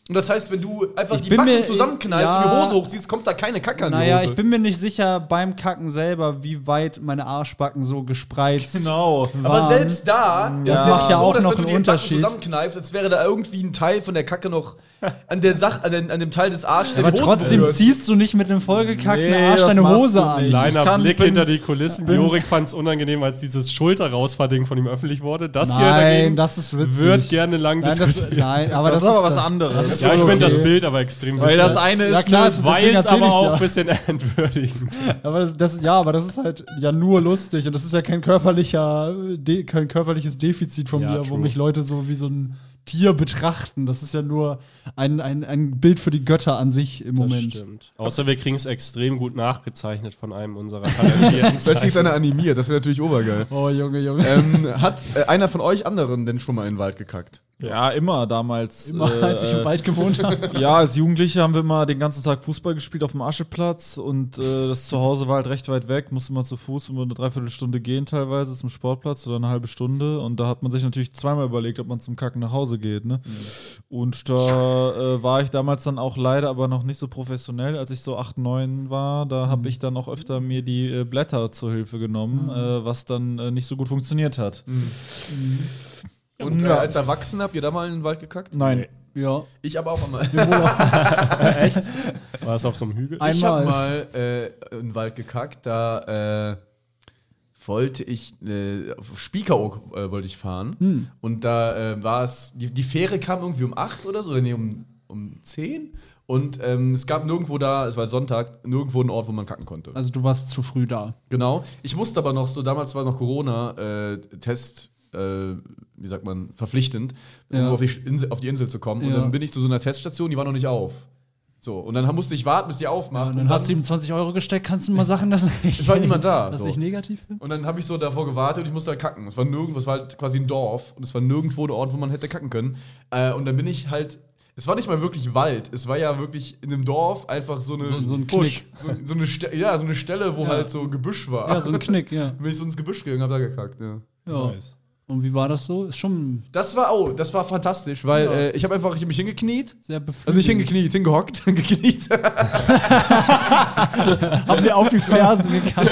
[SPEAKER 1] Und das heißt, wenn du einfach
[SPEAKER 3] Ich
[SPEAKER 1] die
[SPEAKER 3] bin
[SPEAKER 1] Backen
[SPEAKER 3] mir-
[SPEAKER 1] zusammenkneifst
[SPEAKER 3] ja.
[SPEAKER 1] und die Hose hochziehst, kommt da keine Kacke an die
[SPEAKER 3] Naja,
[SPEAKER 1] Hose.
[SPEAKER 3] ich bin mir nicht sicher beim Kacken selber, wie weit meine Arschbacken so gespreizt
[SPEAKER 4] Genau.
[SPEAKER 1] aber
[SPEAKER 3] waren.
[SPEAKER 1] selbst da, das
[SPEAKER 3] Das macht ja auch noch
[SPEAKER 1] wenn
[SPEAKER 3] einen
[SPEAKER 1] du die Backen
[SPEAKER 3] Unterschied.
[SPEAKER 1] zusammenkneifst, als wäre da irgendwie ein Teil von der Kacke noch an, der Sach an, den, an dem Teil des Arsches. der
[SPEAKER 3] Aber
[SPEAKER 1] die Hose
[SPEAKER 3] trotzdem
[SPEAKER 1] berührt.
[SPEAKER 3] ziehst du nicht mit einem vollgekackten
[SPEAKER 4] Nee,
[SPEAKER 3] Arsch
[SPEAKER 4] das
[SPEAKER 3] deine
[SPEAKER 4] machst
[SPEAKER 3] Hose
[SPEAKER 4] du
[SPEAKER 3] an.
[SPEAKER 4] nicht. Ich
[SPEAKER 2] Kleiner
[SPEAKER 4] kann-
[SPEAKER 2] Blick
[SPEAKER 4] bin-
[SPEAKER 2] hinter die Kulissen. Jorik fand es unangenehm, als dieses Schulterrausfahrding von ihm öffentlich wurde. Das hier
[SPEAKER 3] Nein,
[SPEAKER 2] dagegen
[SPEAKER 3] das ist witzig.
[SPEAKER 2] wird gerne lang
[SPEAKER 3] nein, das,
[SPEAKER 2] diskutiert.
[SPEAKER 3] nein, aber das,
[SPEAKER 4] Das ist aber was anderes.
[SPEAKER 2] ja, ich finde das Bild aber extrem
[SPEAKER 4] Weil das
[SPEAKER 2] witzig.
[SPEAKER 4] eine
[SPEAKER 3] Ja,
[SPEAKER 4] ist
[SPEAKER 3] klar,
[SPEAKER 4] eine-
[SPEAKER 3] es ist
[SPEAKER 2] Weil
[SPEAKER 3] deswegen
[SPEAKER 2] es
[SPEAKER 3] erzähl
[SPEAKER 2] aber
[SPEAKER 3] ich's
[SPEAKER 2] auch
[SPEAKER 3] ja.
[SPEAKER 2] ein bisschen entwürdigend.
[SPEAKER 3] Aber das, das, ja, aber das ist halt ja nur lustig und das ist ja kein körperlicher, de, kein körperliches Defizit von
[SPEAKER 2] Ja,
[SPEAKER 3] mir, wo
[SPEAKER 2] true.
[SPEAKER 3] mich Leute so wie so ein Tier betrachten. Das ist ja nur ein, ein, ein Bild für die Götter an sich im Moment.
[SPEAKER 2] stimmt. Außer wir kriegen es extrem gut nachgezeichnet von einem unserer talentierten
[SPEAKER 1] Vielleicht kriegst du eine animiert, das wäre natürlich obergeil.
[SPEAKER 3] Oh Junge, Junge.
[SPEAKER 1] ähm, hat äh, einer von euch anderen denn schon mal in den Wald gekackt?
[SPEAKER 4] Ja, immer damals.
[SPEAKER 1] Äh,
[SPEAKER 4] äh,
[SPEAKER 3] Immer als ich im Wald gewohnt habe.
[SPEAKER 4] Ja, als Jugendliche haben wir immer den ganzen Tag Fußball gespielt auf dem Ascheplatz und äh, das Zuhause war halt recht weit weg, musste man zu Fuß immer eine Dreiviertelstunde gehen teilweise zum Sportplatz oder eine halbe Stunde und da hat man sich natürlich zweimal überlegt, ob man zum Kacken nach Hause geht. Ne? Und da äh, war ich damals dann auch leider aber noch nicht so professionell, als ich so 8, 9 war, da habe ich dann auch öfter mir die äh, Blätter zur Hilfe genommen, äh, was dann äh, nicht so gut funktioniert hat.
[SPEAKER 1] Und äh, als Erwachsener habt ihr da mal in den Wald gekackt?
[SPEAKER 4] Nein.
[SPEAKER 3] Ja.
[SPEAKER 1] Ich aber auch einmal.
[SPEAKER 2] War es auf so einem Hügel?
[SPEAKER 3] Ein-
[SPEAKER 1] Ich habe
[SPEAKER 3] Einmal.
[SPEAKER 1] mal äh, in den Wald gekackt, da äh, wollte ich äh, auf Spiekeroog äh, wollte ich fahren
[SPEAKER 3] Hm.
[SPEAKER 1] und da äh, war es die, die Fähre kam irgendwie um 8 oder so, oder nee, um um 10 und ähm, es gab nirgendwo da, es war Sonntag, nirgendwo einen Ort, wo man kacken konnte.
[SPEAKER 3] Also du warst zu früh da.
[SPEAKER 1] Genau. Ich musste aber noch so, damals war noch Corona-Test, äh, wie sagt man, verpflichtend, um
[SPEAKER 3] Ja.
[SPEAKER 1] auf, die Insel, auf die Insel zu kommen. Und
[SPEAKER 3] Ja.
[SPEAKER 1] dann bin ich zu so einer Teststation, die war noch nicht auf. So, und dann ha- musste ich warten, bis die aufmacht.
[SPEAKER 3] Und
[SPEAKER 1] und
[SPEAKER 3] dann hast du ihm 20 Euro gesteckt, kannst du mal sagen, dass ich,
[SPEAKER 1] es war niemand da.
[SPEAKER 3] dass
[SPEAKER 1] So.
[SPEAKER 3] ich negativ bin?
[SPEAKER 1] Und dann habe ich so davor gewartet und ich musste halt kacken. Es war nirgendwo, es war halt quasi ein Dorf und es war nirgendwo der Ort, wo man hätte kacken können. Äh, und dann bin ich halt. Es war nicht mal wirklich Wald, es war ja wirklich in einem Dorf einfach so eine
[SPEAKER 3] So- so ein
[SPEAKER 1] Busch. So, so eine Ste ja, so eine Stelle, wo halt so Gebüsch war.
[SPEAKER 3] Ja, so ein Knick, ja.
[SPEAKER 1] Bin ich so ins Gebüsch gegangen, hab da gekackt, ja.
[SPEAKER 3] ja. Und wie war das so? Ist schon
[SPEAKER 1] Das war, oh, das war fantastisch, weil
[SPEAKER 3] Ja.
[SPEAKER 1] äh, ich habe einfach ich hab mich hingekniet.
[SPEAKER 3] sehr
[SPEAKER 1] Also nicht
[SPEAKER 3] befriedigend.
[SPEAKER 1] hingekniet, hingehockt, gekniet.
[SPEAKER 3] Hab mir auf die Fersen gekackt.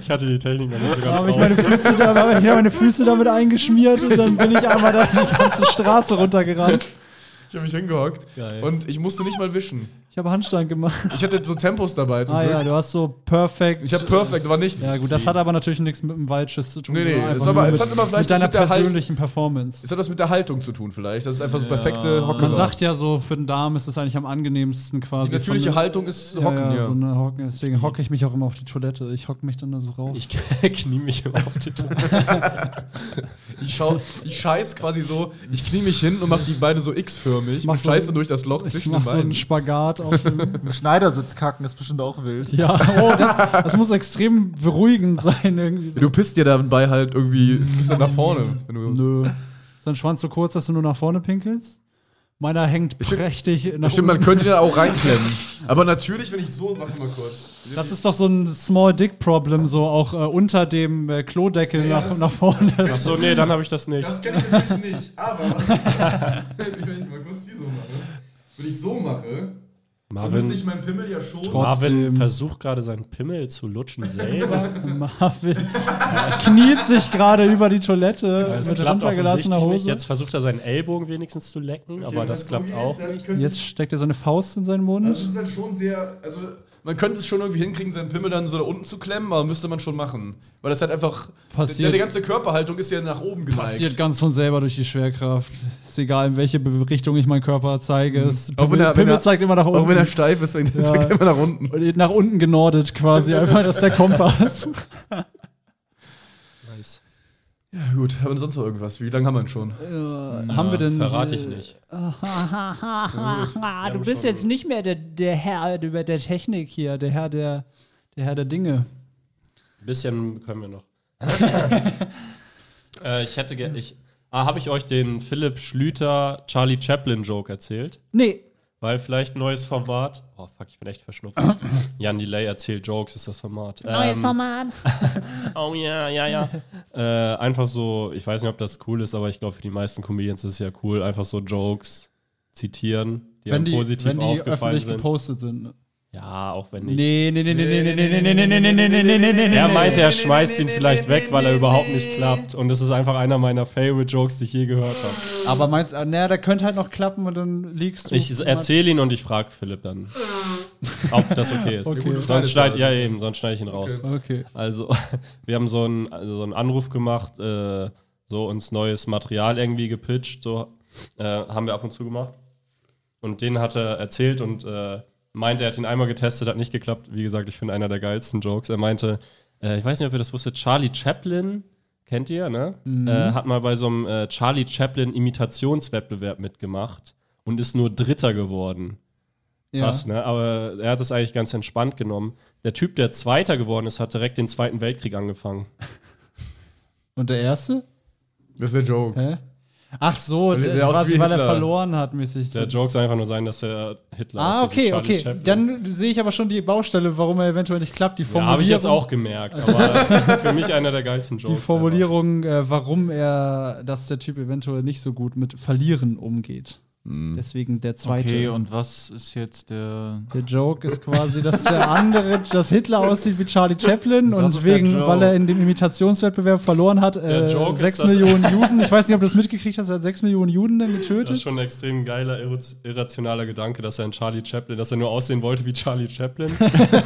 [SPEAKER 2] Ich hatte die Technik noch nicht so
[SPEAKER 3] Da
[SPEAKER 2] ganz
[SPEAKER 3] habe ich,
[SPEAKER 2] raus.
[SPEAKER 3] meine Füße da- da hab ich meine Füße damit eingeschmiert und dann bin ich einmal da die ganze Straße runtergerannt.
[SPEAKER 1] Ich habe mich hingehockt und ich musste nicht mal wischen.
[SPEAKER 3] Ich habe Handstand gemacht.
[SPEAKER 1] Ich hatte so Tempos dabei zum
[SPEAKER 3] Ah
[SPEAKER 1] Glück.
[SPEAKER 3] ja, du hast so perfekt.
[SPEAKER 1] Ich habe perfekt, war nichts.
[SPEAKER 3] ja gut, das hat aber natürlich nichts mit dem Waldschiss zu tun.
[SPEAKER 1] Nee, nee,
[SPEAKER 3] sondern
[SPEAKER 1] das
[SPEAKER 3] einfach
[SPEAKER 1] war aber-
[SPEAKER 3] nur
[SPEAKER 1] es hat immer vielleicht
[SPEAKER 3] mit deiner
[SPEAKER 1] mit der Halt-
[SPEAKER 3] persönlichen Performance.
[SPEAKER 1] Es hat was mit der Haltung zu tun vielleicht. Das ist einfach so perfekte Hocken.
[SPEAKER 3] Man sagt ja so, für den Darm ist es eigentlich am angenehmsten
[SPEAKER 1] Genau.
[SPEAKER 3] quasi.
[SPEAKER 1] die Also natürliche
[SPEAKER 3] von-
[SPEAKER 1] Haltung ist
[SPEAKER 3] Ja,
[SPEAKER 1] Hocken,
[SPEAKER 3] ja,
[SPEAKER 1] ja.
[SPEAKER 3] So eine Hocken. Deswegen hocke ich mich auch immer auf die Toilette. Ich hocke mich dann da so rauf.
[SPEAKER 2] Ich knie mich immer auf die Toilette.
[SPEAKER 1] Ich, schau, ich scheiß quasi so, ich knie mich hin und mache die Beine so x-förmig
[SPEAKER 3] Mach
[SPEAKER 1] und
[SPEAKER 3] so
[SPEAKER 1] scheiße
[SPEAKER 3] ein-
[SPEAKER 1] durch das Loch
[SPEAKER 3] Ich
[SPEAKER 1] zwischen
[SPEAKER 3] mach
[SPEAKER 1] den
[SPEAKER 3] so einen
[SPEAKER 1] Beinen.
[SPEAKER 3] Spagat auf dem
[SPEAKER 6] Im Schneidersitz kacken ist bestimmt auch wild.
[SPEAKER 3] Ja, oh, das, das muss extrem beruhigend sein irgendwie. So.
[SPEAKER 1] du pisst dir dabei halt irgendwie du bist dann nach vorne. Wenn du
[SPEAKER 3] Nö. Ist dein Schwanz so kurz, dass du nur nach vorne pinkelst? Meiner hängt prächtig nach
[SPEAKER 1] Stimmt, man
[SPEAKER 3] unten.
[SPEAKER 1] könnte den auch reinklemmen. Aber natürlich, wenn ich so, warte mal kurz.
[SPEAKER 3] Das ist doch so ein Small Dick Problem, so auch äh, unter dem äh, Klodeckel
[SPEAKER 1] Ja,
[SPEAKER 3] nach,
[SPEAKER 1] das-
[SPEAKER 3] nach vorne.
[SPEAKER 2] Achso, nee, dann habe ich das nicht.
[SPEAKER 1] Das kenne ich natürlich nicht, aber wenn ich mal kurz die so mache, wenn ich so mache, dann müsste ich meinen Pimmel ja schon.
[SPEAKER 2] Marvin
[SPEAKER 3] Trotzdem.
[SPEAKER 2] versucht gerade seinen Pimmel zu lutschen selber.
[SPEAKER 3] Marvin kniet sich gerade über die Toilette
[SPEAKER 2] Das
[SPEAKER 3] mit
[SPEAKER 2] klappt
[SPEAKER 3] runtergelassener
[SPEAKER 2] offensichtlich nicht.
[SPEAKER 3] Hose.
[SPEAKER 2] Jetzt versucht er seinen Ellbogen wenigstens zu lecken, aber das klappt auch.
[SPEAKER 3] Jetzt steckt er seine Faust in seinen Mund.
[SPEAKER 1] Also es ist dann schon sehr, also man könnte es schon irgendwie hinkriegen, seinen Pimmel dann so da unten zu klemmen, aber müsste man schon machen. Weil das halt einfach.
[SPEAKER 3] Passiert.
[SPEAKER 1] Ja, die ganze Körperhaltung ist ja nach oben geneigt.
[SPEAKER 3] Passiert ganz von selber durch die Schwerkraft. Ist egal, in welche Be- Richtung ich meinen Körper zeige. Es
[SPEAKER 1] Mhm. Auch wenn
[SPEAKER 3] Pimmel,
[SPEAKER 1] er- wenn
[SPEAKER 3] Pimmel
[SPEAKER 1] er-
[SPEAKER 3] zeigt immer nach unten.
[SPEAKER 1] Auch wenn er steif ist, wenn
[SPEAKER 3] Ja.
[SPEAKER 1] er immer nach unten.
[SPEAKER 3] Und nach unten genordet quasi, einfach, dass der Kompass.
[SPEAKER 1] Ja, gut, haben wir sonst noch irgendwas? Wie lange haben wir denn schon?
[SPEAKER 3] haben wir denn.
[SPEAKER 2] Verrate ich nicht.
[SPEAKER 3] du bist jetzt nicht mehr der, der Herr über der Technik hier, der Herr der, der Herr der Dinge.
[SPEAKER 2] Ein bisschen können wir noch. äh, ich hätte gerne. Ich, ah, habe ich euch den Philipp Schlüter Charlie Chaplin Joke erzählt?
[SPEAKER 3] Nee.
[SPEAKER 2] Weil vielleicht ein neues Format. Oh fuck, ich bin echt verschnupft. Jan Delay erzählt Jokes, ist das Format. Neues Format. oh ja, ja, ja. äh, einfach so, ich weiß nicht, ob das cool ist, aber ich glaube, für die meisten Comedians ist es ja cool, einfach so Jokes zitieren, die
[SPEAKER 3] wenn
[SPEAKER 2] einem
[SPEAKER 3] die,
[SPEAKER 2] positiv
[SPEAKER 3] wenn die
[SPEAKER 2] aufgefallen
[SPEAKER 3] öffentlich
[SPEAKER 2] sind.
[SPEAKER 3] gepostet sind.
[SPEAKER 2] Ja, auch wenn nicht.
[SPEAKER 3] Nee, nee, nee, nee, nee, nee, nee, nee, nee, nee, nee, nee, nee, nee, nee, nee, nee, nee.
[SPEAKER 2] Er meinte, er schmeißt ihn vielleicht weg, weil er überhaupt nicht klappt. Und das ist einfach einer meiner Favorite Jokes, die ich je gehört habe.
[SPEAKER 3] Aber meinst du, naja, da könnte halt noch klappen und dann liegst du.
[SPEAKER 2] Ich erzähle ihn und ich frage Philipp dann, ob das okay ist.
[SPEAKER 3] Okay.
[SPEAKER 2] Sonst schneid, ja, eben, sonst schneide ich ihn raus.
[SPEAKER 3] Okay.
[SPEAKER 2] Also, wir haben so einen, also so einen Anruf gemacht, äh, so uns neues Material irgendwie gepitcht, so äh, haben wir ab und zu gemacht. Und den hat er erzählt und äh, meinte, er hat ihn einmal getestet, hat nicht geklappt. Wie gesagt, ich finde einer der geilsten Jokes. Er meinte, äh, ich weiß nicht, ob ihr das wusstet, Charlie Chaplin, kennt ihr, ne? Äh, hat mal bei so einem äh, Charlie Chaplin Imitationswettbewerb mitgemacht und ist nur Dritter geworden.
[SPEAKER 3] Ja.
[SPEAKER 2] Krass, ne? Aber er hat es eigentlich ganz entspannt genommen. Der Typ, der Zweiter geworden ist, hat direkt den Zweiten Weltkrieg angefangen.
[SPEAKER 3] Und der erste?
[SPEAKER 1] Das ist der Joke.
[SPEAKER 3] Hä? Ach so,
[SPEAKER 1] der
[SPEAKER 3] der,
[SPEAKER 1] aussieht
[SPEAKER 3] quasi,
[SPEAKER 1] wie
[SPEAKER 3] weil er
[SPEAKER 1] Hitler.
[SPEAKER 3] verloren hat, mäßig.
[SPEAKER 2] Der Joke soll einfach nur sein, dass er Hitler ist.
[SPEAKER 3] ah,
[SPEAKER 2] also
[SPEAKER 3] okay,
[SPEAKER 2] Charlie
[SPEAKER 3] okay.
[SPEAKER 2] Chaplin.
[SPEAKER 3] Dann sehe ich aber schon die Baustelle, warum er eventuell nicht klappt. Die
[SPEAKER 2] ja,
[SPEAKER 3] Formulierung,
[SPEAKER 2] habe ich jetzt auch gemerkt, aber für mich einer der geilsten
[SPEAKER 3] die
[SPEAKER 2] Jokes.
[SPEAKER 3] Formulierung äh, warum er, dass der Typ eventuell nicht so gut mit Verlieren umgeht.
[SPEAKER 2] Hm.
[SPEAKER 3] Deswegen der zweite.
[SPEAKER 4] Okay, und was ist jetzt der.
[SPEAKER 3] Der Joke ist quasi, dass der andere, dass Hitler aussieht wie Charlie Chaplin und
[SPEAKER 4] Das ist der
[SPEAKER 3] deswegen,
[SPEAKER 4] Joke.
[SPEAKER 3] weil er in dem Imitationswettbewerb verloren hat,
[SPEAKER 2] Der
[SPEAKER 3] äh,
[SPEAKER 2] Joke ist,
[SPEAKER 3] 6
[SPEAKER 2] dass-
[SPEAKER 3] Millionen Juden, ich weiß nicht, ob du das mitgekriegt hast, er hat 6 Millionen Juden dann
[SPEAKER 2] Das ist
[SPEAKER 3] getötet.
[SPEAKER 2] schon ein extrem geiler, irra- irrationaler Gedanke, dass er ein Charlie Chaplin, dass er nur aussehen wollte wie Charlie Chaplin,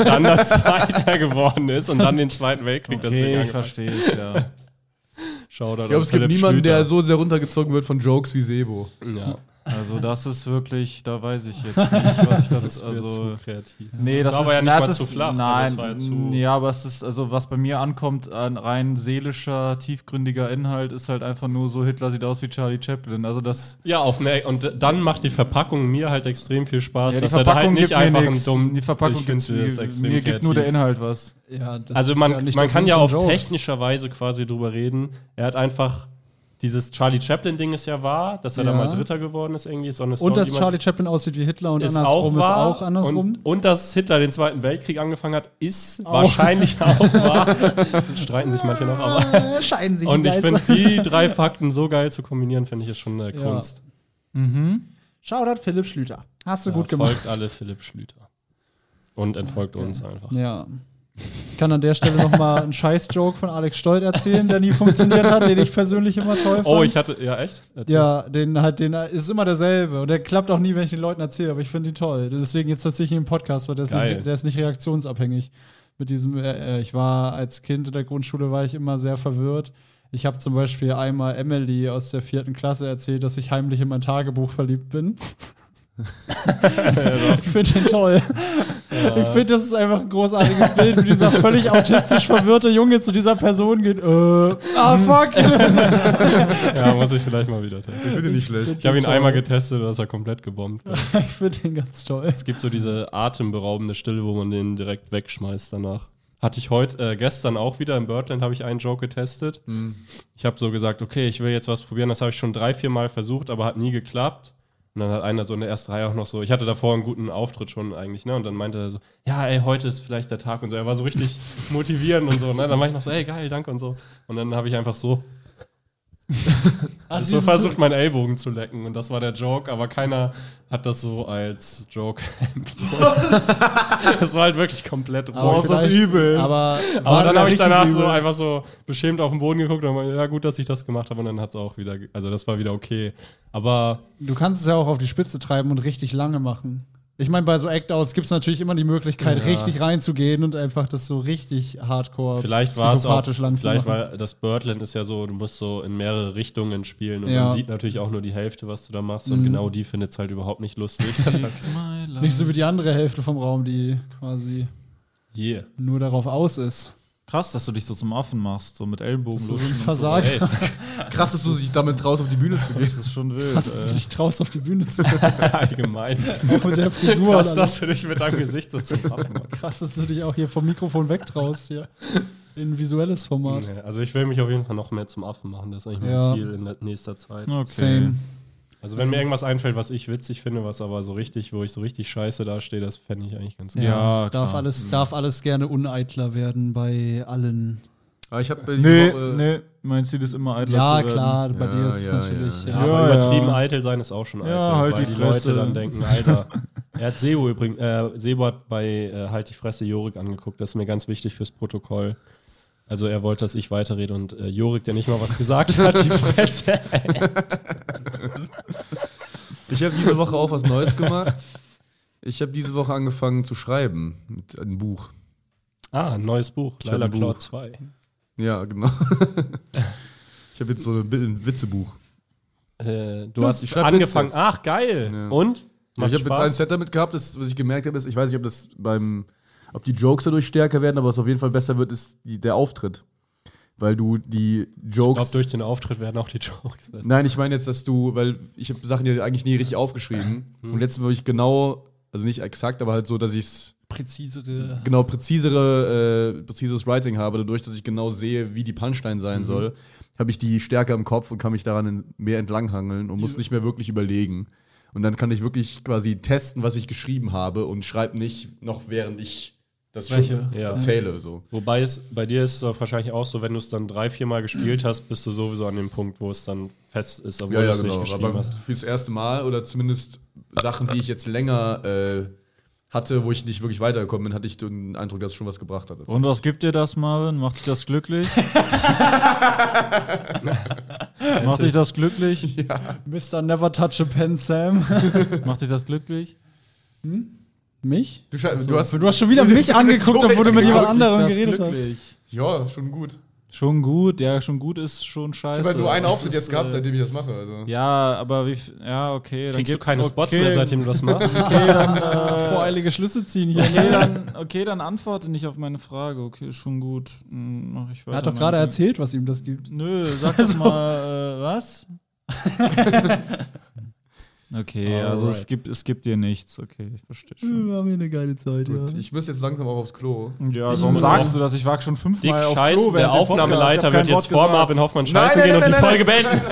[SPEAKER 2] dann der Zweiter geworden ist und dann den Zweiten Weltkrieg deswegen
[SPEAKER 4] Okay, ich
[SPEAKER 2] angefangen.
[SPEAKER 4] verstehe es, ja.
[SPEAKER 2] Shoutout
[SPEAKER 1] Ich glaube,
[SPEAKER 2] an
[SPEAKER 1] es gibt
[SPEAKER 2] Philipp
[SPEAKER 1] niemanden, der
[SPEAKER 2] Schlüter.
[SPEAKER 1] so sehr runtergezogen wird von Jokes wie Sebo.
[SPEAKER 2] Ja,
[SPEAKER 4] Also, das ist wirklich, da weiß ich jetzt nicht, was ich da.
[SPEAKER 2] das also
[SPEAKER 4] also,
[SPEAKER 2] zu kreativ.
[SPEAKER 4] Nee,
[SPEAKER 2] Das
[SPEAKER 4] das,
[SPEAKER 2] war aber
[SPEAKER 4] ist,
[SPEAKER 2] ja nicht
[SPEAKER 4] das
[SPEAKER 2] mal
[SPEAKER 4] ist,
[SPEAKER 2] zu flach, also
[SPEAKER 4] Nein,
[SPEAKER 2] es war ja zu-
[SPEAKER 4] ja, aber es ist, also was bei mir ankommt, ein rein seelischer, tiefgründiger Inhalt ist halt einfach nur so, Hitler sieht aus wie Charlie Chaplin. Also das.
[SPEAKER 2] Ja, auf ne, und dann macht die Verpackung mir halt extrem viel Spaß,
[SPEAKER 4] Ja,
[SPEAKER 2] dass er da halt nicht einfach einen dummen.
[SPEAKER 4] Die Verpackung
[SPEAKER 2] ich find's
[SPEAKER 4] gibt mir,
[SPEAKER 2] das extrem
[SPEAKER 4] mir gibt nur der
[SPEAKER 2] kreativ.
[SPEAKER 4] Inhalt was.
[SPEAKER 3] Ja, das
[SPEAKER 2] Also
[SPEAKER 3] ist
[SPEAKER 2] man,
[SPEAKER 3] nicht
[SPEAKER 2] man
[SPEAKER 3] der
[SPEAKER 2] kann
[SPEAKER 3] Sinn
[SPEAKER 2] ja
[SPEAKER 3] von
[SPEAKER 2] auf
[SPEAKER 3] Jokes.
[SPEAKER 2] technischer Weise quasi drüber reden. Er hat einfach dieses Charlie Chaplin-Ding ist ja wahr, dass er da
[SPEAKER 3] Ja.
[SPEAKER 2] mal Dritter geworden ist irgendwie. Ist so eine Story,
[SPEAKER 3] Und dass
[SPEAKER 2] die man
[SPEAKER 3] Charlie
[SPEAKER 2] sich-
[SPEAKER 3] Chaplin aussieht wie Hitler und
[SPEAKER 2] ist auch
[SPEAKER 3] andersrum ist
[SPEAKER 2] wahr.
[SPEAKER 3] auch andersrum.
[SPEAKER 2] Und, und dass Hitler den Zweiten Weltkrieg angefangen hat, ist wahrscheinlich auch wahr. Streiten sich manche noch,
[SPEAKER 3] Ah,
[SPEAKER 2] aber.
[SPEAKER 4] äh,
[SPEAKER 3] scheinen sich
[SPEAKER 2] Und ich finde die drei Fakten so geil zu kombinieren, finde ich ist schon eine
[SPEAKER 3] Ja.
[SPEAKER 2] Kunst.
[SPEAKER 3] Shoutout Philipp Schlüter. Hast du gut
[SPEAKER 2] Ja,
[SPEAKER 3] gemacht.
[SPEAKER 2] Folgt alle Philipp Schlüter. Und entfolgt uns einfach.
[SPEAKER 3] Ja. Ich kann an der Stelle nochmal einen Scheiß-Joke von Alex Stolt erzählen, der nie funktioniert hat, den ich persönlich immer toll fand.
[SPEAKER 2] Oh, ich hatte. Ja, echt? Erzähl.
[SPEAKER 3] Ja, den halt, den ist immer derselbe. Und der klappt auch nie, wenn ich den Leuten erzähle, aber ich finde ihn toll. Deswegen jetzt tatsächlich im Podcast, weil der ist,
[SPEAKER 2] Geil.
[SPEAKER 3] nicht, der ist nicht reaktionsabhängig. Mit diesem, äh, äh, ich war als Kind in der Grundschule, war ich immer sehr verwirrt. Ich habe zum Beispiel einmal Emily aus der vierten Klasse erzählt, dass ich heimlich in mein Tagebuch verliebt bin. ich finde den toll. Ich finde, das ist einfach ein großartiges Bild, wie dieser völlig autistisch verwirrte Junge zu dieser Person geht. Äh, ah, fuck.
[SPEAKER 2] Ja, muss ich vielleicht mal wieder
[SPEAKER 1] Ich
[SPEAKER 2] testen.
[SPEAKER 1] finde nicht schlecht.
[SPEAKER 2] Ich habe ihn einmal getestet, da ist er komplett gebombt.
[SPEAKER 3] ich finde den ganz toll.
[SPEAKER 2] Es gibt so diese atemberaubende Stille, wo man den direkt wegschmeißt danach. Hatte ich heute, äh, gestern auch wieder im Birdland, habe ich einen Joke
[SPEAKER 3] Mhm.
[SPEAKER 2] getestet. Ich habe so gesagt, okay, ich will jetzt was probieren. Das habe ich schon drei, vier Mal versucht, aber hat nie geklappt. Und dann hat einer so in der ersten Reihe auch noch so, ich hatte davor einen guten Auftritt schon eigentlich, ne? Und dann meinte er so, ja, ey, heute ist vielleicht der Tag und so. Er war so richtig motivierend und so, ne? Dann war ich noch so, ey, geil, danke und so. Und dann habe ich einfach so, so versucht, meinen Ellbogen zu lecken. Und das war der Joke, aber keiner hat das so als Joke empfunden. das war halt wirklich komplett
[SPEAKER 3] Aber
[SPEAKER 2] roh.
[SPEAKER 3] vielleicht-
[SPEAKER 2] übel. Aber,
[SPEAKER 3] Aber,
[SPEAKER 2] dann habe ich
[SPEAKER 3] richtig
[SPEAKER 2] danach so
[SPEAKER 3] übel.
[SPEAKER 2] einfach so beschämt auf den Boden geguckt und meinte, ja, gut, dass ich das gemacht habe. Und dann hat es auch wieder, ge- also das war wieder okay. Aber
[SPEAKER 3] Du kannst es ja auch auf die Spitze treiben und richtig lange machen. Ich meine, bei so Act-Outs gibt es natürlich immer die Möglichkeit, richtig reinzugehen und einfach das so richtig hardcore
[SPEAKER 2] vielleicht war es auch,
[SPEAKER 3] psychopathisch lang zu
[SPEAKER 2] vielleicht
[SPEAKER 3] machen.
[SPEAKER 2] war das Birdland ist ja so, du musst so in mehrere Richtungen spielen und
[SPEAKER 3] Ja. Mhm.
[SPEAKER 2] man sieht natürlich auch nur die Hälfte, was du da machst. Und genau die findet es halt überhaupt nicht lustig. Deshalb,
[SPEAKER 3] Nicht so wie die andere Hälfte vom Raum, die quasi
[SPEAKER 2] yeah.
[SPEAKER 3] nur darauf aus ist.
[SPEAKER 4] Krass, dass du dich so zum Affen machst, so mit Ellenbogen.
[SPEAKER 3] So ein
[SPEAKER 4] lutschen und
[SPEAKER 3] Versager,
[SPEAKER 2] Ey,
[SPEAKER 1] Krass, dass du dich damit traust, auf die Bühne zu gehen.
[SPEAKER 4] Das ist schon wild.
[SPEAKER 2] Äh.
[SPEAKER 3] dass du
[SPEAKER 4] ey.
[SPEAKER 3] dich traust, auf die Bühne zu gehen.
[SPEAKER 2] allgemein.
[SPEAKER 3] auch mit der Frisur.
[SPEAKER 2] Krass,
[SPEAKER 3] und alles.
[SPEAKER 2] dass du dich mit deinem Gesicht so zum Affen machst.
[SPEAKER 3] Krass, dass du dich auch hier vom Mikrofon wegtraust. Hier. In visuelles Format.
[SPEAKER 2] Nee, also ich will mich auf jeden Fall noch mehr zum Affen machen. Das ist eigentlich mein
[SPEAKER 3] Ja.
[SPEAKER 2] Ziel in der- nächster Zeit.
[SPEAKER 4] Okay.
[SPEAKER 3] Same.
[SPEAKER 2] Also
[SPEAKER 1] Ähm.
[SPEAKER 2] wenn mir irgendwas einfällt, was ich witzig finde, was aber so richtig, wo ich so richtig scheiße dastehe, das fände ich eigentlich ganz geil.
[SPEAKER 3] es darf alles, darf alles gerne uneitler werden bei allen.
[SPEAKER 1] Aber ich habe
[SPEAKER 4] Nee, nee, mein Ziel ist immer eitler
[SPEAKER 3] Ja,
[SPEAKER 4] zu werden.
[SPEAKER 3] klar, bei
[SPEAKER 1] Ja,
[SPEAKER 3] dir ist es
[SPEAKER 1] ja,
[SPEAKER 3] natürlich.
[SPEAKER 1] ja,
[SPEAKER 3] Ja,
[SPEAKER 2] Ja, aber
[SPEAKER 4] Ja,
[SPEAKER 2] übertrieben
[SPEAKER 4] ja.
[SPEAKER 2] eitel sein ist auch schon eitel,
[SPEAKER 4] Ja, halt
[SPEAKER 2] weil
[SPEAKER 4] die
[SPEAKER 2] die
[SPEAKER 4] Fresse.
[SPEAKER 2] Leute dann denken, Alter. Er hat Sebo übrigens, äh, Sebo hat bei äh, Halt die Fresse Jorik angeguckt, das ist mir ganz wichtig fürs Protokoll. Also er wollte, dass ich weiterrede und äh, Jorik, der nicht mal was gesagt hat, die Fresse.
[SPEAKER 1] Ich habe diese Woche auch was Neues gemacht. Ich habe diese Woche angefangen zu schreiben mit einem Buch.
[SPEAKER 2] Ah, ein neues Buch,
[SPEAKER 1] hab
[SPEAKER 2] Leila
[SPEAKER 1] ein
[SPEAKER 2] Claw
[SPEAKER 1] Buch.
[SPEAKER 2] 2.
[SPEAKER 1] Ja, genau. Ich habe jetzt so ein, Bi- ein Witzebuch.
[SPEAKER 2] Äh, du
[SPEAKER 1] Ja, ich
[SPEAKER 2] hast
[SPEAKER 1] schreib
[SPEAKER 2] angefangen.
[SPEAKER 1] Witze jetzt.
[SPEAKER 2] Ach, geil.
[SPEAKER 1] Ja.
[SPEAKER 2] Und?
[SPEAKER 1] Ja,
[SPEAKER 2] Macht
[SPEAKER 1] ich habe jetzt ein
[SPEAKER 2] Spaß?
[SPEAKER 1] Set damit gehabt, das, was ich gemerkt habe, ist, ich weiß nicht, ob das beim, ob die Jokes dadurch stärker werden, aber was auf jeden Fall besser wird, ist die, der Auftritt. Weil du die
[SPEAKER 2] ich
[SPEAKER 1] Jokes.
[SPEAKER 2] glaube, durch den Auftritt werden auch die Jokes besser.
[SPEAKER 1] Nein, ich meine jetzt, dass du, weil ich habe Sachen ja eigentlich nie richtig aufgeschrieben.
[SPEAKER 2] Hm.
[SPEAKER 1] Und letztens habe ich genau, also nicht exakt, aber halt so, dass ich es
[SPEAKER 3] Präzisere.
[SPEAKER 1] genau präzisere, äh, präzises Writing habe, dadurch, dass ich genau sehe, wie die Punchline sein soll, habe ich die stärker im Kopf und kann mich daran in- mehr entlanghangeln und muss nicht mehr wirklich überlegen. Und dann kann ich wirklich quasi testen, was ich geschrieben habe und schreibe nicht noch während ich das
[SPEAKER 3] Spreche.
[SPEAKER 1] schon
[SPEAKER 2] Ja.
[SPEAKER 1] erzähle. So.
[SPEAKER 2] Wobei es bei dir ist es auch wahrscheinlich auch so, wenn du es dann drei, vier Mal gespielt hast, bist du sowieso an dem Punkt, wo es dann fest ist, obwohl
[SPEAKER 1] Ja,
[SPEAKER 2] du
[SPEAKER 1] ja,
[SPEAKER 2] es
[SPEAKER 1] genau.
[SPEAKER 2] nicht geschrieben
[SPEAKER 1] Aber
[SPEAKER 2] hast.
[SPEAKER 1] fürs erste Mal oder zumindest Sachen, die ich jetzt länger äh, hatte, wo ich nicht wirklich weitergekommen bin, hatte ich den Eindruck, dass es schon was gebracht hat.
[SPEAKER 4] Und was gibt dir das, Marvin? Macht dich das glücklich? Macht dich das glücklich?
[SPEAKER 3] Mr. Never Touch a Pen, Sam.
[SPEAKER 4] Macht dich das glücklich?
[SPEAKER 3] Mich?
[SPEAKER 1] Du, scha- du hast,
[SPEAKER 3] Du hast schon wieder mich angeguckt, obwohl du mit jemand anderem geredet hast.
[SPEAKER 1] Ja, schon gut.
[SPEAKER 4] Schon gut, ja, schon gut ist schon scheiße.
[SPEAKER 1] Ich habe nur einen
[SPEAKER 4] Das
[SPEAKER 1] Auftritt
[SPEAKER 4] ist,
[SPEAKER 1] jetzt gehabt,
[SPEAKER 4] äh,
[SPEAKER 1] seitdem ich das mache. Also.
[SPEAKER 4] Ja, aber wie. f- Ja, okay.
[SPEAKER 2] Kriegst du
[SPEAKER 4] gibt-
[SPEAKER 2] keine Spots
[SPEAKER 4] okay,
[SPEAKER 2] mehr, seitdem du das machst?
[SPEAKER 4] Okay, dann. Äh,
[SPEAKER 3] Voreilige Schlüsse ziehen hier.
[SPEAKER 4] Okay dann, okay, dann antworte nicht auf meine Frage. Okay, schon gut. Hm, Mach ich weiter.
[SPEAKER 3] Er hat doch
[SPEAKER 4] mein
[SPEAKER 3] gerade
[SPEAKER 4] Ding.
[SPEAKER 3] erzählt, was ihm das gibt.
[SPEAKER 4] Nö, sag doch mal, äh, was? okay, also es
[SPEAKER 2] Alright.
[SPEAKER 4] gibt, es gibt dir nichts. Okay, ich verstehe
[SPEAKER 3] Wir
[SPEAKER 4] schon.
[SPEAKER 3] haben hier eine geile Zeit,
[SPEAKER 1] Gut, ich muss jetzt langsam auch aufs Klo.
[SPEAKER 4] Ja, warum
[SPEAKER 2] muss
[SPEAKER 4] sagst
[SPEAKER 2] auch-
[SPEAKER 4] du das? Hm. Ich war schon
[SPEAKER 2] Dick
[SPEAKER 4] fünfmal auf
[SPEAKER 2] Scheiß,
[SPEAKER 4] Klo
[SPEAKER 2] der
[SPEAKER 4] während dem Podcast. Ich
[SPEAKER 2] Aufnahmeleiter
[SPEAKER 4] hab
[SPEAKER 2] wird
[SPEAKER 4] kein
[SPEAKER 2] jetzt
[SPEAKER 4] Wort
[SPEAKER 2] vor Marvin Hoffmann scheißen
[SPEAKER 1] Nein,
[SPEAKER 2] gehen
[SPEAKER 1] nein,
[SPEAKER 2] und
[SPEAKER 1] nein,
[SPEAKER 2] die Folge beenden.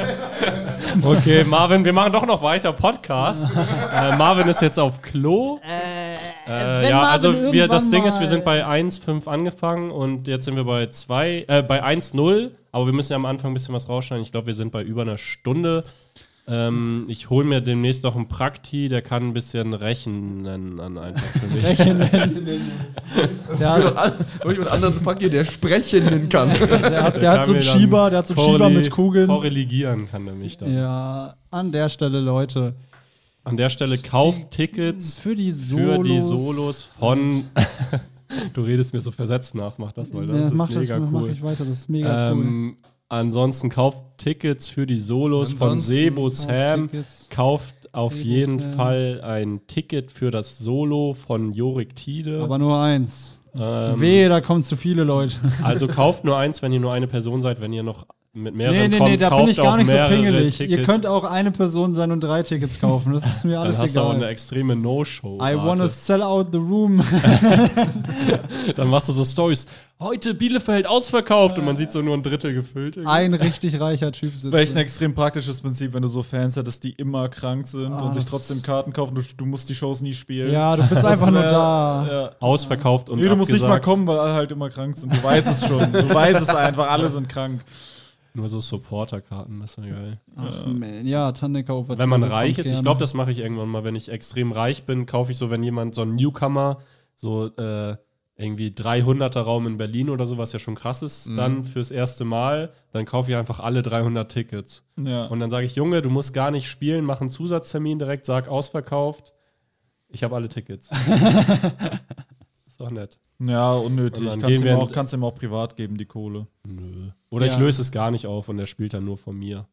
[SPEAKER 2] Okay, Marvin, wir machen doch noch weiter Podcast. äh, Marvin ist jetzt auf Klo. Äh,
[SPEAKER 3] wenn
[SPEAKER 2] ja,
[SPEAKER 3] Marvin
[SPEAKER 2] also wir, das
[SPEAKER 3] irgendwann
[SPEAKER 2] Ding ist, wir
[SPEAKER 3] mal-
[SPEAKER 2] sind bei 1,5 angefangen und jetzt sind wir bei 2, äh, bei 1,0. Aber wir müssen ja am Anfang ein bisschen was rausschneiden. Ich glaube, wir sind bei über einer Stunde. Ähm, ich hole mir demnächst noch einen Prakti, der kann ein bisschen rechnen an einfach für mich.
[SPEAKER 3] Der hat,
[SPEAKER 1] Hol Also, ich mit anderen Pack hier, der sprechen kann.
[SPEAKER 3] der hat, der hat so einen Schieber, der hat so einen Schieber mit Kugeln.
[SPEAKER 2] Korreligieren kann er mich dann.
[SPEAKER 3] Ja, an der Stelle, Leute.
[SPEAKER 2] An der Stelle kauft Tickets
[SPEAKER 3] Für die Solos.
[SPEAKER 2] für die Solos von. du redest mir so versetzt nach, mach das mal, das
[SPEAKER 3] Ja,
[SPEAKER 2] ist
[SPEAKER 3] mach
[SPEAKER 2] mega
[SPEAKER 3] das, Mach
[SPEAKER 2] cool.
[SPEAKER 3] ich weiter, das ist mega cool.
[SPEAKER 2] Ähm, ansonsten kauft Tickets für die Solos von
[SPEAKER 1] Ansonsten
[SPEAKER 2] Sebo
[SPEAKER 3] kauft
[SPEAKER 2] Sam.
[SPEAKER 3] Tickets.
[SPEAKER 2] Kauft auf
[SPEAKER 3] Sebo
[SPEAKER 2] jeden
[SPEAKER 3] Sam.
[SPEAKER 2] Fall ein Ticket für das Solo von Jorik Tiede.
[SPEAKER 3] Aber nur eins.
[SPEAKER 2] Ähm,
[SPEAKER 3] Wehe, da kommen zu viele Leute.
[SPEAKER 2] Also kauft nur eins, wenn ihr nur eine Person seid, wenn ihr noch mit mehreren
[SPEAKER 3] Nee, nee,
[SPEAKER 2] kommt,
[SPEAKER 3] nee, da
[SPEAKER 2] kauft
[SPEAKER 3] bin ich
[SPEAKER 2] auch
[SPEAKER 3] gar nicht so
[SPEAKER 2] mehrere
[SPEAKER 3] pingelig.
[SPEAKER 2] Tickets.
[SPEAKER 3] Ihr könnt auch eine Person sein und drei Tickets kaufen. Das ist mir
[SPEAKER 2] dann
[SPEAKER 3] alles
[SPEAKER 2] hast du aber eine
[SPEAKER 3] egal.
[SPEAKER 2] extreme No-Show.
[SPEAKER 3] I wanna sell out the room.
[SPEAKER 2] Dann machst du so Stories. Heute Bielefeld ausverkauft und man sieht so nur ein Drittel gefüllt. irgendwie.
[SPEAKER 3] Ein richtig reicher Typ sitzt.
[SPEAKER 4] Wäre echt ein
[SPEAKER 3] da.
[SPEAKER 4] extrem praktisches Prinzip, wenn du so Fans hättest, die immer krank sind
[SPEAKER 3] Ah,
[SPEAKER 4] und sich
[SPEAKER 3] das-
[SPEAKER 4] trotzdem Karten kaufen. Du, du musst die Shows nie spielen.
[SPEAKER 3] Ja, du
[SPEAKER 4] Das
[SPEAKER 3] bist einfach nur
[SPEAKER 4] wär-
[SPEAKER 3] da.
[SPEAKER 4] Ja.
[SPEAKER 2] Ausverkauft und
[SPEAKER 4] Nee, du musst nicht mal
[SPEAKER 2] abgesagt.
[SPEAKER 4] kommen, weil alle halt immer krank sind. Du weißt es schon. Du weißt es einfach, alle sind krank.
[SPEAKER 2] Nur so Supporterkarten, das ist ja geil.
[SPEAKER 3] Ach, man. Ja, Tanneka Overture.
[SPEAKER 2] Wenn man
[SPEAKER 3] kommt
[SPEAKER 2] reich ist, ich
[SPEAKER 3] gerne.
[SPEAKER 2] glaube, das mache ich irgendwann mal, wenn ich extrem reich bin, kaufe ich so, wenn jemand so ein Newcomer, so äh, irgendwie 300er Raum in Berlin oder so, was ja schon krass ist,
[SPEAKER 4] Mhm.
[SPEAKER 2] dann fürs erste Mal, dann kaufe ich einfach alle 300 Tickets.
[SPEAKER 4] Ja.
[SPEAKER 2] Und dann sage ich, Junge, du musst gar nicht spielen, mach einen Zusatztermin direkt, sag ausverkauft. Ich habe alle Tickets. ist doch nett.
[SPEAKER 4] Ja,
[SPEAKER 2] Und
[SPEAKER 4] unnötig.
[SPEAKER 2] dann
[SPEAKER 4] Kannst
[SPEAKER 2] gehen
[SPEAKER 4] du
[SPEAKER 2] wir
[SPEAKER 4] ihm auch,
[SPEAKER 2] in-
[SPEAKER 4] kannst ihm auch privat geben, die Kohle.
[SPEAKER 2] Oder
[SPEAKER 3] Ja.
[SPEAKER 2] ich löse es gar nicht auf und er spielt dann nur von mir.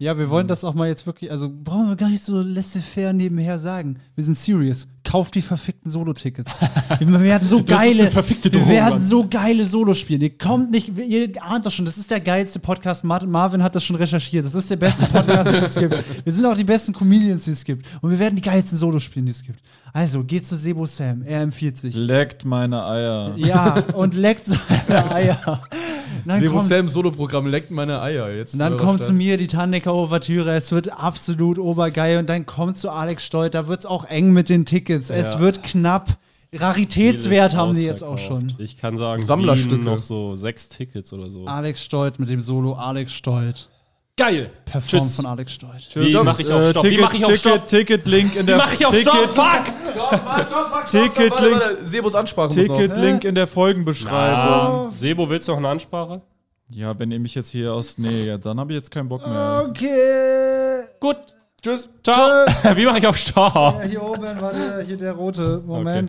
[SPEAKER 3] Ja, wir
[SPEAKER 2] Mhm.
[SPEAKER 3] wollen das auch mal jetzt wirklich, also brauchen wir gar nicht so laissez-faire nebenher sagen. Wir sind serious. Kauft die verfickten Solo-Tickets. wir werden so
[SPEAKER 2] Das ist
[SPEAKER 3] geile,
[SPEAKER 2] eine verfickte
[SPEAKER 3] wir
[SPEAKER 2] Drohung,
[SPEAKER 3] werden
[SPEAKER 2] Mann.
[SPEAKER 3] so geile Solo spielen. Ihr kommt nicht, ihr ahnt doch schon, das ist der geilste Podcast. Mar- Marvin hat das schon recherchiert. Das ist der beste Podcast, den es gibt. Wir sind auch die besten Comedians, die es gibt. Und wir werden die geilsten Solo spielen, die es gibt. Also, geht zu Sebo Sam, er empfiehlt sich.
[SPEAKER 4] Leckt meine Eier.
[SPEAKER 3] Ja, und leckt seine Eier. Dann
[SPEAKER 1] Sebo
[SPEAKER 3] kommt-
[SPEAKER 1] Sam Solo-Programm leckt meine Eier jetzt.
[SPEAKER 3] Und dann
[SPEAKER 1] Eure
[SPEAKER 3] kommt
[SPEAKER 1] Stadt.
[SPEAKER 3] zu mir die Tannecker-Overtüre, es wird absolut obergeil. Und dann kommt zu Alex Stolt, da wird es auch eng mit den Tickets. Es wird knapp. Raritätswert haben sie jetzt auch schon.
[SPEAKER 2] Ich kann sagen,
[SPEAKER 1] Sammlerstücke.
[SPEAKER 2] Wien noch so sechs Tickets oder so.
[SPEAKER 3] Alex Stolt mit dem Solo Alex Stolt.
[SPEAKER 8] Geil.
[SPEAKER 3] Perform
[SPEAKER 8] Tschüss.
[SPEAKER 3] von Alex Stolt.
[SPEAKER 2] Wie mache ich
[SPEAKER 6] äh,
[SPEAKER 2] auf Stopp? Wie mache ich auf Stopp?
[SPEAKER 6] Ticket-Link in
[SPEAKER 8] Wie
[SPEAKER 6] der
[SPEAKER 8] mache ich auf
[SPEAKER 6] Ticket-
[SPEAKER 8] Stopp? Fuck!
[SPEAKER 6] Ticket-Link
[SPEAKER 1] warte, Sebos Ansprache muss noch.
[SPEAKER 6] Ticket-Link in der Folgenbeschreibung.
[SPEAKER 2] Sebo, willst du noch eine Ansprache?
[SPEAKER 6] Ja, wenn ihr mich jetzt hier aus. Nee, ja, dann habe ich jetzt keinen Bock mehr.
[SPEAKER 8] Gut. Tschüss. Ciao. Wie mache ich auf Stopp?
[SPEAKER 3] Hier oben war der, hier der rote.
[SPEAKER 2] Moment.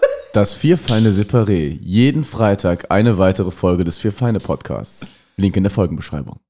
[SPEAKER 9] Das Vierfeine Separé. Jeden Freitag eine weitere Folge des Vierfeine Podcasts. Link in der Folgenbeschreibung.